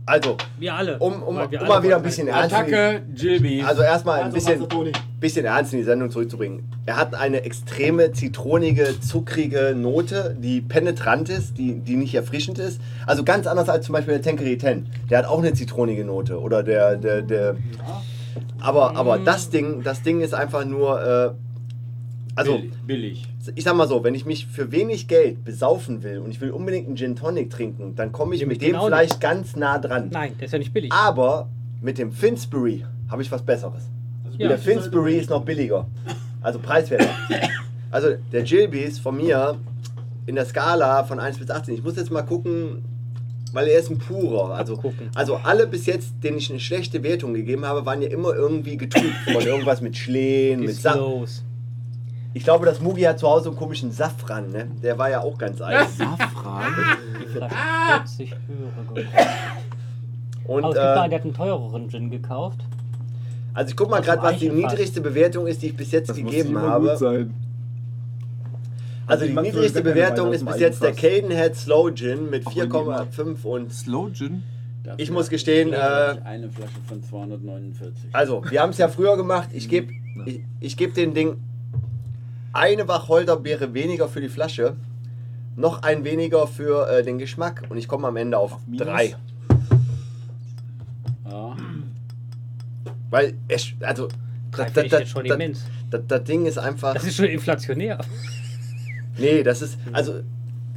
Also,
Wir alle.
um, um,
Weil wir
um
alle halt
mal wieder ein
wollen
bisschen ernst in die,
Attacke Jilby.
Also erstmal ein
Also,
bisschen,
Mazzatoni.
bisschen ernst in die Sendung zurückzubringen. Er hat eine extreme zitronige, zuckrige Note, die penetrant ist, die, die nicht erfrischend ist. Also ganz anders als zum Beispiel der Tankery 10. Der hat auch eine zitronige Note. Oder der. der, der aber, aber das Ding, das Ding ist einfach nur. Äh, also
billig.
ich sag mal so, wenn ich mich für wenig Geld besaufen will und ich will unbedingt einen Gin Tonic trinken, dann komme ich
Nehme
mit
ich den
dem
auch
vielleicht ganz nah dran.
Nein, der ist ja nicht billig.
Aber mit dem Finsbury habe ich was Besseres.
Also,
Ja.
der Finsbury ist noch billiger. Also
<coughs>
preiswerter. Also der Gilbys von mir in der Skala von 1 bis 18. Ich muss jetzt mal gucken, weil er ist ein purer. Also,
Abgucken.
also alle bis jetzt, denen ich eine schlechte Wertung gegeben habe, waren ja immer irgendwie getrübt von irgendwas mit Schlehen, mit
ist
Saft.
los.
Ich glaube, das Mugi hat zu Hause einen komischen Safran, ne? Der war ja auch
<laughs>
ganz alt.
Safran?
Die Flasche hat 40 Höhere gekostet.
Und
Aber es gibt noch einen,
äh,
der hat einen teureren Gin gekauft.
also ich guck mal
aus dem
gerade, was die
Eichenfass.
niedrigste Bewertung ist, die ich bis jetzt
Das muss
gegeben
immer
habe.
gut sein.
Also die
Die Maxwell
niedrigste
Becker dabei
Bewertung
aus
ist
dem
bis jetzt der
Eigenfass.
Cadenhead Slow Gin mit
Auch wenn die
4,5 und
Slow Gin?
Ich muss gestehen, äh,
eine Flasche von 249.
also wir haben es ja früher gemacht. Ich gebe ich, ich geb dem Ding eine Wacholderbeere weniger für die Flasche, noch ein weniger für äh, den Geschmack und ich komme am Ende auf,
minus?
drei,
Ja.
weil es, also
Drei
das, das,
finde ich
das,
jetzt schon
das,
immens.
das, das Ding ist einfach.
Das ist schon inflationär.
nee, das ist also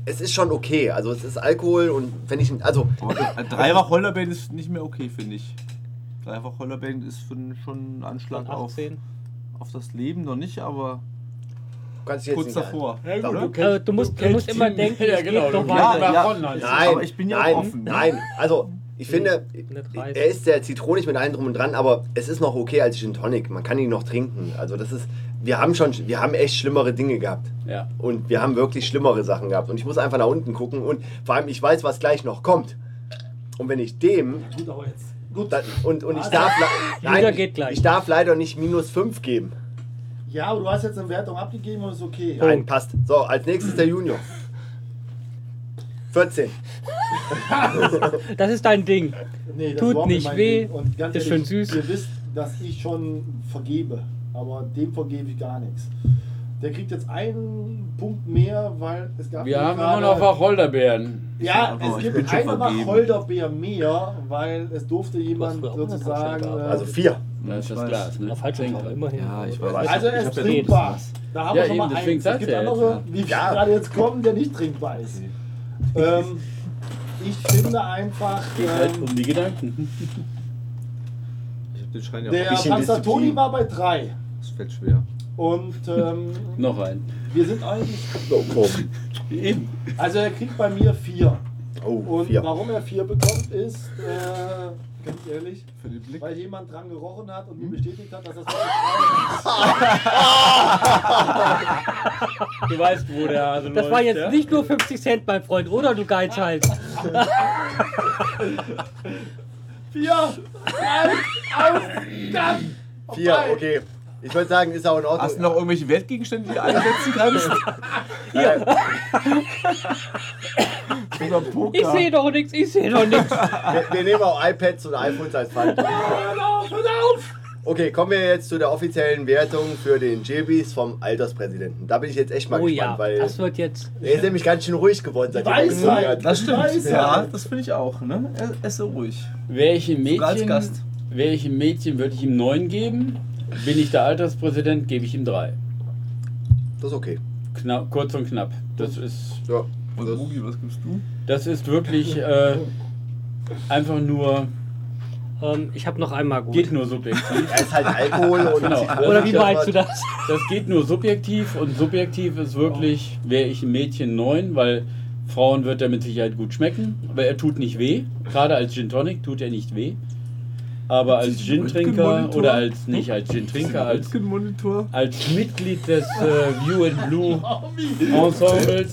es ist schon okay. Also es ist Alkohol und wenn ich also
Aber äh, drei Wacholderbeeren ist nicht mehr okay, finde ich. Drei Wacholderbeeren ist für, schon ein Anschlag auf,
18.
auf das Leben noch nicht, aber
kannst du jetzt
kurz
nicht-
davor.
Oder?
Also, du musst, du musst immer denken,
Ja,
es
genau,
geht noch
du-
weiter.
Ja,
ja.
Davon, also.
Nein,
Aber ich bin ja
nein,
auch offen, ne?
Nein, also ich finde,
Eine 30.
er ist sehr zitronig mit allem drum und dran, aber es ist noch okay als Gin Tonic. Man kann ihn noch trinken. Also das ist, wir haben schon, wir haben echt schlimmere Dinge gehabt.
Ja.
Und wir haben wirklich schlimmere Sachen gehabt. Und ich muss einfach nach unten gucken und vor allem, ich weiß, was gleich noch kommt. Und wenn ich dem,
Gut, aber jetzt. Gut.
dann, und,
Ah,
und ich darf, le-
Jeder
nein,
geht
ich,
gleich.
ich darf leider nicht minus 5 geben.
Ja, aber du hast jetzt eine Wertung abgegeben und ist okay.
Nein, passt. So, als nächstes der Junior. 14.
Das ist dein Ding.
Nee, das
Tut
überhaupt
nicht
mein
weh,
Ding. Und ganz
ist
ehrlich,
schön süß.
Ihr wisst, dass ich schon vergebe, aber dem vergebe ich gar nichts. Der kriegt jetzt einen Punkt mehr, weil es gab
Wir
ja
haben immer
gerade-
noch Wacholderbeeren.
Ja,
Aber
es
ich bin
gibt
schon
eine
vergeben.
Wacholderbeer mehr, weil es durfte jemand
früher auch eine
sozusagen.
Tankstelle
äh,
Also 4.
Da ist
Ich
das
weiß.
Glas, ne?
Auf falschem
Trinkt
Tau,
er.
immerhin.
Ja, ich weiß.
Also
ich
er ist
hab ja-
trinkbar. Da
Ja,
haben wir schon
eben,
mal
deswegen
einen. Es
sagt's
gibt
ja
andere,
jetzt.
die
Ja.
gerade jetzt kommen, der nicht trinkbar ist. Ähm, ich finde einfach,
Geht halt
ähm,
um die Gedanken.
Ich hab den Schein ja
der
auch.
Panzertoni war bei 3.
Das fällt schwer.
Und ähm,
<laughs> Noch ein.
wir sind eigentlich.
Eben.
Also er kriegt bei mir 4.
Oh,
Und
4.
warum er 4 bekommt, ist, äh, ganz ehrlich,
Für den Blick.
weil jemand dran gerochen hat und mir bestätigt hat, dass das meine Frau ist.
Du weißt, wo der Hase
Das
läuft,
war jetzt
ja?
nicht nur 50 Cent, mein Freund, oder du Geizhals?
4!
4, okay. Ich würde sagen, ist auch in Ordnung.
Hast du noch irgendwelche Wertgegenstände, die du einsetzen <laughs> kannst?
Äh,
Oder Poker?
Ich sehe doch nichts, ich sehe doch nichts.
wir, wir nehmen auch iPads und iPhones als Pfand. Okay, kommen wir jetzt zu der offiziellen Wertung für den JBs vom Alterspräsidenten. Da bin ich jetzt echt mal
Oh ja,
gespannt, weil
das wird jetzt.
er ist nämlich ganz schön ruhig geworden seit
Weisheit!
Das stimmt.
Weiß
ja,
er.
das finde ich auch. Ne? Er, er ist so ruhig.
Welche
Sogar als
Mädchen,
Gast.
welche Mädchen würde ich ihm neun geben? Bin ich der Alterspräsident, gebe ich ihm drei.
Das ist okay.
Knapp, kurz und knapp. Das ist,
Ja.
Und Mugi, was gibst du?
das ist wirklich äh, einfach nur,
Ähm, ich habe noch einmal gut.
geht nur subjektiv.
Er ist halt Alkohol und
Genau.
Oder wie
Ja,
meinst du das?
Das geht nur subjektiv und subjektiv ist wirklich, wäre ich ein Mädchen neun, weil Frauen wird er mit Sicherheit gut schmecken, aber er tut nicht weh. Gerade als Gin Tonic tut er nicht weh. Aber als Gin-Trinker oder als nicht als Gin-Trinker, als,
Röntgenmonitor.
als Mitglied des äh, View and
<laughs>
Blue Ensembles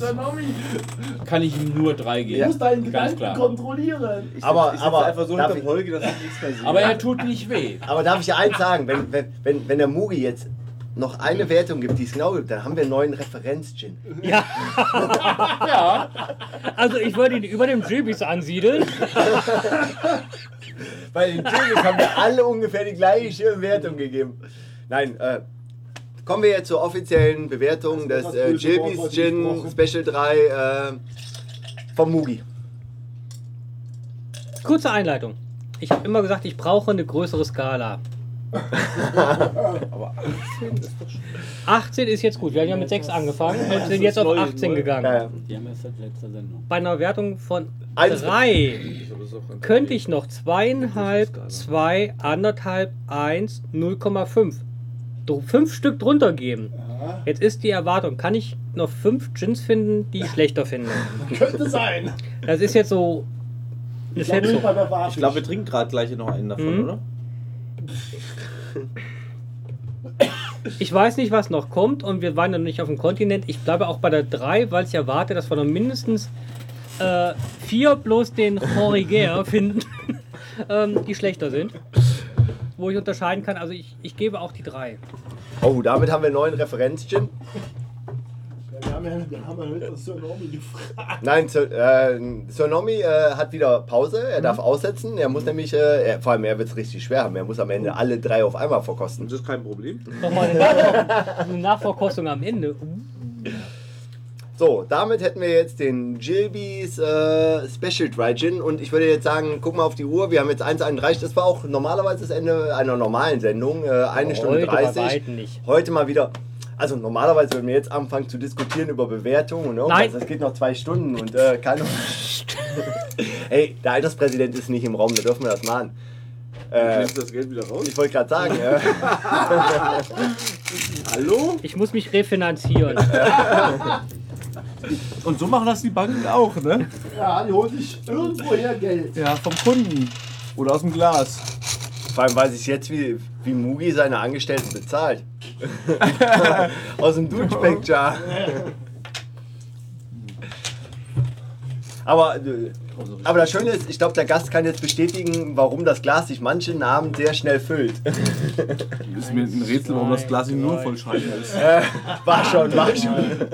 kann ich ihm nur drei geben.
Ja.
Du musst deinen
Ganz
Gedanken
klar.
kontrollieren.
Ich
Aber-
setz- ich setz
aber-
einfach so
darf
hinter
ich-
Holge, dass ich nichts mehr sehe.
Aber er tut nicht weh.
Aber darf ich eins sagen, wenn, wenn, wenn, wenn der Mugi jetzt noch eine Wertung gibt, die es genau gibt, dann haben wir einen neuen Referenz-Gin.
Ja.
Ja,
Also ich würde ihn über dem Jibis ansiedeln.
Weil den Gin haben wir alle ungefähr die gleiche Wertung gegeben. Nein, äh, kommen wir jetzt zur offiziellen Bewertung
Das
des
ist
äh,
das böse
Jilbys
Wort, was ich
Gin
gesprochen.
Special 3 äh, vom Mugi.
Kurze Einleitung. Ich habe immer gesagt, ich brauche eine größere Skala. 18 ist jetzt gut. Wir haben ja mit 6 angefangen und sind jetzt auf 18
Ja,
gegangen.
ja.
Die haben erst seit letzter Sendung.
Bei einer Wertung von
Eins.
3
Ich hab das auch ganz
könnte
ehrlich.
ich noch 2,5, 2, 1,5, 1, 0,5. 5 Stück drunter geben.
Ja,
Jetzt ist die Erwartung, kann ich noch 5 Gins finden,
<laughs>
die ich schlechter finde?
könnte sein.
Das ist jetzt so eine
Ich glaube,
Schätzung.
bei der Wahrheit.
Ich glaube, wir trinken gerade gleich noch einen davon,
Mhm.
oder?
Ich weiß nicht, was noch kommt und wir waren ja noch nicht auf dem Kontinent. Ich bleibe auch bei der 3, weil ich erwarte, dass wir noch mindestens äh, vier bloß den
<laughs>
Horigär finden, <laughs> ähm, die schlechter sind. Wo ich unterscheiden kann. Also ich, ich gebe auch die 3.
Oh, damit haben wir einen neuen Referenz-Gin.
Ja, wir haben ja, wir haben ja mit uns Tsunomi gefragt.
Nein, Sir, äh, Sir Nomi äh, hat wieder Pause. Er darf aussetzen. Er muss nämlich, äh, er, vor allem er wird es richtig schwer haben. Er muss am Ende alle drei auf einmal verkosten.
Das ist kein Problem.
Nochmal eine,
<laughs>
Nachver eine Nachverkostung am Ende. Uh,
So, damit hätten wir jetzt den Gilbys äh, Special Dry Gin und ich würde jetzt sagen, guck mal auf die Uhr, wir haben jetzt 1,31, das war auch normalerweise das Ende einer normalen Sendung, äh, eine Stunde
Heute bei
30.
weitem nicht.
Heute mal wieder, also normalerweise würden wir jetzt anfangen zu diskutieren über Bewertungen und irgendwas,
Nein.
das geht noch zwei Stunden und äh, keine...
<laughs>
Ey, der Alterspräsident ist nicht im Raum, da dürfen wir das machen. Äh,
Nimmst du das Geld wieder raus?
ich wollte gerade sagen, äh,
Hallo?
Ich muss mich refinanzieren.
Und so machen das die Banken auch, ne?
Ja, die holen sich irgendwoher Geld.
Ja, vom Kunden. Oder aus dem Glas.
Vor allem weiß ich jetzt, wie, wie Mugi seine
<laughs>
Angestellten bezahlt. Aus dem Duschbeck-Jar. Aber, äh, aber das Schöne ist, ich glaube, der Gast kann jetzt bestätigen, warum das Glas sich manchen Abend sehr
<laughs>
schnell füllt.
Ist mir ein Rätsel, warum das Glas nicht nur voll scheiße ist.
War schon, war schon.
Sagen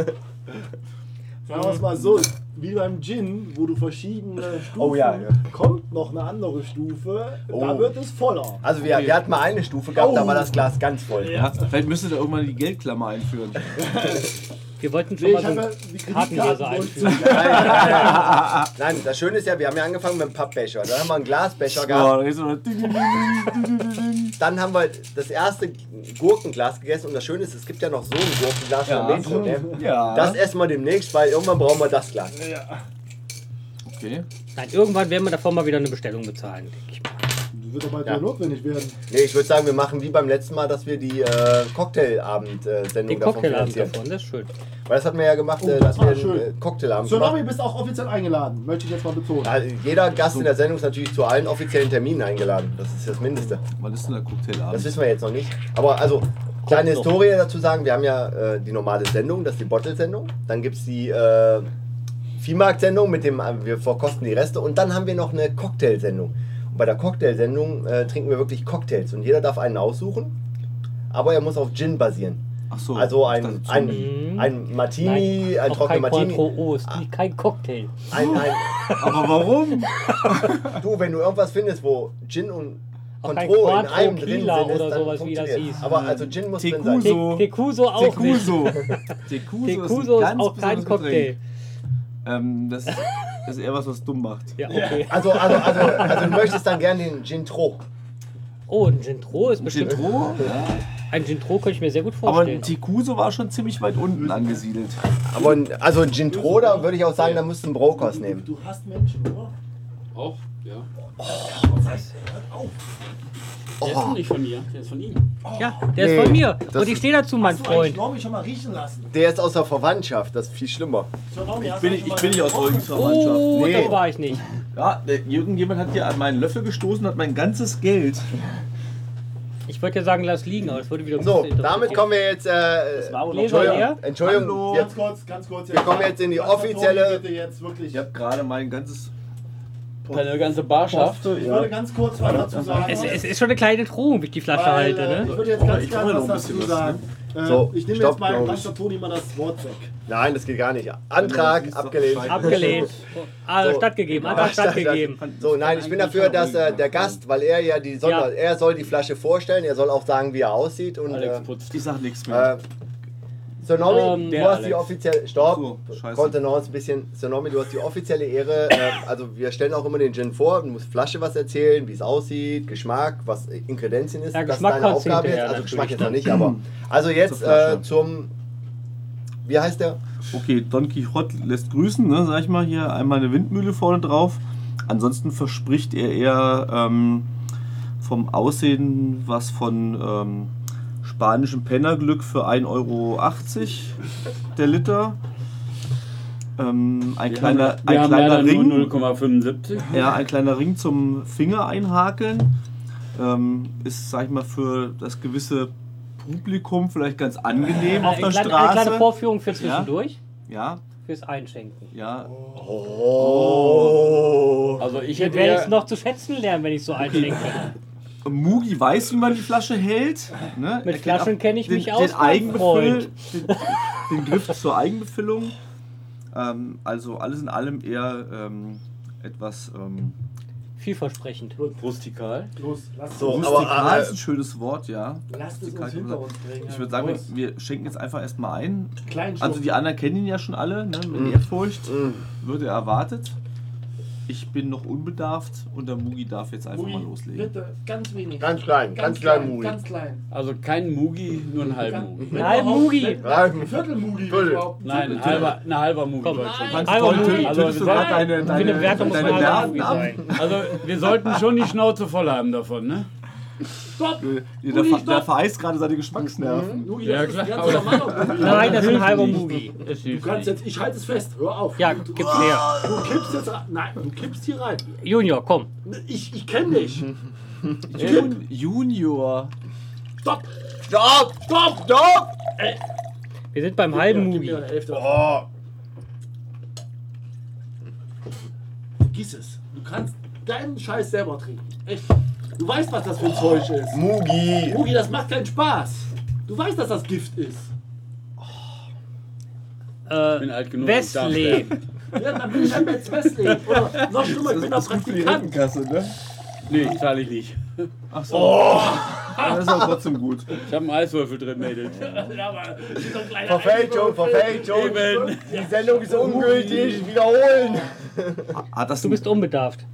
wir es mal so, wie beim Gin, wo du verschiedene Stufen
Oh ja, ja.
kommt noch eine andere Stufe,
Oh.
da wird es voller.
Also wir, wir hatten mal eine Stufe gehabt, da
Oh.
war das Glas ganz voll.
Ja, vielleicht müsste da irgendwann die Geldklammer einführen.
Wir wollten schon
Nee,
mal
ich
so
habe ja
einen Kartenleser
die Kreditkarte
einführen.
Nein, das Schöne ist ja, wir haben ja angefangen mit einem Pappbecher. Dann haben wir einen Glasbecher gehabt.
Ja, da ist so eine Ding, ding, ding, ding, ding, ding, ding.
Dann haben wir das erste Gurkenglas gegessen und das Schöne ist, es gibt ja noch so ein Gurkenglas
Ja.
von Metro. Ne?
<laughs> Ja.
Das essen wir demnächst, weil irgendwann brauchen wir das Glas.
okay.
Nein, irgendwann werden wir davon mal wieder eine Bestellung bezahlen, denke ich.
Das wird doch bald
Ja.
wieder notwendig werden.
Nee, ich würde sagen, wir machen wie beim letzten Mal, dass wir die äh, Cocktailabend-Sendung
Den
davon
Cocktailabend
finanzieren.
davon, das ist schön. Weil
Weil das hatten wir ja gemacht,
Oh,
äh, dass
ah,
wir einen
schön.
äh, Cocktailabend
Tsunami
machen.
bist auch offiziell eingeladen, möchte ich jetzt mal betonen.
Also jeder Gast in der Sendung ist natürlich zu allen offiziellen Terminen eingeladen. Das ist das Mindeste.
Wann ist denn der
Das
Cocktailabend?
wissen wir jetzt noch nicht. Aber also, kleine
noch.
Historie dazu sagen, wir haben ja äh, die normale Sendung, das ist die Bottle-Sendung. Dann gibt es die äh, Viehmarkt-Sendung, mit dem äh, wir verkosten die Reste. Und dann haben wir noch eine Cocktailsendung. Und bei der Cocktailsendung äh, trinken wir wirklich Cocktails. Und jeder darf einen aussuchen, aber er muss auf Gin basieren.
Ach so.
Also
ich
ein,
dachte, so
ein, ein Martini, ein
auch kein
trockener Martini.
Quattro O's, die- kein Cocktail.
Ein,
<laughs>
Aber
<laughs>
warum?
ein, du, wenn du irgendwas findest, wo Gin und
Auch kein
Contro in
Quattro
einem drin sind,
Kila
ist,
oder
dann
sowas, wie das
funktioniert's.
hieß.
Aber also Gin muss drin sein.
Tecuso.
Te-
So.
Tecuso auch nicht.
Tecuso. Tecuso
Tecuso ist auch kein
besonderes
Cocktail.
Getränk. Ähm, das, das ist eher was, was dumm macht.
Ja, okay.
Also, also, also, also du möchtest dann gerne den Gintro.
Oh, ein Gintro ist bestimmt.
Gintro, ja.
Ein Gintro könnte ich mir sehr gut
aber ein
vorstellen.
Tecuso war schon ziemlich weit unten angesiedelt.
Aber ein- also ein Gintro, da würde ich auch sagen, da müsst ihr einen Brokers nehmen.
Du hast Menschen, oder?
Auch Ja. Der ist
Oh.
doch nicht von mir, der ist von ihm.
Ja, der ist
Nee,
von mir.
das
Und ich
ist-
stehe dazu, mein
Hast du eigentlich
Freund.
Normi schon mal riechen lassen?
Der ist aus der Verwandtschaft, das ist viel schlimmer.
So, Normi, hast
bin
du
ich,
schon
ich
mal
bin nicht aus
gerochen?
Eugens Verwandtschaft.
Oh,
Nee.
das war ich nicht.
Ja, der- irgendjemand hat hier an meinen Löffel gestoßen und hat mein ganzes Geld.
Ich wollte ja sagen, lass liegen, aber es würde wieder
So, damit kommen wir jetzt. Äh,
war wohl noch
Gläser
teuer.
leer.
Entschuldigung,
Ganz
jetzt,
kurz, ganz kurz.
Wir kommen jetzt in die
Ganz kurz,
offizielle-
Normi, bitte Jetzt wirklich.
Ich habe gerade mein ganzes.
Deine ganze Barschaft.
Ich würde ganz kurz was dazu sagen.
Es, es ist schon eine kleine Drohung, wie ich die Flasche
Weil,
halte,
äh, Ich
ne?
würde jetzt ganz
Oh, ich
gerne was
brauche noch ein bisschen
dazu
was, ne?
sagen. Äh,
So,
ich nehme
stopp,
jetzt meinem
glaub ich.
Pastor Toni mal das Wort weg.
nein, das geht gar nicht. Antrag
siehst du,
abgelehnt.
Scheiße.
Abgelehnt. Also
So.
stattgegeben, Antrag stattgegeben.
So, nein, ich bin dafür, dass äh, der Gast, weil er ja die Sonder,
Ja.
er soll die Flasche vorstellen, er soll auch sagen, wie er aussieht und äh,
Alex putzt.
Ich sag nichts mehr.
äh, Sonomi,
Ähm,
du
der
hast die
Alex.
offizielle Stopp,
Ach so, scheiße.
Kontenance ein bisschen. Sonomi, du hast die offizielle Ehre. Äh, also wir stellen auch immer den Gin vor, du musst Flasche was erzählen, wie es aussieht, Geschmack, was Inkredenzien ist.
Ja,
das ist
Geschmack
deine
kommt's
Aufgabe jetzt.
hinterher
Also Geschmack jetzt noch
natürlich,
nicht, aber. Also jetzt
Mhm. Zur Flasche.
äh, zum. Wie heißt der?
Okay, Don Quixote lässt grüßen, ne, sag ich mal, hier einmal eine Windmühle vorne drauf. Ansonsten verspricht er eher ähm, vom Aussehen was von ähm, spanischem Pennerglück für 1,80 Euro der Liter. Ähm, ein
Wir
kleiner,
haben, wir
ein
haben
kleiner
leider
Ring.
nur 0,75.
Ja, ein kleiner Ring zum Finger einhakeln. Ähm, ist, sag ich mal, für das gewisse Publikum vielleicht ganz angenehm auf der
eine, Äh, kleine, eine kleine
Straße.
Vorführung für zwischendurch,
Ja,
fürs Einschenken.
ja.
Also ich
Ich
hätte
werde es
eher,
noch zu schätzen lernen, wenn ich so einschenke.
Mugi weiß, wie man die Flasche hält. Ne?
Mit
Er
Flaschen
ab-
kenne ich
den,
mich aus,
Den,
mein
Eigenbefüll, den, den Griff zur Eigenbefüllung. Ähm, also alles in allem eher ähm, etwas. Ähm,
Vielversprechend.
rustikal.
Los, lass
So,
uns,
rustikal
aber, äh,
ist ein schönes Wort, ja.
lass es
rustikal
uns hinter uns bringen.
Ich würde sagen,
Los,
wir, wir schenken jetzt einfach erstmal ein.
kleinen
Also die
Schluck.
anderen kennen ihn ja schon alle, ne? mit
Mhm.
Ehrfurcht.
äh, mm,
Wird er erwartet. Ich bin noch unbedarft und der Mugi darf jetzt einfach
Ui,
mal loslegen.
Bitte, ganz wenig.
ganz klein, ganz, klein, Muri.
Ganz klein.
Also kein Mugi, nur ein halber
Mhm.
Mugi.
Nein, Mugi.
Ein Viertel Mugi.
Viertel.
Nein, ein halber, ein halber Mugi.
Komm.
Deutschland.
Kannst
Halber
voll
Mugi.
töten,
Also,
tötest
wir
du grad
sollten-
deine,
Für eine Wertung muss man
deine
halt
Nerven
irgendwie sein.
ab.
Also wir sollten schon die Schnauze voll haben davon, ne?
Stopp!
Ja, der, ver der vereist gerade seine
Mhm.
Geschmacksnerven.
Mugi,
Ja,
das ist ein
klar,
ganz normaler Mugi.
Nein, das ist ein halber
nicht.
Mugi.
Es
Du
hilft
kannst
nicht.
jetzt, ich halte es fest, hör auf.
Ja,
du,
gib's her.
du kippst jetzt rein. Nein, du kippst hier rein.
Junior, komm.
Ich, ich kenne dich.
Jun Junior.
Stopp!
Stopp!
Stopp!
Stopp!
Wir sind beim halben
Gib mir
Mugi.
eine Elfte.
Oh,
Vergiss es. Du kannst deinen Scheiß selber trinken. Echt. Du weißt, was das für ein Zeug ist.
Mugi!
Mugi, das macht keinen Spaß. Du weißt, dass das Gift ist.
Ich bin
Äh,
alt genug. ich darf
Wesley.
sterben.
Ja, dann bin ich halt jetzt Wesley. Oder noch schlimmer, ich bin doch Praktikant.
Rentenkasse, ne?
Nee, zahle ich nicht.
Ach so. Oh. Das ist aber trotzdem gut.
Ich habe einen Eiswürfel drin, Mädels.
Ja, aber das ist doch ein kleiner
Verfälschung,
Einwurf.
Verfälschung! Die Sendung ist ungültig, wiederholen!
Hat das,
Du bist unbedarft.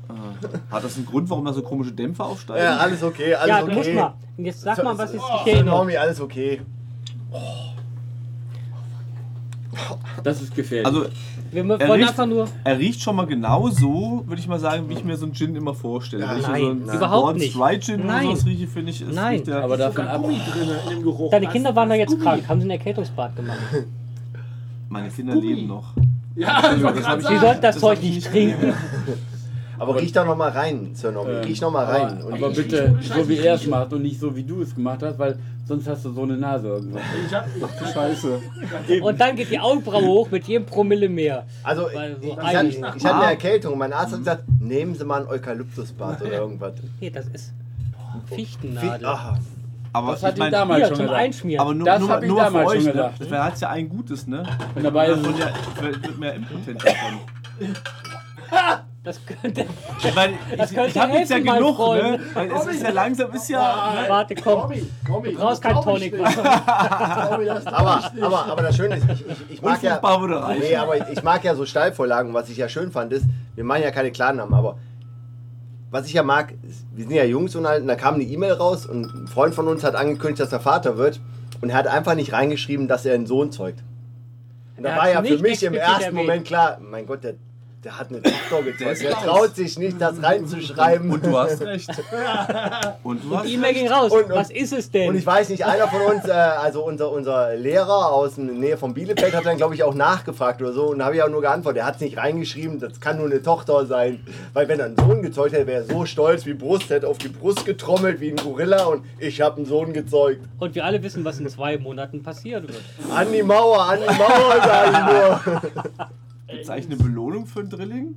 hat das einen Grund, warum da so komische Dämpfer aufsteigen?
Ja, alles okay, alles
Ja,
Also, okay.
muss mal. Und jetzt sag mal, was ist die
Hey,
Erinnerung?
Normi, alles okay.
Das ist gefährlich.
Also
Wir wollen
er riecht-
einfach nur.
er riecht schon mal genau so, würde ich mal sagen, wie ich mir so einen Gin immer vorstelle. Wenn ich mir so
Nein,
einen
überhaupt
Gordon's
nicht.
Dry Gin
Nein.
oder sowas rieche, finde ich, ist
Nein.
riecht der,
aber davon
Sogar
ab.
Gummi drin in dem Geruch.
Deine
Das-
Kinder waren doch
das
jetzt
Gummi.
krank, haben sie ein Erkältungsbad gemacht.
meine Kinder
Gummi.
leben noch.
Ja,
Also,
ich wollte
Das hab
Sie
gerade
ich
sagen.
sollten das Zeug nicht trinken.
Aber riech da nochmal rein, Sir Normi. riech nochmal rein.
Aber,
Und
aber
ich-
bitte, so wie er es macht und nicht so wie du es gemacht hast, weil sonst hast du so eine Nase irgendwann.
Ich hab, ich,
Scheiße.
Und dann geht die Augenbraue hoch mit jedem Promille mehr.
also, ich,
Weil so
ich, hatte,
eigentlich
ich
nach
hatte eine
Mark.
Erkältung. Mein Arzt hat gesagt, nehmen Sie mal ein Eukalyptusbad oder irgendwas.
Hier, das ist
Viel,
Fichtennadel.
aha.
Aber
Das hat
ich
ihm
mein,
damals
Hier,
schon
zum
gesagt.
Einschmieren.
aber nur,
Das
nur,
hab
mal-
ich
nur mal für
damals schon
euch, ne?
gedacht, ne?
Wer hat's ja ein gutes, ne?
Wenn dabei
Also-
ist,
Und der wird mehr impotent davon.
das könnte. <laughs>
Ich meine,
Das
ich,
könnte
ich habe jetzt ja
helfen, mein
genug,
Freund.
ne? Weil es ist ja langsam, ist ja. ne?
Warte, komm.
Gummi, Gummi.
Du brauchst kein Tonic.
<laughs>
Ah, Aber, aber, aber das Schöne ist, ich, ich, ich mag ja.
Unfruchtbar würde reichen.
Nee, aber ich mag ja so Steilvorlagen. Was ich ja schön fand, ist, wir machen ja keine Klarnamen, aber was ich ja mag, ist, wir sind ja Jungs und halt, und da kam eine E-Mail raus und ein Freund von uns hat angekündigt, dass er Vater wird und er hat einfach nicht reingeschrieben, dass er einen Sohn zeugt. Und da
Er
war
hat's
ja für
nicht
mich im
explizit
ersten
erwähnt.
Moment klar, mein Gott, der Der hat eine
<laughs>
Doktor getrunken.
ist
Der
raus.
traut sich nicht, das reinzuschreiben.
Und du hast recht. Und du hast
E-Mail ging raus.
Und- und-
Was ist es denn?
Und ich weiß nicht, einer von uns, äh, also unser, unser Lehrer aus der Nähe von Bielefeld, hat dann, glaube ich, auch nachgefragt oder so. Und da habe ich auch nur geantwortet. Er hat es nicht reingeschrieben, das kann nur eine Tochter sein. Weil wenn er einen Sohn gezeugt hätte, wäre er so stolz wie Brust, hätte auf die Brust getrommelt wie ein Gorilla und ich habe einen Sohn gezeugt.
Und wir alle wissen, was in zwei Monaten passieren wird.
An die Mauer, an die Mauer, sag ich
<laughs>
nur.
Gibt's eigentlich eine Belohnung für einen Drilling?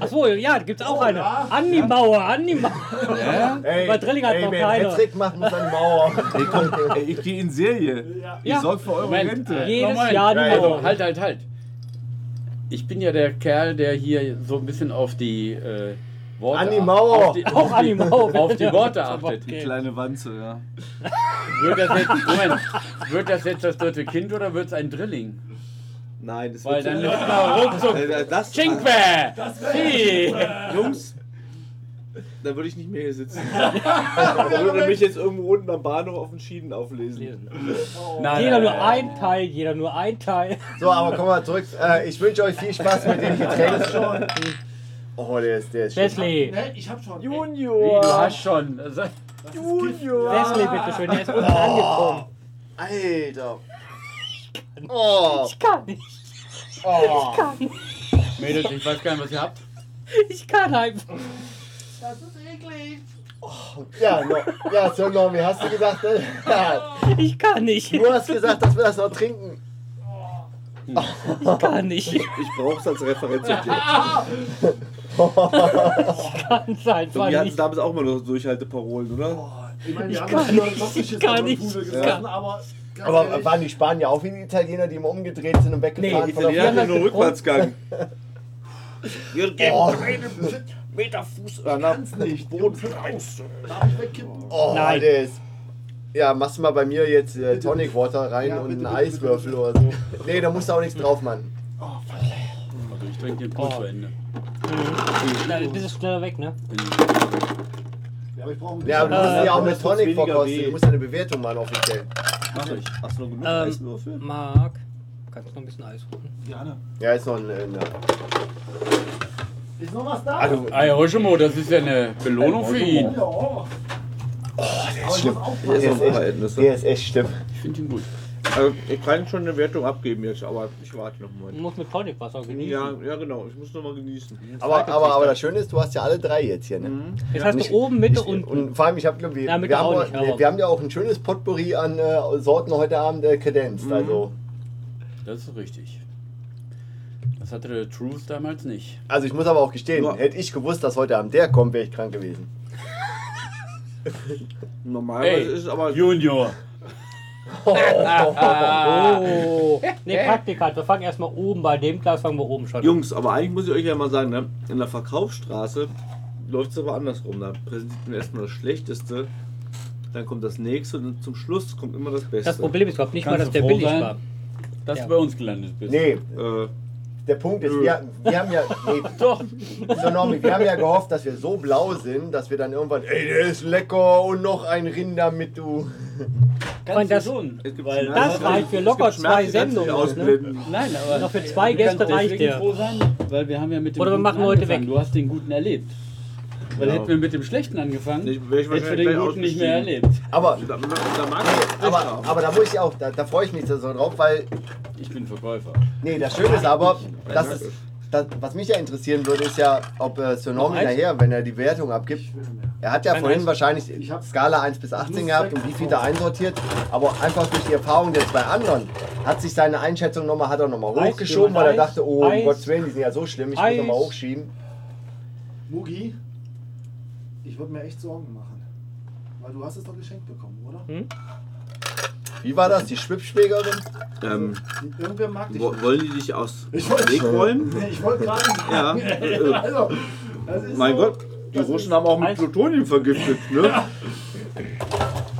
Achso, ja, da gibt's auch eine. An die Mauer, an die Mauer.
Ja.
Ey,
Bei Drilling hat noch
wer
keiner.
einen Hattrick macht, muss an die Mauer.
Ey, komm, ey, ich gehe in Serie. Ich
Ja.
sorge für eure
Ah,
Rente.
Jedes
Moment.
Jahr die
Nein.
Mauer.
Also, halt, halt, halt. Ich bin ja der Kerl, der hier so ein bisschen auf die äh, Worte.
An die Mauer.
Auf die,
Auch
<laughs>
an die Mauer.
auf die
<laughs>
Worte achtet.
Die kleine Wanze, ja.
Wird das jetzt, Moment, wird das jetzt das dritte Kind oder wird es ein Drilling?
Nein, das
Weil
wird
dann ist da ruckzuck.
<laughs> Äh,
<laughs>
das,
Cinque! Si!
Jungs, da würde ich nicht mehr hier sitzen. da würde mich jetzt irgendwo unten am Bahnhof auf den Schienen auflesen.
Jeder nur ein Teil, jeder nur ein Teil.
So, aber kommen wir zurück. Äh, ich wünsche euch viel Spaß mit dem Getränk.
Schon.
Oh, der ist, der ist schön.
Wesley,
Ne, ich hab schon.
Du
Junior!
hast schon. <laughs> Also,
Wesley, bitteschön, der ist unten angekommen.
Alter. Oh,
Ich kann nicht,
oh.
Mädels, ich weiß gar nicht, was ihr habt.
ich kann halt- einfach.
Ja, no, ja, so Normie, hast du gesagt, ne? ja,
Ich kann nicht, ich
du hast gesagt, dass wir das noch trinken.
kann nicht. Ich
Ich brauch's als Referenzobjekt.
kann es
So,
einfach
wir hatten
nicht.
damals auch mal nur Durchhalteparolen, oder?
Boah, Ich meine,
Ich
wir haben
kann
schon
nicht,
klassisches
ich kann
Abendmahl
nicht,
Pudel
ich
gegessen,
kann-
aber. ganz
Aber
ehrlich,
waren die Spanier auch wie die Italiener, die immer umgedreht sind und weggefahren
Nee,
von der
Die hatten
haben
nur
getrunken.
Rückwärtsgang.
Oh,
Danach nicht.
Darf ich wegkippen?
oh,
Nein.
Der ist, ja, machst du mal bei mir jetzt äh, Tonic Water rein
Ja,
und
bitte,
einen
bitte, bitte,
Eiswürfel oder so. Nee, da musst du auch nichts drauf, Mann.
Also, ich trinke den Punkt
Oh.
zu Ende.
Nein, Das ist schneller weg, ne?
Ja, aber ich brauche
Ja, aber du musst
Äh,
ja auch
aber
mit
das tut's
Tonic
weniger
verkosten.
weh.
Du musst eine Bewertung mal offiziell.
Mach ich. Hast du noch genug
Ähm,
Eiswürfel?
Marc, kannst du noch ein bisschen Eis holen?
Gerne.
Ja, ist noch ein. Äh, na.
Ist noch was da?
Also,
Ah, Herr Hoschemo, das ist ja eine Belohnung für ihn.
ja. Oh, der ist schlimm.
Hier ist
Der
noch
ist
ein paar
echt-
Erdnüsse.
der ist echt schlimm.
Ich finde ihn gut.
Also, ich kann schon eine Wertung abgeben jetzt, aber ich warte noch mal.
Du musst mit Tonicwasser genießen.
Ja, ja genau, ich muss noch mal genießen.
Aber, aber, aber das Schöne ist, du hast ja alle drei jetzt hier, ne?
Jetzt hast du oben, Mitte, unten.
Und vor allem, ich habe glaube wir,
Ja, mit
wir, haben,
auch
auch-
nicht, aber-
wir, wir haben ja auch ein schönes Potpourri an äh, Sorten heute Abend äh, kredenzt. Also,
Das ist richtig. Das hatte der Truth damals nicht.
also ich muss aber auch gestehen,
Ja.
hätte ich gewusst, dass heute Abend der kommt, wäre ich krank gewesen.
Normalerweise ist es aber.
Junior.
Oh, ne, Praktikant, wir fangen erstmal oben bei dem Glas, fangen wir oben schon. an.
Jungs, aber eigentlich muss ich euch ja mal sagen, ne? in der Verkaufsstraße läuft es aber andersrum. Da präsentiert man erstmal das Schlechteste, dann kommt das Nächste und zum Schluss kommt immer das Beste.
Das Problem ist überhaupt nicht mal,
Kannst du
dass der
froh
billig
sein?
war.
Dass
Ja.
du bei uns gelandet bist.
Nee,
Äh,
der Punkt ist, wir, wir haben ja. Nee,
Doch.
so Normi, wir haben ja gehofft, dass wir so blau sind, dass wir dann irgendwann, ey, der ist lecker und noch ein Rinder mit du.
Und das,
es gibt
Weil
Schmerzen,
das reicht für locker
es gibt
zwei
Schmerzen, die kannst du nicht
Sendungen. Ne?
ausblenden.
Nein, aber.
Noch für zwei Gäste
Du kannst
reicht
deswegen
der.
froh sein, weil wir haben ja mit dem
Oder wir
Guten
machen heute
angefangen.
weg.
Du hast den Guten erlebt. Weil
Genau.
hätten wir mit dem Schlechten angefangen,
Ich-
hätten
wär ich
wir
wahrscheinlich
den
gleich
Guten nicht mehr
ausgestiegen.
erlebt.
Aber,
Da, da, da mag
aber, aber da muss ich auch, da, da freue ich mich so drauf, weil
Ich bin Verkäufer.
Nee, das Schöne ist aber, dass es, das, was mich ja interessieren würde, ist ja, ob äh, Sir Norman
Noch eins?
nachher, wenn er die Wertung abgibt, er hat ja
Ein
vorhin
Eis.
wahrscheinlich
Ich hab-
Skala 1 bis 18
muss
gehabt
weg.
und wie viel da einsortiert, aber einfach durch die Erfahrung der zwei anderen hat sich seine Einschätzung nochmal, hat er nochmal
Eis,
hochgeschoben,
jemand
weil er
Eis?
dachte, oh, um
Eis?
Gottes Willen, die sind ja so schlimm, ich muss
Eis?
nochmal hochschieben.
Mugi, ich würde mir echt Sorgen machen. Weil du hast es doch geschenkt bekommen, oder?
Wie war das, die Schwibschwägerin?
Ähm,
Irgendwer mag dich.
wo- wollen die dich aus
Ich wollte-
Weg räumen?
Nee, <laughs> ich wollte gerade nicht
Ja.
sagen.
Äh,
<laughs> Also, das ist
Mein
so.
Gott, die
Das
Russen
ist-
haben auch mit
Eis.
Plutonium vergiftet, ne?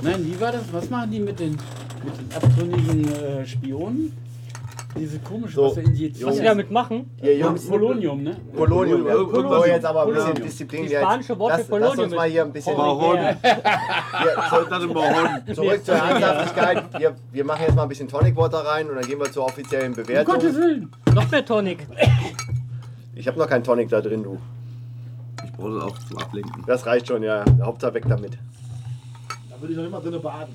Nein, wie war das? Was machen die mit den, mit den abtrünnigen äh, Spionen? Diese komische,
So,
was er injiziert.
was sie damit machen,
Ihr Jungs,
Polonium, ne?
Polonium. Ja.
Polonium.
So, jetzt aber ein bisschen
Polonium.
Disziplin.
Die
hier.
spanische Wort
Lass-
für Polonium
Lass uns mal
ist
hier ein bisschen
Mahon.
hier,
Ich sollte das immer hauen.
Zurück zur Ernsthaftigkeit. Wir, wir machen jetzt mal ein bisschen Tonic Water rein und dann gehen wir zur offiziellen
Um Gottes
Bewertung.
Willen!
noch mehr Tonic.
Ich habe noch keinen Tonic da drin, du.
Ich brauche das auch zum Ablenken.
Das reicht schon, ja. Hauptsache weg damit.
Da würde ich noch immer drinnen baden.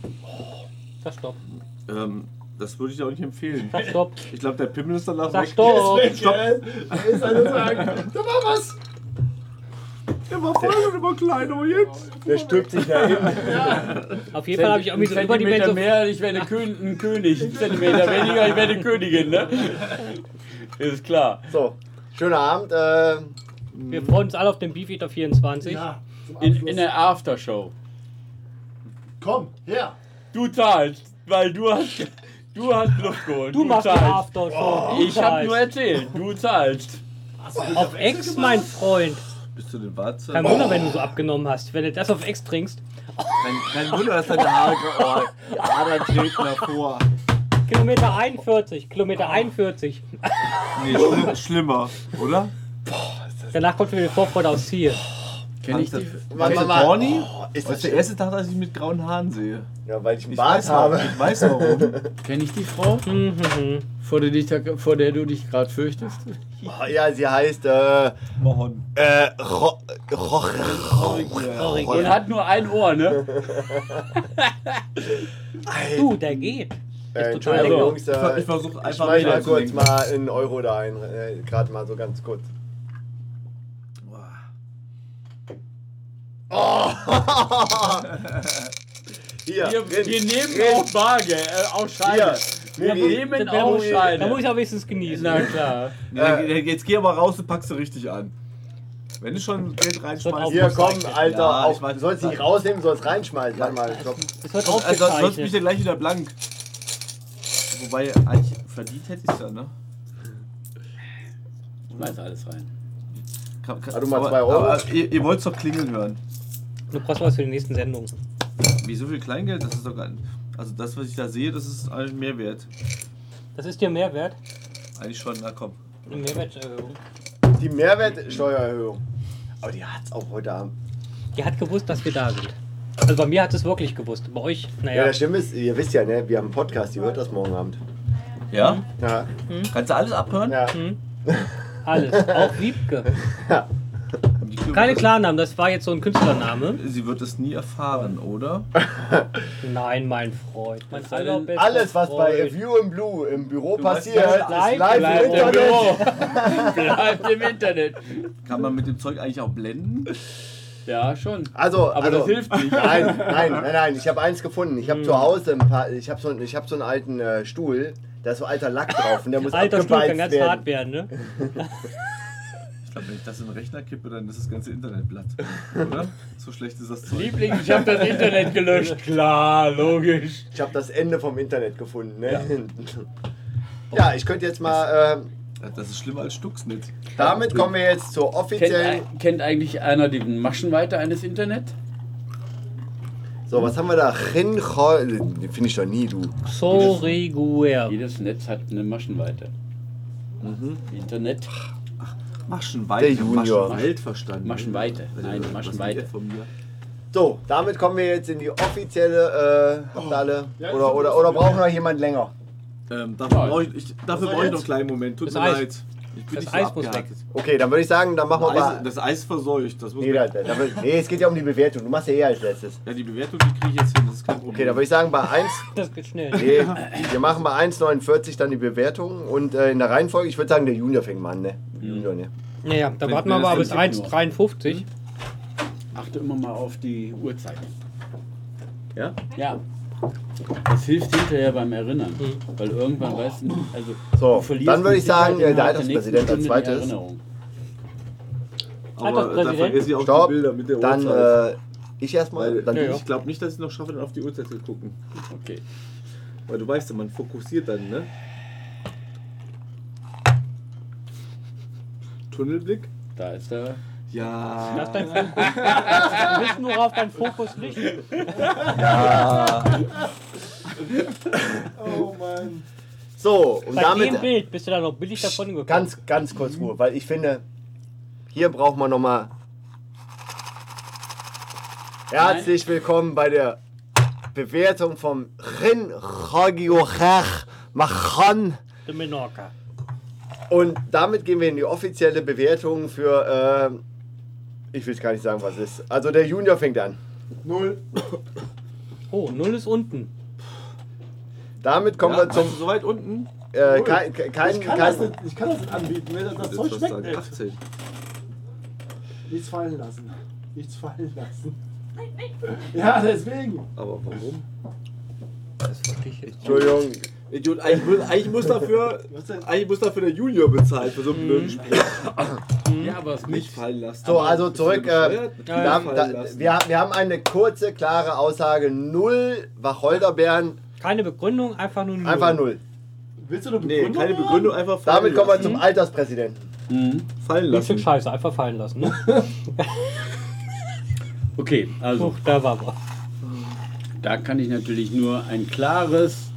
Sag stopp.
Ähm, das würde ich auch nicht empfehlen.
Sag stopp.
Ich glaube, der Pimmel ist danach
Sag
weg.
stopp.
Weg, ey. Da ist einer sagen. Da war was.
Der war voll und immer kleiner und jetzt.
Der stülpt sich nach hinten.
Auf jeden Fall habe ich irgendwie so über die Welt
Zentimeter
so
mehr, ich werde Kön ein König. Ein Zentimeter weniger, ich werde Königin, ne? Ist klar.
So, schöner Abend. Äh,
Wir freuen uns alle auf den Beefeater 24.
Ja, zum
In, in
Abschluss.
der Aftershow.
Komm, her.
Du zahlst, weil du hast, du hast Luft geholt.
Du machst die
zahlst.
After Show.
Ich habe nur erzählt, du zahlst.
Hast du dich
auf
Ex
Ex, mein Freund.
Bist du denn Warze?
Kein Wunder, wenn du so abgenommen hast. Wenn du das auf Ex trinkst.
Kein, kein Wunder, dass deine Haare. Oh, die Adern treten hervor.
Kilometer 41, Kilometer 41.
Nee, schlimm, schlimmer, oder?
Danach kommt wieder die Vorfreude aufs Ziel.
Kenn ich die.
Mann, Mann, Mann.
Borny?
Oh, ist
Das ist
das
der
schön.
erste Tag, dass ich ihn mit grauen Haaren sehe.
Ja, weil ich einen
Ich
Bart
weiß
habe.
warum. Ich weiß warum.
<laughs>
Kenn ich die Frau,
Mhm.
vor der, dich da- vor der du dich gerade fürchtest?
Oh, ja, sie heißt äh,
Mohon.
äh, Ro- Ro-
Und hat nur ein Ohr, ne?
Du, der geht.
äh,
total
Entschuldigung,
lecker.
Jungs, äh,
Ich versuche
ich
einfach
schmeiß mal kurz
abzulenken.
mal einen Euro da ein. Äh, Gerade mal so ganz kurz. Oh. Hier,
Wir,
drin,
wir nehmen
drin.
auch Barge, äh, auch Scheine.
Hier,
Wir
Mugi.
nehmen
Da
auch
muss, ich, da muss
Scheine.
ich aber wenigstens genießen.
Na klar.
Nee, dann-
Äh.
Jetzt geh aber raus und packst sie richtig an. Wenn du schon Geld reinschmeißt.
Hier, komm, Alter.
Ja,
auf,
ich weiß,
du sollst
was
nicht
sagen.
rausnehmen, du sollst reinschmeißen. Warte mal, stopp.
Es wird
Also, sonst bin ich
aufgezeichnet.
ja gleich wieder blank. Wobei, eigentlich verdient hätte ich es ja, ne?
Schmeiß alles rein.
Kann, kann,
Ah, du mal zwei Euro?
Aber, ihr ihr wollt doch klingeln hören.
Du brauchst was für die nächsten Sendungen.
Wie so viel Kleingeld? Das ist doch gar nicht. Also, das, was ich da sehe, das ist eigentlich Mehrwert.
Das ist dir Mehrwert. äh,
Eigentlich schon, na komm.
Eine Mehrwerterhöhung.
Die Mehrwertsteuererhöhung. Aber die hat's auch heute Abend.
Die hat gewusst, dass wir da sind. Also bei mir hat es wirklich gewusst. Bei euch,
Ja,
naja.
das Schlimme ist, ihr wisst ja, ne, wir haben einen Podcast, ihr hört das morgen Abend.
Ja?
Ja,
Kannst du alles abhören?
ja.
Alles. Auch Wiebke. Keine Klarnamen, das war jetzt so ein Künstlername.
Sie wird es nie erfahren, oder?
Nein, mein Freund. Mein
sei denn,
allerbester
Alles, was bei
Freund.
View in Blue im Büro
weißt,
passiert, ist
live-
live im
Bleibt im
Internet.
Büro.
<laughs> Halt
Bleibt im Internet.
Kann man mit dem Zeug eigentlich auch blenden?
Ja, schon.
Also,
Aber
also,
das hilft nicht.
<laughs> Nein, nein, nein, nein, ich habe eins gefunden. Ich habe zu Hause ein paar, ich habe so, einen- ich hab so einen alten äh, Stuhl, da ist so alter Lack drauf und der muss
Alter Stuhl
abgebeizt
kann ganz
werden.
hart werden, ne?
Ich glaube, wenn ich das in den Rechner kippe, dann ist das ganze Internet blatt. Oder? So schlecht ist das Zeug.
Liebling, ich habe das Internet gelöscht. Klar, logisch.
Ich habe das Ende vom Internet gefunden, ne? <laughs> Ja, ich könnte jetzt mal, äh,
Das ist schlimmer als Stuxnet.
damit kommen wir jetzt zur
Kennt,
offiziellen...
ei- kennt eigentlich einer die Maschenweite eines Internet?
So, was haben wir da? Rincho... Den finde ich doch nie, du.
Sorry, Guer.
Jedes Netz hat eine Maschenweite. Mhm. Internet,
Maschenweit.
Der Junior.
Maschenweit verstanden. Äh,
Maschenweite. Nein,
Was
Maschenweite.
will der Von mir.
So, damit kommen wir jetzt in die offizielle, äh, habt ihr alle,
Ja, ich
oder,
bin
oder,
los.
oder braucht noch jemand länger?
Ähm, dafür
Ja.
brauche ich, ich, dafür
war
brauch
jetzt?
ich noch einen kleinen Moment. Tut
Das
mir
Eis.
leid. Ich bin
Das
nicht
Eis
so
muss
abgehakt.
weg.
Okay, dann würde ich sagen, dann machen wir
Das Eis,
mal...
das Eis verseucht. Das muss
Nee, da, da, da, nee, es geht ja um die Bewertung, du machst ja eh als letztes.
ja, die Bewertung, die kriege ich jetzt hin. Das ist kein Problem.
Okay, da würde ich sagen, bei 1,
Das geht schnell.
nee, wir machen bei 1,49 dann die Bewertung und äh, in der Reihenfolge, ich würde sagen, der Junior fängt mal an, ne?
Mhm.
Junior, ne?
Naja, da
Wenn-
warten wir
wenn
mal
das ne?
bis
Internet
1,53.
achte immer mal auf die Uhrzeit.
Ja?
Ja. Das hilft hinterher beim Erinnern.
Mhm.
Weil irgendwann weißt du, nicht- also
So,
du verlierst
dann würde
mit
ich sagen,
Sicherheit
der
innerhalb nächsten
Alterspräsident als
Stunde die
zweites.
Erinnerung.
Aber äh, da
Alterspräsident.
vergesse ich auch
Stopp,
die Bilder mit der
Dann
Uhrzeit.
äh, ich erstmal,
Weil
dann
Ja, ja.
du.
ich glaube nicht, dass ich noch schaffe, dann auf die Uhrzeit zu gucken.
Okay.
Weil du weißt ja, man fokussiert dann, ne? Tunnelblick?
Da ist er.
Ja.
Lass dein Fokus. Wir <laughs> wissen, worauf dein Fokus liegt.
Oh Mann.
So, und
Bei dem
damit
Bild bist du da noch billig davon gekommen.
ganz, ganz kurz Ruhe, weil ich finde, hier braucht man nochmal. Herzlich willkommen bei der Bewertung vom Rin Chagiochach Machan
De Menorca.
Und damit gehen wir in die offizielle Bewertung für. ähm, ich will gar nicht sagen, was es ist. Also der Junior fängt an.
Null.
Oh, null ist unten.
Damit kommen wir
also
zum.
so weit unten.
Äh, kein, kein,
Ich kann, das
kein,
nicht, ich kann das nicht anbieten, ne? das, das
Jetzt
Zeug
fast
schmeckt
sagen,
nicht.
18.
Nichts fallen lassen. Nichts fallen lassen. Ja, deswegen.
Aber warum?
Entschuldigung.
Idiot, eigentlich muss, eigentlich muss dafür,
Was denn?
eigentlich muss dafür der Junior bezahlen für so einen blöden Spiel.
Mhm.
Ja, aber es
Nicht
nicht.
fallen lassen.
So, also zurück. Äh,
Bescheuert?
wir, haben,
Fallen
da,
lassen.
wir, haben- wir haben eine kurze, klare Aussage. Null Wacholderbeeren,
Keine Begründung, einfach nur null.
einfach null.
Willst du eine
Nee,
Begründung?
keine
haben?
Begründung, einfach fallen
Damit kommen wir
lassen.
zum Alterspräsidenten.
fallen
Ein Stück
lassen.
Scheiße, einfach fallen lassen. Ne?
<laughs> Okay, also
Huch, da war was.
da kann ich natürlich nur ein klares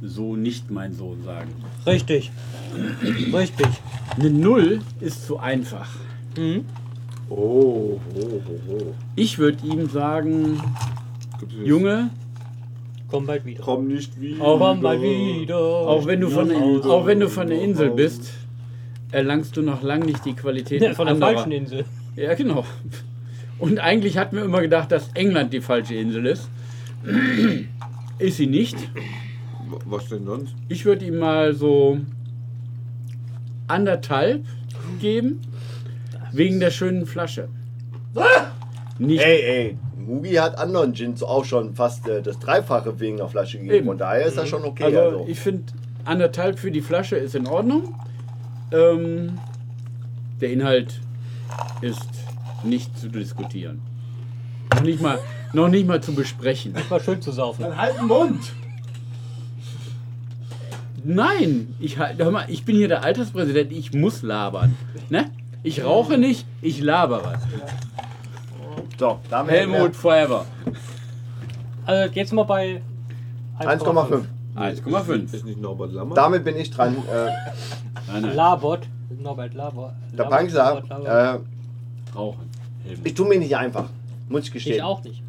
So nicht mein Sohn sagen.
Richtig. Richtig.
Eine Null ist zu einfach.
Mhm.
Oh, oh, oh, oh.
Ich würde ihm sagen,
Gibt's jetzt-
Junge,
Komm bald wieder.
Komm nicht wieder.
Komm mal wieder.
auch wenn du von,
Augen,
auch wenn du von der Insel
Augen.
bist, erlangst du noch lang nicht die Qualitäten
Ja, von der
anderer.
falschen Insel.
Ja, genau. Und eigentlich hatten wir immer gedacht, dass England die falsche Insel ist. Ist sie nicht.
Was denn sonst?
Ich würde ihm mal so anderthalb geben, wegen der schönen Flasche. Nicht
Ey, ey. Mugi hat anderen Gin so auch schon fast äh, das Dreifache wegen einer Flasche gegeben.
Eben.
Von daher ist das schon okay.
Also,
Also,
ich finde, anderthalb für die Flasche ist in Ordnung. Ähm, der Inhalt ist nicht zu diskutieren. Noch nicht mal, noch nicht mal zu besprechen.
War schön zu saufen.
Dann halt den Mund.
Nein, ich, hal- hör mal, ich bin hier der Alterspräsident, ich muss labern. Ne? Ich rauche nicht, ich labere.
so, damit
Helmut forever.
Also jetzt mal bei
1,5.
1,5.
Ist nicht Norbert Lammer?
Damit bin ich dran. Äh,
Nein, nein,
Labot. Norbert Labot.
der Punk
Labot,
sagt,
Labot.
äh,
rauchen. Helmut.
ich tue mir nicht einfach. Muss ich gestehen.
Ich auch nicht.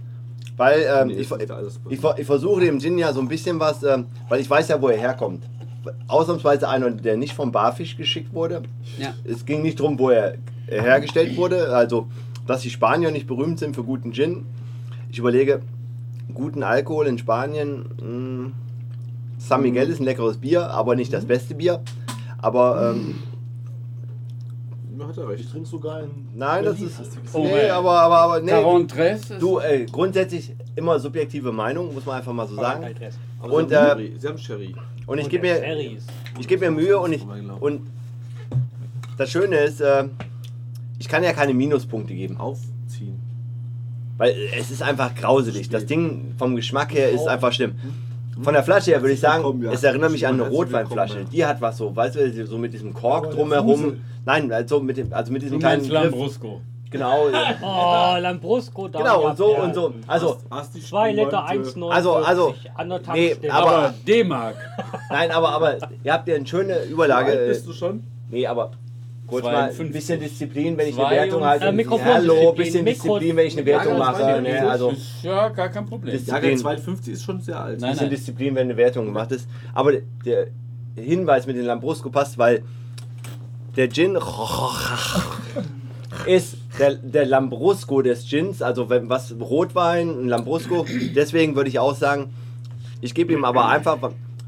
Weil ähm,
Nee,
ich,
das ist alles-
ich, ver- ich versuche dem Gin ja so ein bisschen was, ähm, weil ich weiß ja, wo er herkommt. Ausnahmsweise einer, der nicht vom Barfisch geschickt wurde.
Ja.
Es ging nicht darum, wo er hergestellt wurde. Also, dass die Spanier nicht berühmt sind für guten Gin. Ich überlege, guten Alkohol in Spanien. Mh, San
Mhm.
Miguel ist ein leckeres Bier, aber nicht das beste Bier. Aber ähm,
Da hat er
Ich
recht.
trinke sogar einen.
nein, das ist.
Oh,
Nee,
ey.
aber, aber, aber nee.
Caron Tres ist
Du, ey, grundsätzlich immer subjektive Meinung, muss man einfach mal so sagen.
Aber
Und,
Sie haben
äh,
Sherry. Sie haben Sherry.
Und ich
Und
gebe
der
mir, <laughs>
Cherries.
ich geb mir Mühe und ich und das Schöne ist, äh, ich kann ja keine Minuspunkte geben,
Aufziehen.
weil es ist einfach grauselig. Das Ding vom Geschmack her ist einfach schlimm. Von der Flasche her würde ich sagen,
Willkommen, ja.
es erinnert mich an eine
Herzlich willkommen,
Rotweinflasche.
ja. Oh,
Die hat was so, weißt du, so mit diesem Kork
Aber der
drumherum.
Fusel.
Nein, also mit dem, also mit diesem
Du
kleinen
meinst
Griff.
Lambrusco.
<laughs>
Genau,
Oh, Lambrusco. da
genau und so
ja.
und so. Also
Hast die
2
Spur,
Liter
Leute.
1,90.
Also, also,
Anderthalb
nee,
Stellen.
aber-
Aber D-Mark.
nein, aber aber ihr habt ja eine schöne
Wie
Überlage.
alt
äh,
Bist du schon?
Nee, aber kurz mal ein
52.
bisschen Disziplin, wenn ich eine
52.
Wertung halte.
Äh, Mikrofon-
Hallo,
Disziplin.
bisschen
Mikro-
Disziplin, wenn ich eine Wertung
Ja, das
mache.
weiß ich
Ne?
nicht.
Also ein
Ist ja gar kein Problem.
Das-
Jahrgang
Disziplin.
52 ist schon sehr alt.
Nein,
bisschen Disziplin, wenn eine Wertung gemacht ist. Aber der Hinweis mit den Lambrusco passt, weil der Gin <laughs> ist der, der Lambrusco des Gins, also wenn was Rotwein, ein Lambrusco. Deswegen würde ich auch sagen, ich gebe ihm aber einfach,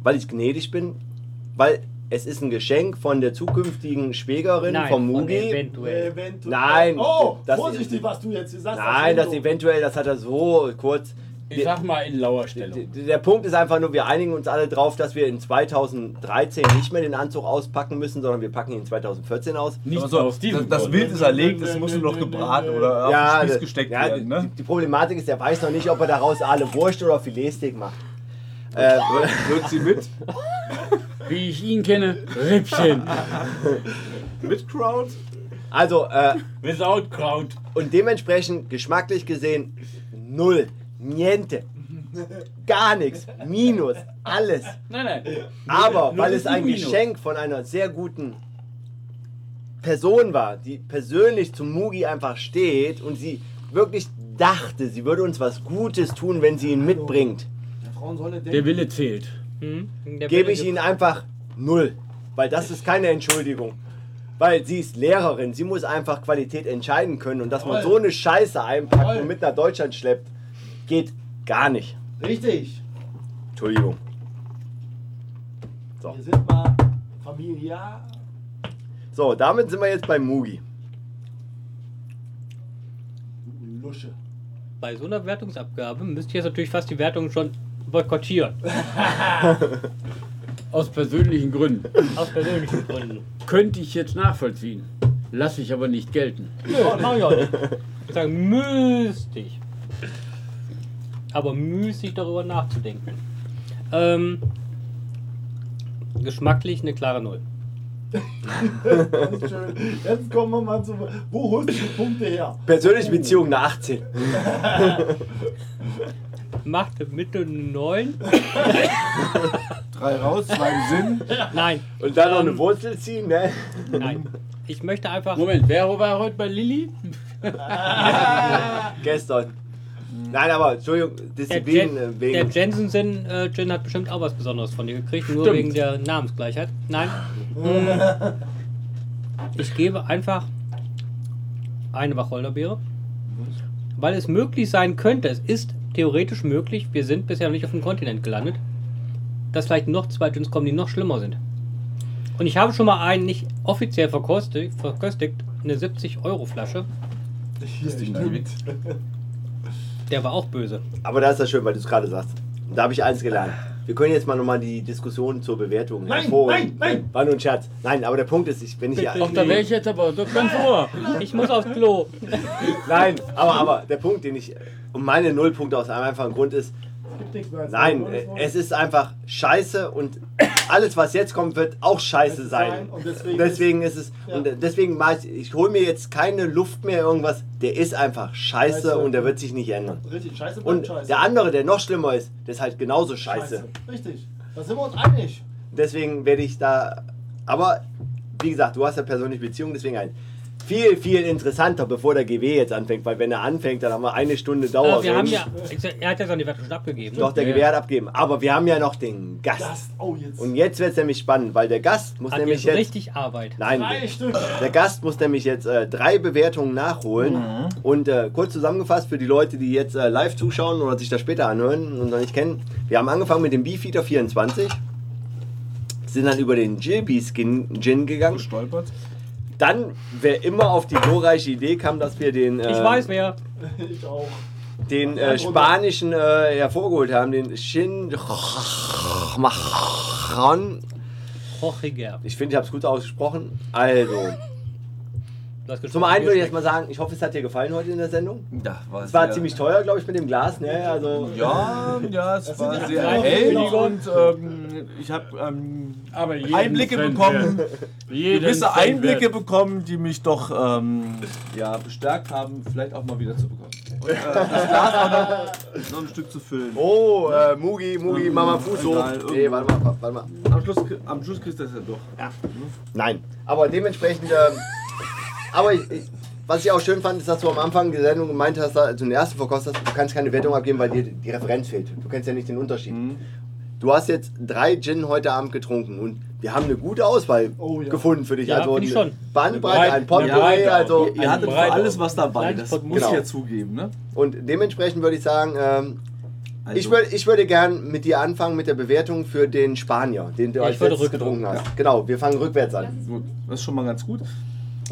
weil ich gnädig bin, weil es ist ein Geschenk von der zukünftigen Schwägerin
Nein,
vom äh,
von
Mugi.
eventuell.
Eventuell.
Nein,
Äh, Oh,
das-
vorsichtig, was du jetzt sagst.
Nein, das
Eventuell.
eventuell, das hat er so kurz.
Ich sag mal in lauer
D-
Stellung.
d- Der Punkt ist einfach nur, wir einigen uns alle drauf, dass wir in 2013 nicht mehr den Anzug auspacken müssen, sondern wir packen ihn 2014 aus.
Nicht
Aber so,
aus diesem
das, das
Grund.
Wild ist erlegt, es muss nur noch gebraten oder auf den
d-
Spieß gesteckt
ja,
werden.
die,
Ne?
die Problematik ist, er weiß noch nicht, ob er daraus alle Wurst oder Filetsteak macht. Äh,
Wird sie mit?
Wie ich ihn kenne, Rippchen.
Mit Crowd?
also, äh,
Without Kraut.
und dementsprechend geschmacklich gesehen, null, niente, gar nichts, minus, alles.
Nein, nein.
Aber
Null
weil
ist
es
die
ein
Minus.
Geschenk von einer sehr guten Person war, die persönlich zum Mugi einfach steht und sie wirklich dachte, sie würde uns was Gutes tun, wenn sie ihn mitbringt,
Frauen sollen nicht
Der
denken.
Wille zählt.
Hm? Der
gebe
Wille
ich ihnen einfach null. Weil das ist keine Entschuldigung. Weil sie ist Lehrerin, sie muss einfach Qualität entscheiden können und dass man so eine Scheiße einpackt und mit nach Deutschland schleppt, geht gar nicht.
Richtig.
Entschuldigung. So.
Wir sind mal familiär.
So, damit sind wir jetzt bei Mugi. <laughs>
Lusche.
Bei so einer Wertungsabgabe müsst ihr jetzt natürlich fast die Wertung schon boykottieren.
Aus persönlichen Gründen.
<laughs> Aus persönlichen Gründen.
Könnte ich jetzt nachvollziehen. Lasse ich aber nicht gelten.
Nö, mach ich auch nicht. Ich sage, müsste ich. Aber müßig darüber nachzudenken. Ähm, geschmacklich eine klare Null.
Ganz schön. Jetzt kommen wir mal zu. Wo holst du die Punkte her?
Persönliche Beziehung eine 18.
Macht im Mittel eine 9.
<laughs> Drei raus, zwei im Sinn.
Nein,
Und dann noch eine
Ähm.
Wurzel ziehen, ne?
nein. Ich möchte einfach.
Moment, wer war heute bei Lilly?
Gestern. Nein, aber Entschuldigung,
Der,
Disziplin
Jen,
äh,
der
wegen.
Jensen äh, Jen hat bestimmt auch was Besonderes von dir gekriegt, nur
Stimmt.
wegen der Namensgleichheit. Nein. Ich gebe einfach eine Wacholderbeere, weil es möglich sein könnte, es ist theoretisch möglich, wir sind bisher noch nicht auf dem Kontinent gelandet, dass vielleicht noch zwei Gins kommen, die noch schlimmer sind. Und ich habe schon mal einen nicht offiziell verkostet, verköstigt, eine 70-Euro-Flasche,
Ich hieß dich
Damit.
der war auch böse.
Aber da ist das schön, weil du es gerade sagst. Und da habe ich eins gelernt. Wir können jetzt mal nochmal die Diskussion zur Bewertung
Nein,
hervorholen.
nein, nein.
War nur ein Scherz. Nein, aber der Punkt ist, ich, wenn ich
Ach, da wäre ich jetzt aber doch ganz ohr.
Ich muss aufs Klo.
Nein, aber, aber der Punkt, den ich. Und meine Nullpunkte aus einem einfachen Grund ist, nein, äh, es ist einfach scheiße und alles, was jetzt kommt, wird auch scheiße sein.
Und deswegen,
Deswegen ist es.
Ja.
Und deswegen mach ich, ich hole mir jetzt keine Luft mehr, irgendwas. Der ist einfach scheiße
Scheiße.
und der wird sich nicht ändern.
ist richtig scheiße bleibt
Und
scheiße.
der andere, der noch schlimmer ist, der ist halt genauso scheiße.
Richtig. Da sind wir uns einig.
Deswegen werde ich da. Aber wie gesagt, du hast ja persönliche Beziehung, deswegen ein. Viel, viel interessanter, bevor der GW jetzt anfängt, weil wenn er anfängt, dann haben wir eine Stunde Dauer.
Aber Äh, wir haben ja, ich sag, er hat ja seine Wertung schon abgegeben.
Doch, der
Ja.
Gewehr hat abgeben. Aber wir haben ja noch den Gast.
Das. Oh, jetzt.
Und jetzt wird es nämlich spannend, weil der Gast muss
Hat
nämlich
jetzt
jetzt.
richtig Arbeit.
Nein,
Drei Stück. <laughs>
der Gast muss nämlich jetzt äh, drei Bewertungen nachholen. Und äh, kurz zusammengefasst für die Leute, die jetzt äh, live zuschauen oder sich das später anhören und noch nicht kennen. Wir haben angefangen mit dem Beefeater 24. Sind dann über den Jilby Skin Gin gegangen.
Stolpert.
Dann, wer immer auf die glorreiche Idee kam, dass wir den,
Ich
äh,
weiß wer.
Ich auch.
den äh, spanischen äh, hervorgeholt haben, den Shin Machon.
Hochiger.
Ich finde, ich habe es gut ausgesprochen. Also,
Du hast
zum einen würde ich jetzt mal sagen, ich hoffe, es hat dir gefallen heute in der Sendung.
Da war
Es war
sehr-
ziemlich teuer, glaube ich, mit dem Glas. Ne? Also,
Ja, ja, es war sehr
drei
hell
Bilder.
und ähm, ich habe ähm,
Aber jeden
Einblicke
Cent
bekommen,
wert. Jeden
gewisse
Cent
Einblicke
wert.
bekommen, die mich doch ähm, ja, bestärkt haben, vielleicht auch mal wieder zu bekommen. Und äh, das Glas auch noch, noch ein Stück zu füllen.
oh, äh, Mugi, Mugi, Mama Fuß hoch.
Egal, irgendwo.
Nee, warte mal, wa- warte mal.
Am Schluss, am Schluss kriegst du das ja doch.
Nein, aber dementsprechend. Ähm, aber ich, ich, was ich auch schön fand, ist, dass du am Anfang der Sendung gemeint hast, also den ersten verkostet hast, du kannst keine Wertung abgeben, weil dir die Referenz fehlt. Du kennst ja nicht den Unterschied.
Mhm.
Du hast jetzt drei Gin heute Abend getrunken und wir haben eine gute Auswahl
Oh ja.
gefunden für dich.
Ja,
also
find ich
eine
schon.
Bandbreite,
Eine
ein
Breite, eine
Potpourri,
Breite auch.
also
Ihr, ihr hattet für
Breite.
alles was dabei, das
Kleines
muss ich
Genau.
ja zugeben. Ne?
und dementsprechend würde ich sagen, ähm,
Also,
ich, würd, ich würde gern mit dir anfangen mit der Bewertung für den Spanier, den du
Ja,
als
ich würde
letztes
rückwärts.
getrunken hast. Genau, wir fangen rückwärts an.
Gut, das ist schon mal ganz gut.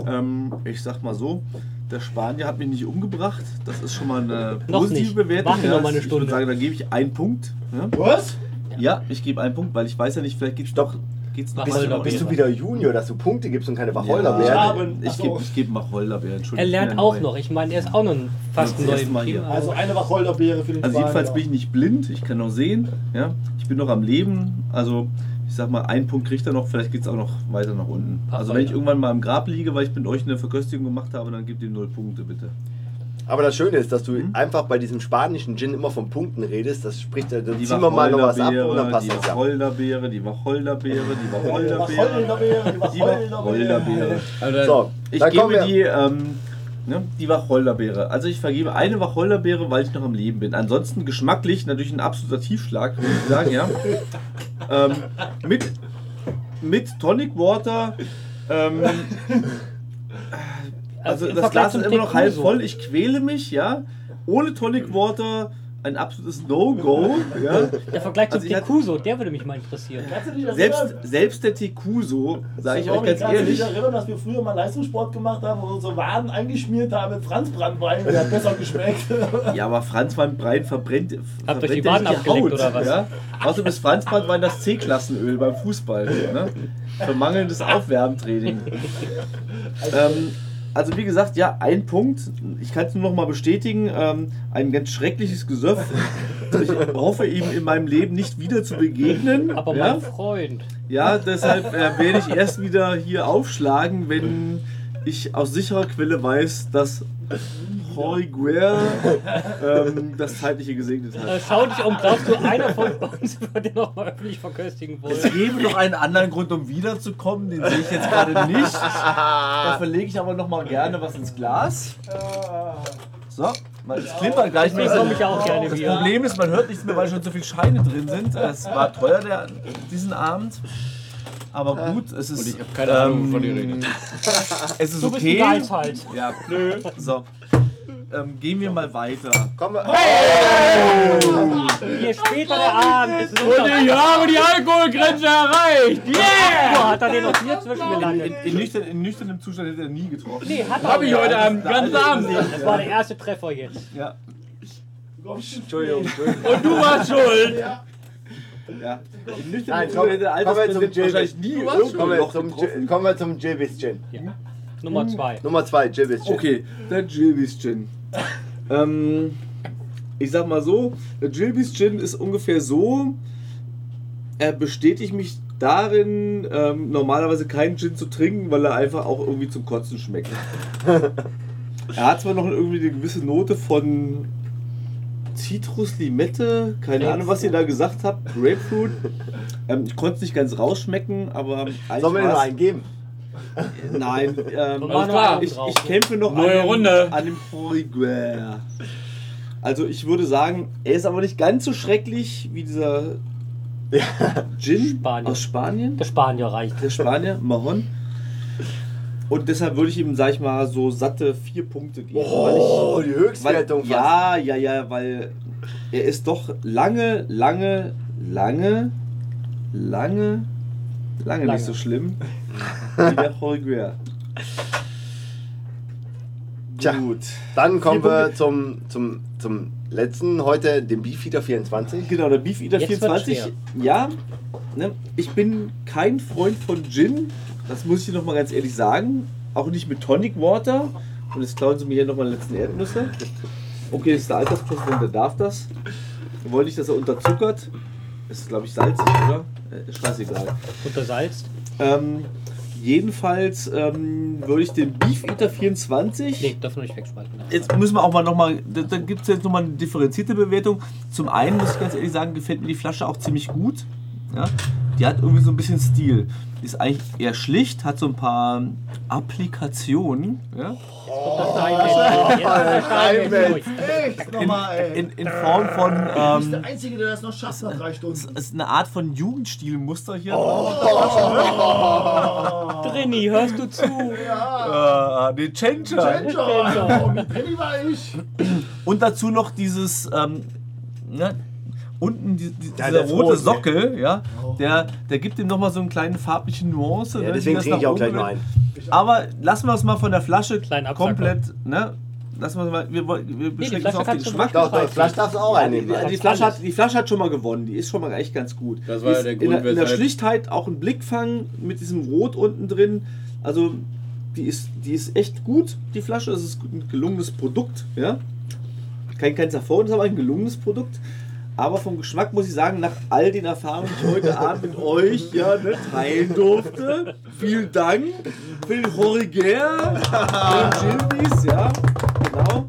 Ähm, ich sag mal so, der Spanier hat mich nicht umgebracht. Das ist schon mal eine
Noch
positive
nicht.
Bewertung.
Warte noch mal eine
ich
Stunde.
würde sagen, da gebe ich einen Punkt. Ja,
Was?
ja ich gebe einen Punkt, weil ich weiß ja nicht, vielleicht geht's doch. Geht's noch
Bist,
Wacholderbeere.
bist du wieder Junior, dass du Punkte gibst und keine Wacholderbeere?
ja,
Wacholderbeeren?
Ich gebe ich geb Wacholderbeeren. Entschuldigung,
Er
ich bin
lernt
ja
auch
neu. Also
noch. Ich meine, er ist auch noch ein fast
Das
neu
erste
im
Mal
Team.
hier.
Also eine Wacholderbeere für den
Also jedenfalls bin
Spanier.
ich nicht blind, ich kann noch sehen. Ja? Ich bin noch am Leben. Also ich sag mal, einen Punkt kriegt er noch, vielleicht geht es auch noch weiter nach unten.
Ach,
Also wenn ich
weiter.
irgendwann mal im Grab liege, weil ich mit euch eine Verköstigung gemacht habe, dann gebt ihm null Punkte bitte.
Aber das Schöne ist, dass du
Mhm.
einfach bei diesem spanischen Gin immer von Punkten redest. Das spricht, da ziehen
Die
wir mal noch was ab und dann
Wacholderbeere,
passt
die
das ja.
Wacholderbeere, die Wacholderbeere,
<laughs>
die Wacholderbeere,
Wacholderbeere, die
die
Wacholderbeere.
Wacholderbeere.
Also dann-
So,
Ich
dann kommen wir.
gebe die, ähm, ne, die Wacholderbeere. Also ich vergebe eine Wacholderbeere, weil ich noch am Leben bin. Ansonsten geschmacklich natürlich ein absoluter Tiefschlag, würde ich sagen, ja. ähm, mit mit Tonic Water. Ähm, also
im
das
Vergleich
Glas
zum
ist immer noch
Tequila
halb
so.
voll. Ich quäle mich, ja. Ohne Tonic Water ein absolutes No-Go. Ja.
Der Vergleich zum
Also ich hatte-
Tekuso, der würde mich mal interessieren.
Kannst du dich erinnern?
Selbst, selbst der Tikuso, sage ich euch
Sorry,
ganz
kannst du dich
ehrlich,
erinnern, dass wir früher mal Leistungssport gemacht haben und unsere Waden eingeschmiert haben mit Franzbranntwein, der hat besser geschmeckt.
Ja, aber Franzbandwein verbrennt. verbrennt
euch die
ja
Waden
nicht
abgeleckt oder was?
Ja? Außerdem ist Franzbandwein das C-Klassenöl beim Fußball. Ne? Für mangelndes Aufwärmtraining. ähm, also, wie gesagt, ja, ein Punkt. Ich kann es nur noch mal bestätigen: ähm, ein ganz schreckliches Gesöff. Ich hoffe, ihm in meinem Leben nicht wieder zu begegnen.
Aber
ja?
mein Freund,
Ja, deshalb äh, werde ich erst wieder hier aufschlagen, wenn ich aus sicherer Quelle weiß, dass Roy Guer ähm, das zeitliche gesegnet
äh,
hat.
schau dich um, glaubst du, einer von uns <laughs> würde noch mal öffentlich verköstigen
Es
wollen?
gäbe noch einen anderen Grund, um wiederzukommen, den sehe ich jetzt gerade nicht. Da verlege ich aber noch mal gerne was ins Glas. So, mal- es klimpert gleich ein
Deswegen komme ich
bisschen.
auch gerne
Das
wieder.
Problem ist, man hört nichts mehr, weil schon so viele Scheine drin sind. Es war teuer der, diesen Abend. Aber gut, es ist.
ich habe keine Ahnung, wovon ihr
ähm,
redet.
Es ist
Du bist halt. die
okay.
Geizhals.
Ja, So. Ähm, gehen wir mal weiter.
Komm,
Je später der Abend ist, umso
Ich habe die Alkoholgrenze erreicht!
yeah! hat er den noch hier zwischengelandet.
In, nüchtern, in nüchternem Zustand hätte er nie getroffen.
Nee, ähm, hat er
Hab
auch
ich
nicht.
heute Abend, ganzen Abend nicht.
Das war der erste Treffer jetzt.
Ja.
Entschuldigung, Entschuldigung.
Und du warst schuld!
Ja. In nüchternen
Nein,
Zustand
komm,
hätte er
kommen wir zum
Altersprinzip wahrscheinlich
Jibbis.
nie
Kommen
irgendwo
wir
noch
zum
getroffen.
Ji- Kommen wir zum Jibbis Gin.
Nummer zwei.
Nummer zwei, Jibbis Gin.
Okay, der Jilbys Gin. ähm, ich sag mal so, der Jilbys Gin ist ungefähr so, er bestätigt mich darin, ähm, normalerweise keinen Gin zu trinken, weil er einfach auch irgendwie zum
<laughs>
Kotzen schmeckt. er hat zwar noch irgendwie eine gewisse Note von Zitrus, Limette, keine Ahnung, was ihr da gesagt habt, Grapefruit. Ähm, ich konnte es nicht ganz rausschmecken, aber ähm, eigentlich
Sollen wir dir noch
war's-
einen geben?
Nein, ähm,
Alles klar.
ich, ich kämpfe noch
Neue
an, dem-
Runde.
an dem Voriguer. Also ich würde sagen, er ist aber nicht ganz so schrecklich wie dieser Gin
Spanier.
aus Spanien,
Der Spanier reicht.
der Spanier, Mahon. Und deshalb würde ich ihm, sag ich mal, so satte vier Punkte geben.
Oh, die
weil ich,
Höchstwertung. fast.
weil, ja, ja, ja, weil er ist doch lange, lange, lange, lange, lange,
Lange.
nicht so schlimm wie der Jorguer.
Tja.
Gut.
Dann kommen
Vier
wir zum, zum, zum letzten heute, dem Beefeater 24.
Genau, der Beef Eater
Jetzt wird's
24.
schwer.
Ja, ne, ich bin kein Freund von Gin. Das muss ich nochmal ganz ehrlich sagen. Auch nicht mit Tonic Water. Und jetzt klauen sie mir hier nochmal letzten Erdnüsse. Okay, das ist der Alterspost, der darf das. Wir wollen nicht, dass er unterzuckert. Ist, glaube ich, salzig, oder? Äh, Ist scheißegal.
Untersalzt.
Ähm, jedenfalls ähm, würde ich den Beef Eater 24.
Nee, darf man nicht wegschmeißen.
Jetzt müssen wir auch mal nochmal, da, da gibt es jetzt nochmal eine differenzierte Bewertung. Zum einen muss ich ganz ehrlich sagen, gefällt mir die Flasche auch ziemlich gut. Ja? Die hat irgendwie so ein bisschen Stil. Die ist eigentlich eher schlicht, hat so ein paar Applikationen. Ja?
Steinmetz.
In, in Form von
Du bist
ähm,
der Einzige, der das noch schafft nach drei
<laughs>
Stunden.
ist eine Art von Jugendstilmuster hier.
Oh.
Drini, hörst du zu?
Äh, nee, Changer.
Oh,
Ginger! Mit Penny war ich!
Und dazu noch dieses, ähm, ne, unten die, die,
Ja,
dieser
der
rote
Frozen.
Sockel, ja,
Oh.
der, der gibt ihm nochmal so eine kleine farbliche Nuance. ne,
Ja,
die
deswegen
das
trinke
nach
ich auch
oben
gleich noch
bringt.
einen.
Aber lassen wir es mal von der Flasche
Kleinen Absacker.
komplett, ne, lassen wir es mal, wir, wollen- wir beschränken uns
Flasche
auf den
kannst du
Geschmack.
Doch, doch, Flasch darfst du auch einnehmen.
Die, die, Flasche hat, die Flasche hat schon mal gewonnen, die ist schon mal echt ganz gut.
Das war ja
Ist
der
in,
Grund,
der, in der
weshalb-
Schlichtheit auch ein Blickfang mit diesem Rot unten drin. Also die ist, die ist echt gut, die Flasche. Es ist ein gelungenes Produkt. Ja? Kein, kein Zerfahren, ist aber ein gelungenes Produkt. Aber vom Geschmack muss ich sagen, nach all den Erfahrungen, die ich heute Abend mit euch ja, ne, teilen durfte, vielen Dank für den Horriger, für den Jimbys, ja, genau.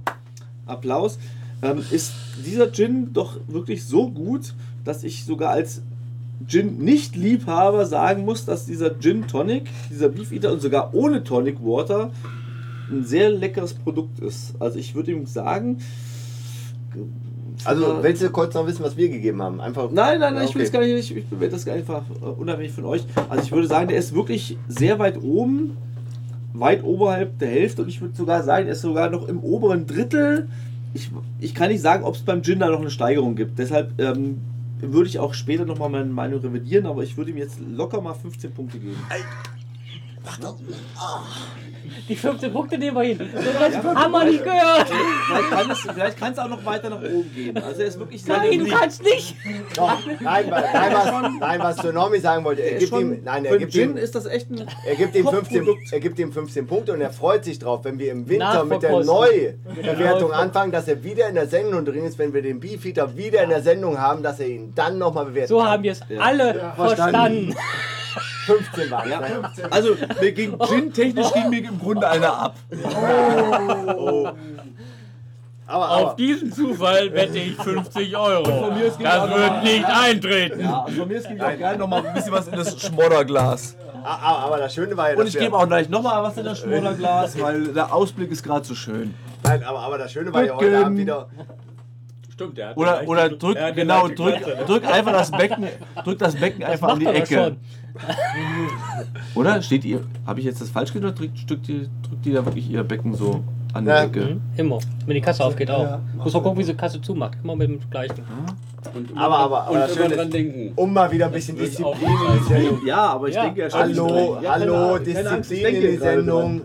Applaus, ähm, ist dieser Gin doch wirklich so gut, dass ich sogar als Gin-Nicht-Liebhaber sagen muss, dass dieser Gin Tonic, dieser Beef Eater und sogar ohne Tonic Water ein sehr leckeres Produkt ist. Also ich würde ihm sagen,
Also willst du kurz noch wissen, was wir gegeben haben? Einfach.
Nein, nein, nein, ich will
Okay.
das gar nicht, ich bewerte das einfach äh, unabhängig von euch. Also ich würde sagen, der ist wirklich sehr weit oben, weit oberhalb der Hälfte und ich würde sogar sagen, er ist sogar noch im oberen Drittel. Ich, ich kann nicht sagen, ob es beim Gin da noch eine Steigerung gibt. Deshalb ähm, würde ich auch später nochmal meine Meinung revidieren, aber ich würde ihm jetzt locker mal 15 Punkte geben.
Die 15 Punkte nehmen wir hin. Das haben wir nicht gehört.
Vielleicht kann es, vielleicht kann es auch noch weiter nach oben gehen. Also er ist wirklich sehr
Nein, du
niedrig.
kannst nicht.
Doch, nein,
<laughs>
wa- nein, was, nein, was Tsunami sagen wollte, er
Er ist
gibt
schon,
ihm, nein,
für
er
einen
gibt
Gin
ihm,
ist das echt ein
er gibt ihm 15,
Top-Produkt.
er gibt ihm 15 Punkte und er freut sich drauf, wenn wir im Winter mit der
Nachverkosten.
Neubewertung
Genau.
anfangen, dass er wieder in der Sendung drin ist, wenn wir den Beefeater wieder in der Sendung haben, dass er ihn dann nochmal bewertet.
So haben wir es alle verstanden.
15 waren es, ne?
Also, mir ging Gin technisch ging mir im Grunde einer ab.
Aber,
Auf
aber,
diesen Zufall wette ich 50 Euro.
mir ist
Das
genau-
wird nicht eintreten.
Ja, also von mir ist ging auch gerne nochmal ein bisschen was in das <laughs> Schmodderglas.
aber, aber das Schöne war ja,
Und
dass
ich
wir,
gebe auch gleich nochmal was in das Schmodderglas, weil der Ausblick ist gerade so schön.
nein, aber, aber das Schöne war ja heute Abend wieder,
Stimmt, der hat
Oder, oder drück,
Ja, die ne?
genau,
leichte
drück, drück einfach das Becken, drück das Becken einfach an
Macht
die
aber
Ecke.
schon.
Oder? Steht ihr, habe ich jetzt das falsch gedrückt? Drückt, drückt, die, drückt die da wirklich ihr Becken so an die
Ja.
Ecke?
Immer. Wenn die Kasse aufgeht auch.
Ja,
Muss man gucken, wie sie Kasse zumacht. Immer mit dem gleichen.
Und immer,
aber, aber, aber
und
das
immer
Schöne
dran
ist,
denken.
um mal wieder ein bisschen
Das ist auch
Disziplin in die Sendung.
Ja, aber ich
Ja.
denke, er steht
Hallo,
nicht
hallo,
keine Angst, ich
Disziplin
denke
in die
gerade
Sendung.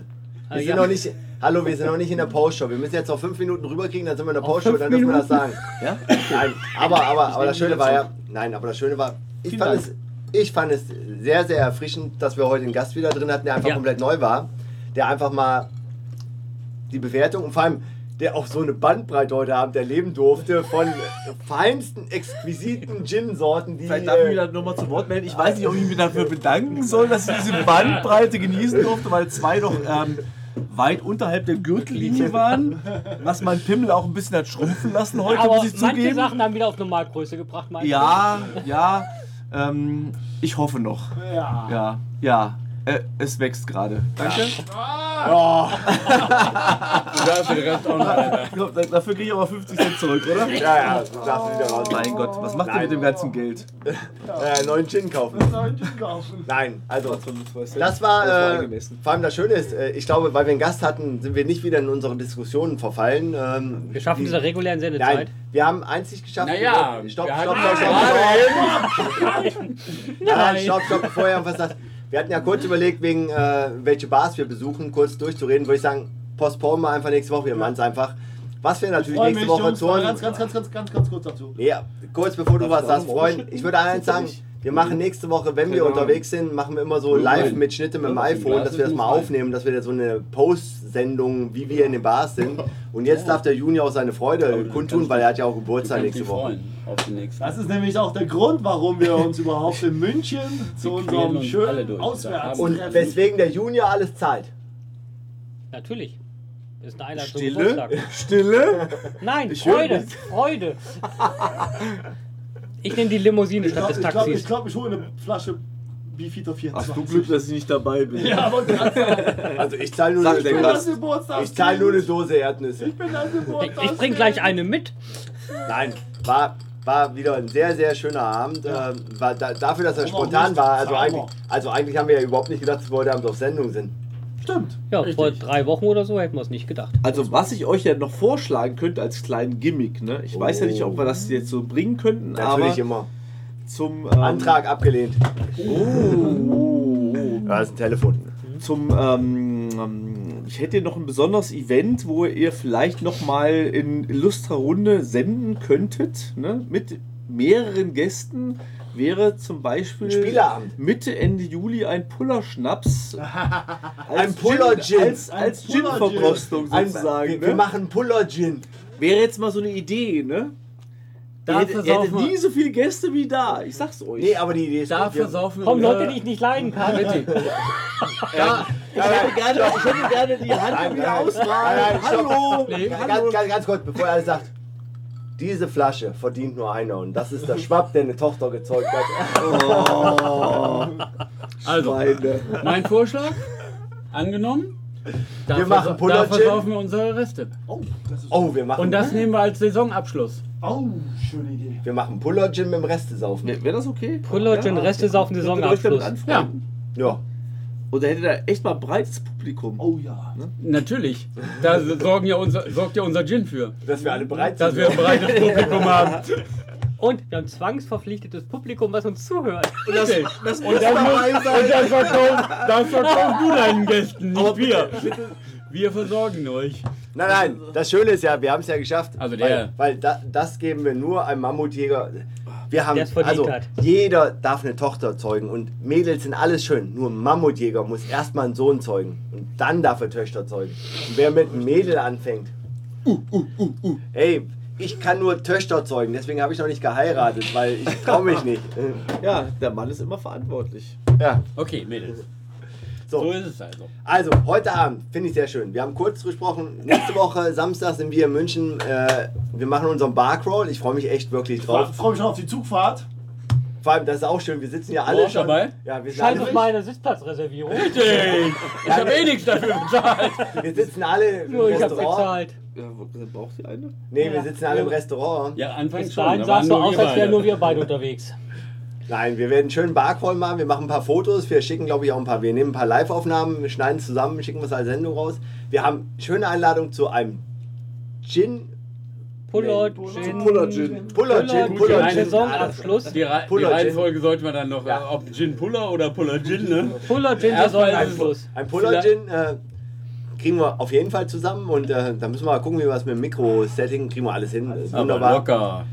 Ah,
Wir sind
ja.
noch nicht, hallo, wir sind noch nicht in der Postshow. Wir müssen jetzt noch fünf Minuten rüberkriegen, dann sind wir in der
Auf
Postshow,
fünf
dann dürfen wir das sagen.
Minuten?
Ja?
Nein, aber, aber, aber das Schöne war ja, nein, aber das Schöne war, ich fand, es, ich fand es sehr, sehr erfrischend, dass wir heute einen Gast wieder drin hatten, der einfach
Ja.
komplett neu war, der einfach mal die Bewertung und vor allem der auch so eine Bandbreite heute Abend erleben durfte von
<laughs>
feinsten, exquisiten Gin-Sorten, die...
Vielleicht darf ich mich
äh,
dann nochmal zu Wort melden. Ich weiß nicht, ob ich mich dafür bedanken soll, dass ich diese Bandbreite genießen durfte, weil zwei doch ähm, weit unterhalb der Gürtellinie waren. Was mein Pimmel auch ein bisschen hat schrumpfen lassen heute,
Aber
muss ich
manche
zugeben.
Sachen haben wieder auf Normalgröße gebracht, meinst du?
Ja, ja. Ähm, ich hoffe noch. Ja. Ja, ja. Äh, es wächst gerade. Danke.
Du darfst den Rest auch noch weiter.
Ich glaub, da- Dafür kriege ich aber 50 Cent zurück, oder?
ja, ja, das darfst du wieder raus.
Mein Gott, was macht ihr mit dem ganzen Geld?
Äh, neuen Gin kaufen. Nein, also das
Das
war
war
äh,
angemessen.
vor allem das Schöne ist, äh, ich glaube, weil wir einen Gast hatten, sind wir nicht wieder in unsere Diskussionen verfallen. Ähm,
Wir schaffen
die-
diese regulären
Nein,
Sendezeit.
wir haben einzig geschafft.
Naja,
wir- stopp,
wir
stopp,
hatten-
stopp, stopp, stopp. <laughs> Nein, stopp, stopp, bevor ihr was sagt. Wir hatten ja kurz überlegt, wegen äh, welche Bars wir besuchen, kurz durchzureden, würde ich sagen, postponen wir einfach nächste Woche, wir machen es einfach. Was wir natürlich
Freue
nächste
mich,
Woche
Jungs,
zu
aber ganz, ganz, ganz, ganz, ganz, ganz kurz dazu.
Ja, kurz bevor du was sagst, Freund, ich würde eins sagen, wir machen nächste Woche, wenn wir unterwegs sind, machen wir immer so live mit Schnitte mit dem iPhone, dass wir das mal aufnehmen, dass wir da so eine Post-Sendung, wie wir in den Bars sind. Und jetzt darf der Junior auch seine Freude kundtun, weil er hat ja auch
Du
Geburtstag
kannst dich
nächste Woche.
freuen auf die nächste.
Das ist nämlich auch der Grund, warum wir uns überhaupt in München zu
quälen uns
unserem
alle
schönen
durch.
Auswärts
Und
treffen.
weswegen der Junior alles zahlt.
Natürlich. Das ist eine Einladung zum
Stille?
Geburtstag.
Stille?
Nein,
höre
Freude, Freude. Ich nehme die Limousine
Ich
statt
glaube,
des
ich, glaub,
Taxis.
ich, glaub, ich hole eine Flasche Beefeater 24.
Hast du Glück, dass ich nicht dabei bin.
Ja, aber gerade sagen,
Also ich zahle nur,
Sagt
eine
der
Dose-
das
Gast.
Geburtstagskind.
ich zahle nur eine Dose Erdnüsse.
Ich bin das Geburtstagskind.
Ich bringe gleich eine mit.
Nein, war, war wieder ein sehr, sehr schöner Abend. Ähm, war da, dafür, dass er spontan war. Also eigentlich, also eigentlich haben wir ja überhaupt nicht gedacht, dass wir heute Abend auf Sendung sind.
Stimmt.
Ja, vor drei Wochen oder so hätten wir es nicht gedacht.
Also was ich euch ja noch vorschlagen könnte als kleinen Gimmick, ne? Ich weiß ja nicht, ob wir das
Oh.
jetzt so bringen könnten,
Natürlich
aber
immer.
zum ähm,
Antrag abgelehnt.
Oh,
Ja, das ist ein Telefon.
zum ähm, ähm, ich hätte noch ein besonderes Event, wo ihr vielleicht noch mal in illustrer Runde senden könntet, ne? Mit mehreren Gästen wäre zum Beispiel
Ein Spieleabend.
Mitte Ende Juli ein
<laughs>
Puller-Schnaps. Ein
Puller-Gin.
Als, als
Ein Puller-Gin.
Gin-Verkostung
Ein,
sozusagen.
wir,
ne?
wir machen Puller-Gin.
Wäre jetzt mal so eine Idee, ne?
Da
Da hätte,
versaufen
hätte
wir-
nie so viele Gäste wie da. Ich sag's euch.
Nee, aber die Idee ist
Dafür
gut. Wir-
saufen
Komm, Leute, die
die
ich nicht leiden kann.
ich, hätte gerne, ich hätte gerne die
Nein,
Hand wieder
nein. Nein,
auswahl.
nein, stopp.
Hallo!
ganz, ganz, ganz kurz, bevor er alles sagt. Diese Flasche verdient nur einer und das
<laughs>
ist der Schwab, der eine Tochter gezeugt hat.
Also,
Meine.
mein Vorschlag, Also, angenommen, Da
Wir machen
versa- Da
Pullerchen.
versaufen wir unsere Reste.
Oh, das ist.
Oh, wir machen,
Und das nehmen wir als Saisonabschluss.
Oh, schöne Idee.
wir machen Puller-Gin mit dem Restesaufen.
Wäre wär das okay?
Puller Gin, Reste saufen
Könnt ihr euch damit
Saisonabschluss.
Ja,
anfreunden?
Ja.
Und da hätte da echt mal breites Publikum.
Oh ja.
natürlich. Da sorgen ja unser, sorgt ja unser Gin für.
Dass wir alle bereit
Dass wir ein breites Publikum haben.
Und wir haben zwangsverpflichtetes Publikum, was uns zuhört.
Richtig. Und dann, und dann verkaufst, dann verkaufst du deinen Gästen, nicht wir. Wir versorgen euch.
Nein, nein,
Also-
das Schöne ist ja, wir haben es ja geschafft.
Also der-
Weil, weil da, das geben wir nur einem Mammutjäger. Wir haben,
Der es verdient
also
hat.
jeder darf eine Tochter zeugen und Mädels sind alles schön. Nur ein Mammutjäger muss erstmal einen Sohn zeugen und dann darf er Töchter zeugen. Und wer mit einem Mädel anfängt, uh, uh, uh, uh. ey, ich kann nur Töchter zeugen, deswegen habe ich noch nicht geheiratet, weil ich traue mich nicht.
Ja, der Mann ist immer verantwortlich.
Ja,
Okay, Mädels.
so.
So ist es also.
Also, heute Abend finde ich sehr schön. Wir haben kurz gesprochen. Nächste Woche, Samstag, sind wir in München. Äh, wir machen unseren Barcrawl. Ich freue mich echt wirklich
Ich
drauf.
freue mich schon auf die Zugfahrt.
Vor allem, das ist auch schön. Wir sitzen ja
Wo
alle
auch
schon.
dabei?
Ja, wir, sind
Scheiß auf
alle,
meine Sitzplatzreservierung.
Richtig. Ich habe eh nichts dafür bezahlt.
wir sitzen alle im
Nur ich habe
Restaurant.
bezahlt.
Ja, wo- braucht ihr eine?
Nee, wir
Ja.
sitzen alle im Restaurant.
Ja, anfangs
Bis
schon.
dahin
da
sah
waren
es so
nur
aus,
wir
als wären
beide.
nur wir beide unterwegs.
Nein, wir werden schön Barcrawl machen. Wir machen ein paar Fotos. Wir schicken, glaube ich, auch ein paar. Wir nehmen ein paar Live-Aufnahmen, wir schneiden es zusammen, schicken was als Sendung raus. Wir haben schöne Einladung zu einem Gin.
Puller
Zu
Gin.
Puller Gin.
Puller Gin.
Gin,
Puller Gin.
Saisonabschluss.
Die, Re die
Puller Gin.
Reihenfolge sollte man dann noch, äh, ob Gin Puller oder Puller Gin, ne?
Puller Gin
Erstmal ist es-
Saisonabschluss.
Ein Puller-Gin äh, kriegen wir auf jeden Fall zusammen und äh, da müssen wir mal gucken, wie wir es mit dem Mikro-Setting kriegen wir alles hin.
Aber
Wunderbar.
locker.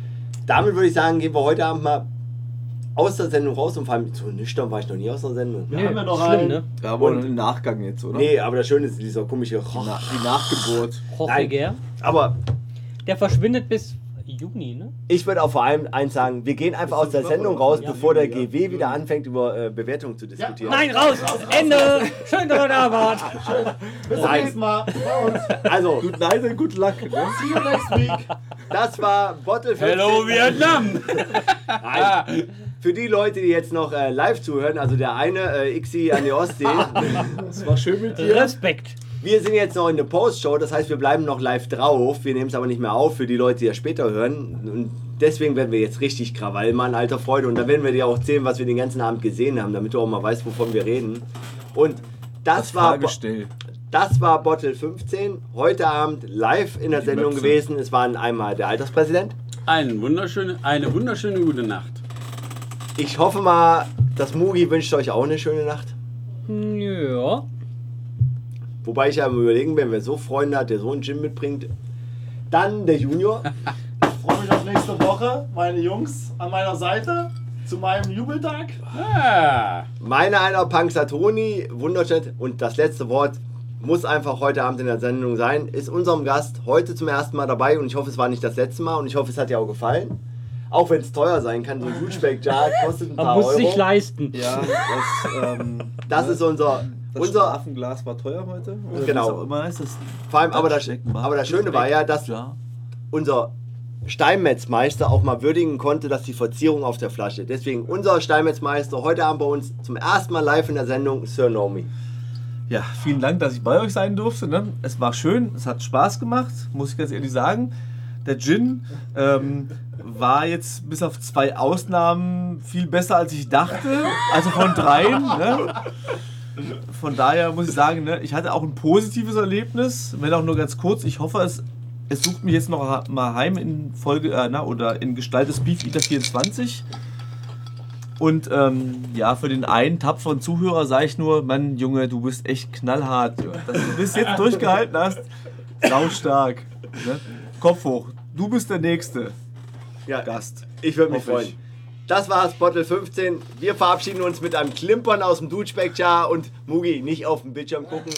Damit würde ich sagen, gehen wir heute Abend mal aus der Sendung raus und vor allem so nüchtern war ich noch nie aus der Sendung.
Wir
Nee,
haben ja noch
schlimm,
einen.
ne?
Ja, aber im Nachgang jetzt, oder?
Nee, aber das Schöne ist dieser komische Roch.
Na, die Nachgeburt.
Hochiger.
Aber
Der verschwindet bis Juni, ne?
ich würde auch vor allem eins sagen, wir gehen einfach aus der Sendung raus, bevor der GW wieder anfängt, über äh, Bewertungen zu diskutieren.
Nein, raus! Ende! Schön, dass ihr da wart!
Bis zum nächsten Mal. Bei uns.
Also,
Good night and good luck.
<laughs>
Ne?
See you next week.
das war Bottle 15.
Hello Vietnam!
Nein. Für die Leute, die jetzt noch äh, live zuhören, also der eine, äh, Ixi an der Ostsee,
Das war schön mit dir.
Respekt!
Wir sind jetzt noch in der Postshow, das heißt, wir bleiben noch live drauf. Wir nehmen es aber nicht mehr auf für die Leute, die das später hören. Und deswegen werden wir jetzt richtig Krawall machen, alter Freude. Und da werden wir dir auch erzählen, was wir den ganzen Abend gesehen haben, damit du auch mal weißt, wovon wir reden. Und das, war,
Frage still.
das war Bottle 15. Heute Abend live in der Sendung
Möpse.
gewesen. Es waren einmal der Alterspräsident.
Ein wunderschöne, eine wunderschöne gute Nacht.
Ich hoffe mal, das Mugi wünscht euch auch eine schöne Nacht.
Ja.
Wobei ich ja am überlegen bin, wer so Freunde hat, der so einen Gym mitbringt. Dann der
<laughs>
Junior.
Ich freue mich auf nächste Woche. Meine Jungs an meiner Seite zu meinem Jubeltag.
Ah,
Meine einer Punksatoni, wunderschön. Und das letzte Wort muss einfach heute Abend in der Sendung sein. Ist unserem Gast heute zum ersten Mal dabei und ich hoffe, es war nicht das letzte Mal und ich hoffe, es hat dir auch gefallen. Auch wenn es teuer sein kann, so ein
<laughs>
Gutspeck-Jar kostet ein
Man
paar
muss
Euro.
sich leisten. ne?
Ja, das, ähm,
Das ist unser,
das unser
unser
Affenglas war teuer heute. Oder
Genau.
Was auch immer heißt das.
vor allem, aber das,
Stecken war-
aber das Schöne war ja, dass
Ja.
unser Steinmetzmeister auch mal würdigen konnte, dass die Verzierung auf der Flasche. Deswegen unser Steinmetzmeister heute Abend bei uns zum ersten Mal live in der Sendung Sir Nomi.
Ja, vielen Dank, dass ich bei euch sein durfte. Ne? Es war schön, es hat Spaß gemacht, muss ich ganz ehrlich sagen. Der Gin ähm, war jetzt bis auf zwei Ausnahmen viel besser, als ich dachte. Also von dreien. Ne? Von daher muss ich sagen, ne, ich hatte auch ein positives Erlebnis, wenn auch nur ganz kurz. Ich hoffe, es, es sucht mich jetzt noch ha- mal heim in Folge äh, na, oder in Gestalt des Beef Eater 24. Und ähm, ja, für den einen tapferen Zuhörer sage ich nur, Mann, Junge, du bist echt knallhart, Jörg. dass du bis jetzt durchgehalten hast. Saustark. Ne? Kopf hoch. Du bist der nächste
Ja,
Gast.
Ich würde mich
Hoffe
freuen.
ich.
Das war's, Bottle 15. Wir verabschieden uns mit einem Klimpern aus dem Dutschbeck-Jar und Mugi, nicht auf den Bildschirm gucken.